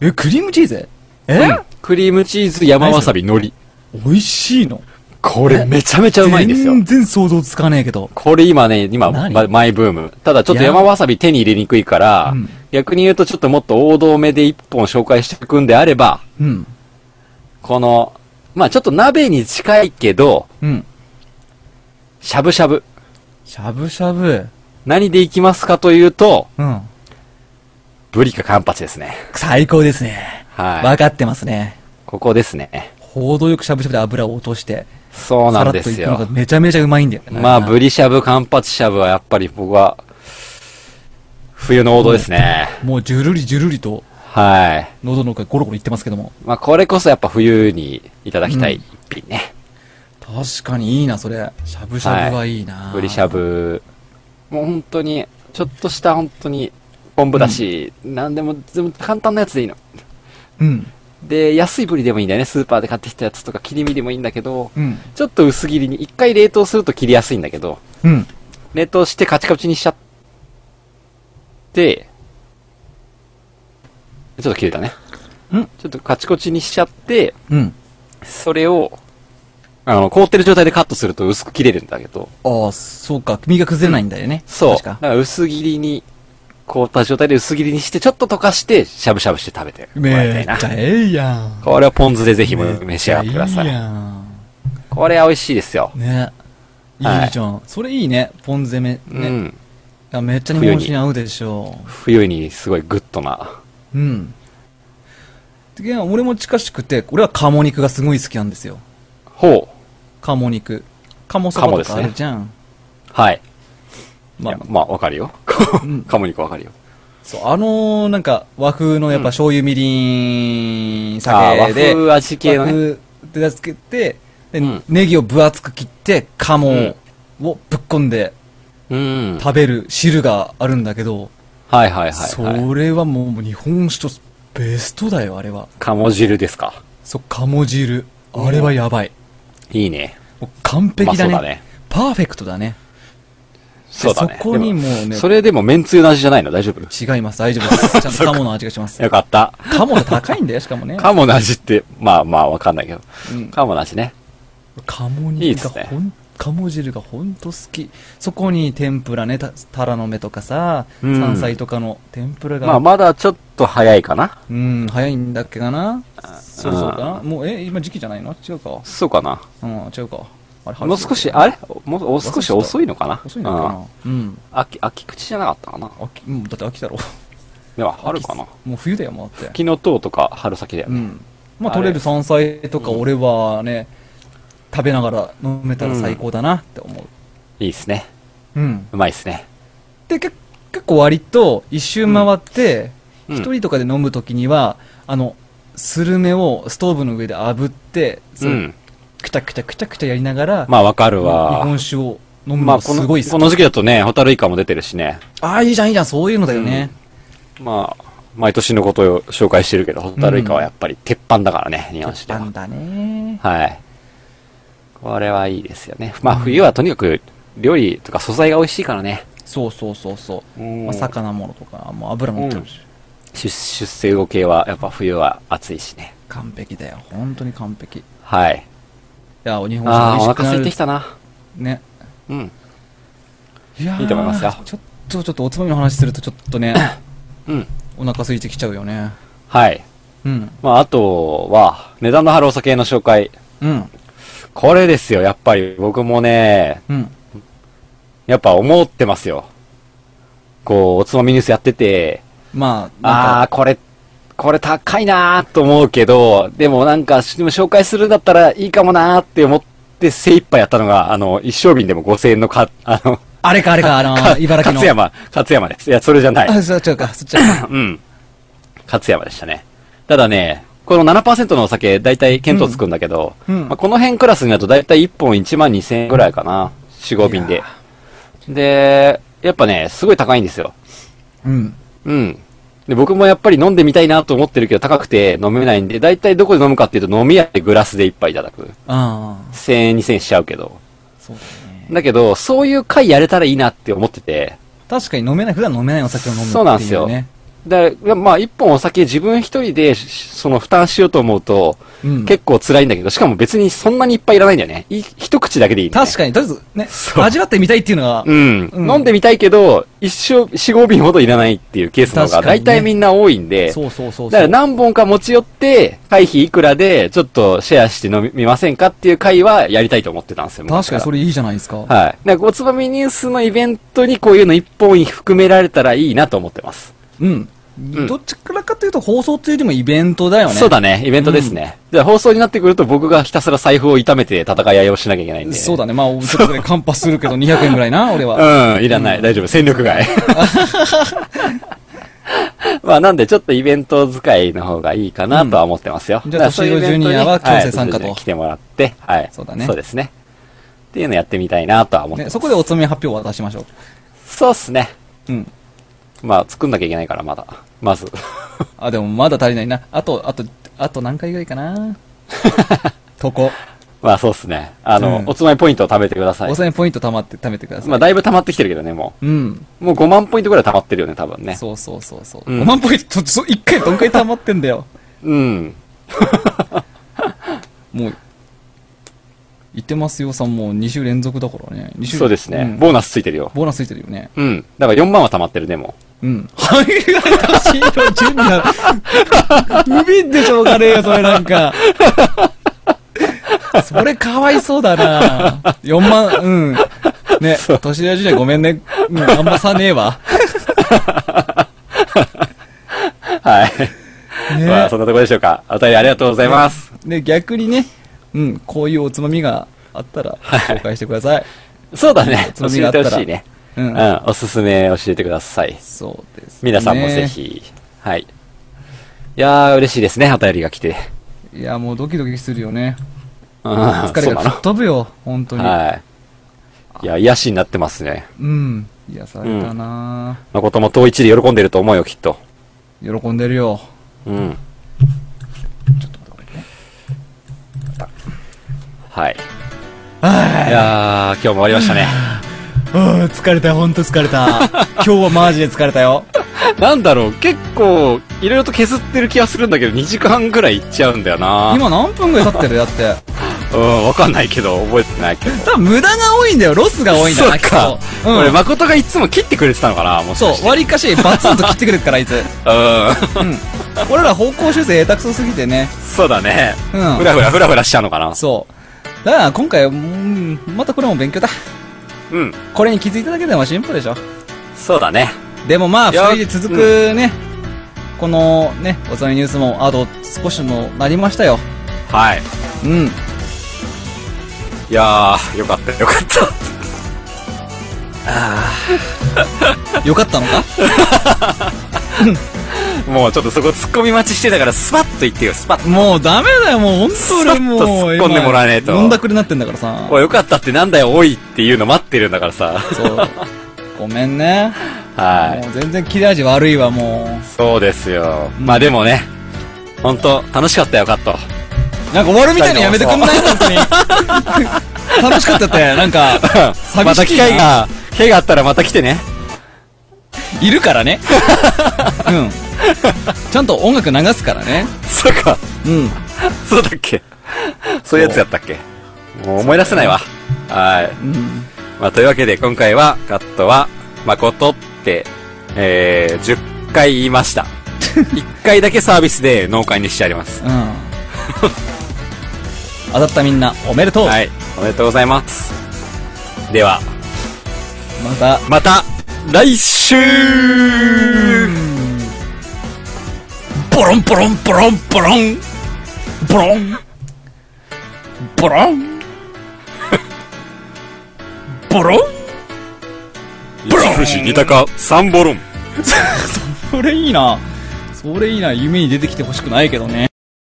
Speaker 1: え、クリームチーズえ
Speaker 2: うんクリームチーズ、山わさび、海苔。
Speaker 1: 美味しいの
Speaker 2: これめちゃめちゃうまいんですよ
Speaker 1: 全。然想像つかねえけど。
Speaker 2: これ今ね、今、
Speaker 1: 何
Speaker 2: まマイブーム。ただちょっと山わさび手に入れにくいから
Speaker 1: うん、
Speaker 2: 逆に言うとちょっともっと王道目で一本紹介していくんであれば、
Speaker 1: うん。
Speaker 2: この、まあちょっと鍋に近いけど、
Speaker 1: うん。
Speaker 2: しゃぶしゃぶ。
Speaker 1: しゃぶしゃぶ。
Speaker 2: 何でいきますかというと、
Speaker 1: うん。
Speaker 2: ブリかカンパチですね。
Speaker 1: 最高ですね。
Speaker 2: は
Speaker 1: わ
Speaker 2: い。
Speaker 1: かってますね。
Speaker 2: ここですね。
Speaker 1: 程よくしゃぶしゃぶで油を落として、
Speaker 2: そ
Speaker 1: さ
Speaker 2: うな
Speaker 1: ら
Speaker 2: ん
Speaker 1: っと
Speaker 2: で
Speaker 1: いく
Speaker 2: す
Speaker 1: のが
Speaker 2: よ。
Speaker 1: めちゃめちゃうまいんだよね。
Speaker 2: まあ、ブリしゃぶ、カンパチしゃぶはやっぱり僕は、冬の王道ですね。
Speaker 1: もうじゅるりじゅるりと、
Speaker 2: はい。
Speaker 1: 喉の奥がゴロゴロいってますけども。
Speaker 2: まあ、これこそやっぱ冬にいただきたい
Speaker 1: うん
Speaker 2: 一品ね。
Speaker 1: 確かにいいな、それ。しゃぶしゃぶはいいな。
Speaker 2: ブリしゃ。ぶ。もう本当に、ちょっとした本当に、昆布だし、なんでも、全部簡単なやつでいいの。
Speaker 1: うん。
Speaker 2: で、安いブリでもいいんだよね。スーパーで買ってきたやつとか、切り身でもいいんだけど、
Speaker 1: うん。
Speaker 2: ちょっと薄切りに、一回冷凍すると切りやすいんだけど、
Speaker 1: うん。
Speaker 2: 冷凍してカチカチにしちゃって、ちょっと切れたね。
Speaker 1: ん
Speaker 2: ちょっとカチコチにしちゃって、
Speaker 1: うん。
Speaker 2: それを、あの、凍ってる状態でカットすると薄く切れるんだけど、
Speaker 1: ああ、そうか。身が崩れないんだよね。
Speaker 2: そう。だ
Speaker 1: 確
Speaker 2: か
Speaker 1: から
Speaker 2: 薄切りに、凍った状態で薄切りにして、ちょっと溶かして、しゃぶしゃぶして食べてもらいた
Speaker 1: め
Speaker 2: いな
Speaker 1: っち。ゃええやん。
Speaker 2: これはポン酢でぜひ召し上がってくださ
Speaker 1: めっちゃいい
Speaker 2: い。
Speaker 1: やん。
Speaker 2: これは美味しいですよ。
Speaker 1: ね。い
Speaker 2: はい
Speaker 1: いじゃん。それいいね。ポン攻め。
Speaker 2: う
Speaker 1: ね。
Speaker 2: ん。
Speaker 1: いやめっちゃ日本酒に合うでしょ
Speaker 2: 冬にすごいグッドな。
Speaker 1: う。うん。で、俺も近しくて、俺は鴨肉がすごい好きなんですよ。
Speaker 2: ほう。
Speaker 1: 鴨肉。鴨そばとかあるじゃん。
Speaker 2: はい。
Speaker 1: ま
Speaker 2: ま
Speaker 1: あ
Speaker 2: あ、、まあ、わかるよ。 カモ肉わかるよ。
Speaker 1: そう、あのーなんか、和風のやっぱ醤油みりん
Speaker 2: あー和
Speaker 1: 酒で、
Speaker 2: 風味系の
Speaker 1: 和
Speaker 2: ね
Speaker 1: 風でつけて、で、
Speaker 2: うん
Speaker 1: ネギを分厚く切って、鴨をぶっこんで
Speaker 2: うん。はい
Speaker 1: 食べる汁があるんだけど、
Speaker 2: はいはいはい。
Speaker 1: それはもう日本酒とベストだよ、あれは。
Speaker 2: カモ汁ですか。
Speaker 1: そう、鴨汁。あれはやばい。
Speaker 2: いいね。
Speaker 1: もう完璧だね,、
Speaker 2: まあそうだね
Speaker 1: パーフェクトだね。
Speaker 2: そうだね。
Speaker 1: そこにもうね
Speaker 2: でそれでも、めんつゆの味じゃないの大丈夫
Speaker 1: 違います、大丈夫 です。ちゃんと鴨の味がします。
Speaker 2: よかった。
Speaker 1: 鴨って高いんだよ、しかもね。
Speaker 2: カモの味って、まあまあわかんないけど
Speaker 1: うん。
Speaker 2: カモの味ね。
Speaker 1: 鴨
Speaker 2: いいっ
Speaker 1: 肉が
Speaker 2: すね
Speaker 1: ほん、鴨汁がほんと好き。そこに天ぷらね、たタラの芽とかさ、
Speaker 2: うん
Speaker 1: 山菜とかの天ぷらが、
Speaker 2: まあまだちょっと早いかな。
Speaker 1: うん、早いんだっけかなそろそろかなもう、え、今時期じゃないの違うか。
Speaker 2: そうかな。
Speaker 1: うん、違うか。あれ、春
Speaker 2: もう少し、あれもうお少し遅いのかな
Speaker 1: 遅いのかなうん。
Speaker 2: な秋、秋口じゃなかったかな
Speaker 1: 秋、うん、だって秋だろ。
Speaker 2: では、春かな
Speaker 1: もう冬だよ、もうだって。
Speaker 2: 昨日とうとか春先だよ
Speaker 1: う
Speaker 2: ね。
Speaker 1: ん。まあ、
Speaker 2: あれ
Speaker 1: 取れる山菜とか、俺はね、食べながら飲めたら最高だなって思
Speaker 2: いいっすね。
Speaker 1: う。うん。
Speaker 2: うまいっすね。
Speaker 1: で、け結構割と、一周回って、
Speaker 2: うん
Speaker 1: 一人とかで飲むときには、あの、スルメをストーブの上で炙って、
Speaker 2: う。
Speaker 1: そうんくたくたくたくたやりながら、
Speaker 2: まあわかる
Speaker 1: 日
Speaker 2: わ。
Speaker 1: 本酒を飲むの
Speaker 2: まあ
Speaker 1: が
Speaker 2: こ
Speaker 1: す
Speaker 2: の、
Speaker 1: ごい好き。
Speaker 2: この時期だとね、ホタルイカも出てるしね。
Speaker 1: ああ、いいじゃん、いいじゃん、そういうのだよね。
Speaker 2: まあ、毎年のことを紹介してるけど、ホタルイカはやっぱり鉄板だからね、日本酒で
Speaker 1: な
Speaker 2: は
Speaker 1: ん。だね。
Speaker 2: はい。これはいいですよね。まあ冬はとにかく料理とか素材が美味しいからね。
Speaker 1: そうそうそうそう。
Speaker 2: うん
Speaker 1: まあ、魚物とか、もう油乗ってるし。
Speaker 2: 出出世魚系はやっぱ冬は暑いしね。
Speaker 1: 完璧だよ、本当に完璧。い
Speaker 2: はい。
Speaker 1: や、日本
Speaker 2: ああ、
Speaker 1: 酒美
Speaker 2: お
Speaker 1: 味しく
Speaker 2: 腹
Speaker 1: な
Speaker 2: 空い
Speaker 1: る
Speaker 2: てきたな。
Speaker 1: ね。
Speaker 2: うん。
Speaker 1: いやー
Speaker 2: いいと思いますよ
Speaker 1: ちょっと、ちょっとおつまみの話すると、ちょっとね、
Speaker 2: うん。
Speaker 1: お腹空いてきちゃうよね。
Speaker 2: はい。
Speaker 1: うん。
Speaker 2: まあ、あとは、値段の張るお酒の紹介。
Speaker 1: うん。
Speaker 2: これですよ、やっぱり僕もね、
Speaker 1: うん。
Speaker 2: やっぱ思ってますよ。こう、おつまみニュースやってて、
Speaker 1: まあ、
Speaker 2: あ
Speaker 1: なん
Speaker 2: あ
Speaker 1: か、
Speaker 2: ー、これ、これ高いなーと思うけど、でもなんか、でも紹介するんだったらいいかもなーって思って精一杯やったのが、あの、一升瓶でも5000円のか、あの、
Speaker 1: あれかあれか、あの
Speaker 2: か
Speaker 1: ー、茨城の。
Speaker 2: 勝山、勝山です。いや、それじゃない。
Speaker 1: あ、そっちか、そっちか。
Speaker 2: うん。勝山でしたね。ただね、この7%のお酒、だいたい検討つくんだけど、
Speaker 1: うんうん
Speaker 2: まあ、この辺クラスになるとだいたい1本1万2000円ぐらいかな。4、5瓶
Speaker 1: い
Speaker 2: で
Speaker 1: や。
Speaker 2: で、やっぱね、すごい高いんですよ。
Speaker 1: うん。
Speaker 2: うん。で、僕もやっぱり飲んでみたいなと思ってるけど高くて飲めないんで、だいたいどこで飲むかっていうと飲み屋でグラスで一杯いただく。
Speaker 1: ああ、
Speaker 2: 1000円、2000円しちゃうけど。
Speaker 1: そうだね。
Speaker 2: だけど、そういう会やれたらいいなって思ってて、
Speaker 1: 確かに飲めない、普段飲めないお酒を飲むっていうね。
Speaker 2: そうなんですよで、まあ、一本お酒自分一人で、しその負担しようと思うと、
Speaker 1: うん
Speaker 2: 結構辛いんだけど、しかも別にそんなにいっぱいいらないんだよね。い一口だけでいい、ね。
Speaker 1: 確かに、とりあえず、ね、
Speaker 2: そう
Speaker 1: 味わってみたいっていうのが、
Speaker 2: うん。
Speaker 1: うん
Speaker 2: 飲んでみたいけど、一生、四五瓶ほどいらないっていうケースの方が、
Speaker 1: 確かにね
Speaker 2: 大体みんな多いんで、
Speaker 1: そうそうそうそう。
Speaker 2: だから何本か持ち寄って、会費いくらで、ちょっとシェアして飲みみませんかっていう会はやりたいと思ってたんですよ。
Speaker 1: 確かにそ
Speaker 2: れ。
Speaker 1: れいいじゃないですか。
Speaker 2: はい。なんかおつまみニュースのイベントにこういうの一本含められたらいいなと思ってます。
Speaker 1: うん。
Speaker 2: ん
Speaker 1: どっちからかというと、放送というよりもイベントだよね。
Speaker 2: そうだね、イベントですね。じゃあ放送になってくると僕がひたすら財布を痛めて戦い合いをしなきゃいけないんで。
Speaker 1: そうだね。まあ、ちょっとね、カンパするけど、200円ぐらい な、俺は。
Speaker 2: うん、いらない。大丈夫。戦 力外。まあ、なんで、ちょっとイベント使いの方がいいかなとは思ってますよ。
Speaker 1: うんじゃあ
Speaker 2: そういう
Speaker 1: 年上
Speaker 2: イベントに
Speaker 1: ジュニアは強制参加と
Speaker 2: はい来てもらって、はい。
Speaker 1: そうだね
Speaker 2: そうですね。っていうのやってみたいなとは思って
Speaker 1: ね、
Speaker 2: ます。
Speaker 1: そこでおつまみ発表を渡しましょう。
Speaker 2: そうっすね。
Speaker 1: うん。
Speaker 2: まあ、作んなきゃいけないから、まだ。まず。
Speaker 1: あ、でもまだ足りないな。あと、あと、あと何回ぐらいか な。とこ。
Speaker 2: まあ、そうっすね。あの、
Speaker 1: うん
Speaker 2: おつまみポイントを貯めてください
Speaker 1: お。さめポイント貯まって、貯めてください。
Speaker 2: まあ、だいぶ溜まってきてるけどね、も
Speaker 1: うん。
Speaker 2: う。もう5万ポイントぐらい溜まってるよね、多分ね。
Speaker 1: そうそうそうそう。
Speaker 2: うん
Speaker 1: 5万ポイント、そ一回どんくらい貯まってんだよ。
Speaker 2: うん。
Speaker 1: もう、言ってますよさんもう2週連続だからね。二週
Speaker 2: そうですね、
Speaker 1: ん
Speaker 2: ボーナスついてるよ。
Speaker 1: ボーナスついてるよね。
Speaker 2: うん。だから4万は溜まってる、でも。
Speaker 1: うん。はい、私のジュニア。うびんでしょうがねえよ、それなんか。それかわいそうだな4万、うん。ね、年上ジュニアごめんね。うん、あんまさねえ わ。
Speaker 2: はい。
Speaker 1: ね
Speaker 2: まあ、そんなところでしょうか。お便りありがとうございます。
Speaker 1: で、逆にね、うん、こういうおつまみがあったら紹介してください。
Speaker 2: そうだ ね。
Speaker 1: つ
Speaker 2: 教
Speaker 1: まみがあ
Speaker 2: え
Speaker 1: った
Speaker 2: て
Speaker 1: ら
Speaker 2: ほしいね。
Speaker 1: う
Speaker 2: うんん。おすすめ教えてください。
Speaker 1: そうです、ね。
Speaker 2: 皆さんもぜ。ひ。はい。いやー、嬉しいですね。お便りが来て。
Speaker 1: いや、もうドキドキするよね。
Speaker 2: うん。
Speaker 1: 疲
Speaker 2: そ
Speaker 1: れ
Speaker 2: う
Speaker 1: が
Speaker 2: な
Speaker 1: 吹っ飛ぶよ、本当
Speaker 2: の。
Speaker 1: に。
Speaker 2: はい。いや、癒しになってますね。
Speaker 1: うん。癒されたな、
Speaker 2: 誠も遠一で喜んでると思うよ、きっと。
Speaker 1: 喜んでるよ。
Speaker 2: うん。はい。いやー、今日も終わりましたね。
Speaker 1: うん、疲れたよ、ほんと疲れ た。今日はマジで疲れたよ。
Speaker 2: なんだろう、結構、いろいろと削ってる気がするんだけど、2時間ぐらいいっちゃうんだよな。
Speaker 1: 今何分ぐらい経ってるだって。
Speaker 2: うん、わかんないけど、覚えてないけど。
Speaker 1: 多分無駄が多いんだよ、ロス が多いんだよ
Speaker 2: そうか。
Speaker 1: う
Speaker 2: 俺、
Speaker 1: ん。
Speaker 2: 誠がいつも切ってくれてたのかな、もし
Speaker 1: そ
Speaker 2: か
Speaker 1: う
Speaker 2: し、て。
Speaker 1: 割かしバツンと切ってくれるから、あい つ。
Speaker 2: う
Speaker 1: うん。俺ら方向修正下手くそすぎてね。
Speaker 2: ん。 そうだね。
Speaker 1: うん
Speaker 2: ふらふらふらふらしちゃうのかな。
Speaker 1: そう。だから今回、うん、またこれも勉強だ。
Speaker 2: うん。
Speaker 1: これに気づいただけでも進歩でしょ。
Speaker 2: そうだね。
Speaker 1: でもまあ、
Speaker 2: いや
Speaker 1: 二人で続くね、このね、おつまみニュースもあと少しもなりましたよ。
Speaker 2: はい。
Speaker 1: うん。
Speaker 2: いやー、よかった、よかった。
Speaker 1: よかったのか
Speaker 2: もうちょっとそこ突っ込み待ちしてたから、スパッと言ってよ、スパッと。
Speaker 1: もうダメだよ、もう本当俺もう。
Speaker 2: さっと突っ込んでもらわねえと
Speaker 1: 今飲んだくれになってんだからさ。
Speaker 2: おい、よかったってなんだよ、おいっていうの待ってるんだからさ。
Speaker 1: そう。ごめんね。
Speaker 2: はい。
Speaker 1: もう全然切れ味悪いわ、も
Speaker 2: そうですよ。
Speaker 1: うん
Speaker 2: まあでもね、ほんと、楽しかったよ、カット。
Speaker 1: う。なんか終わるみたいなのやめてくんない本当に。 楽しかったって、なんか、
Speaker 2: ま
Speaker 1: 寂
Speaker 2: た
Speaker 1: し
Speaker 2: 機
Speaker 1: いな
Speaker 2: 会が、機会があったらまた来 てね。
Speaker 1: いるから ね。うん。ちゃんと音楽流すからね。
Speaker 2: そうか。
Speaker 1: うん。
Speaker 2: そうだっけそういうやつやったっけもう思い出せないわ。はい。
Speaker 1: うん。
Speaker 2: まあ、というわけで今回は、カットは、誠って、えー、10回言いま した。1回だけサービスで農会にしてあります。
Speaker 1: うん。当たったみんな、おめでとう、
Speaker 2: はい。おめでとうございます。では、
Speaker 1: また、
Speaker 2: また、来週
Speaker 1: ポロンポロンポロンポロンポロンポロン ポロン
Speaker 2: ブロン似たか、三ボロン。
Speaker 1: それいいな。それいいな。夢に出てきてほしくないけどね。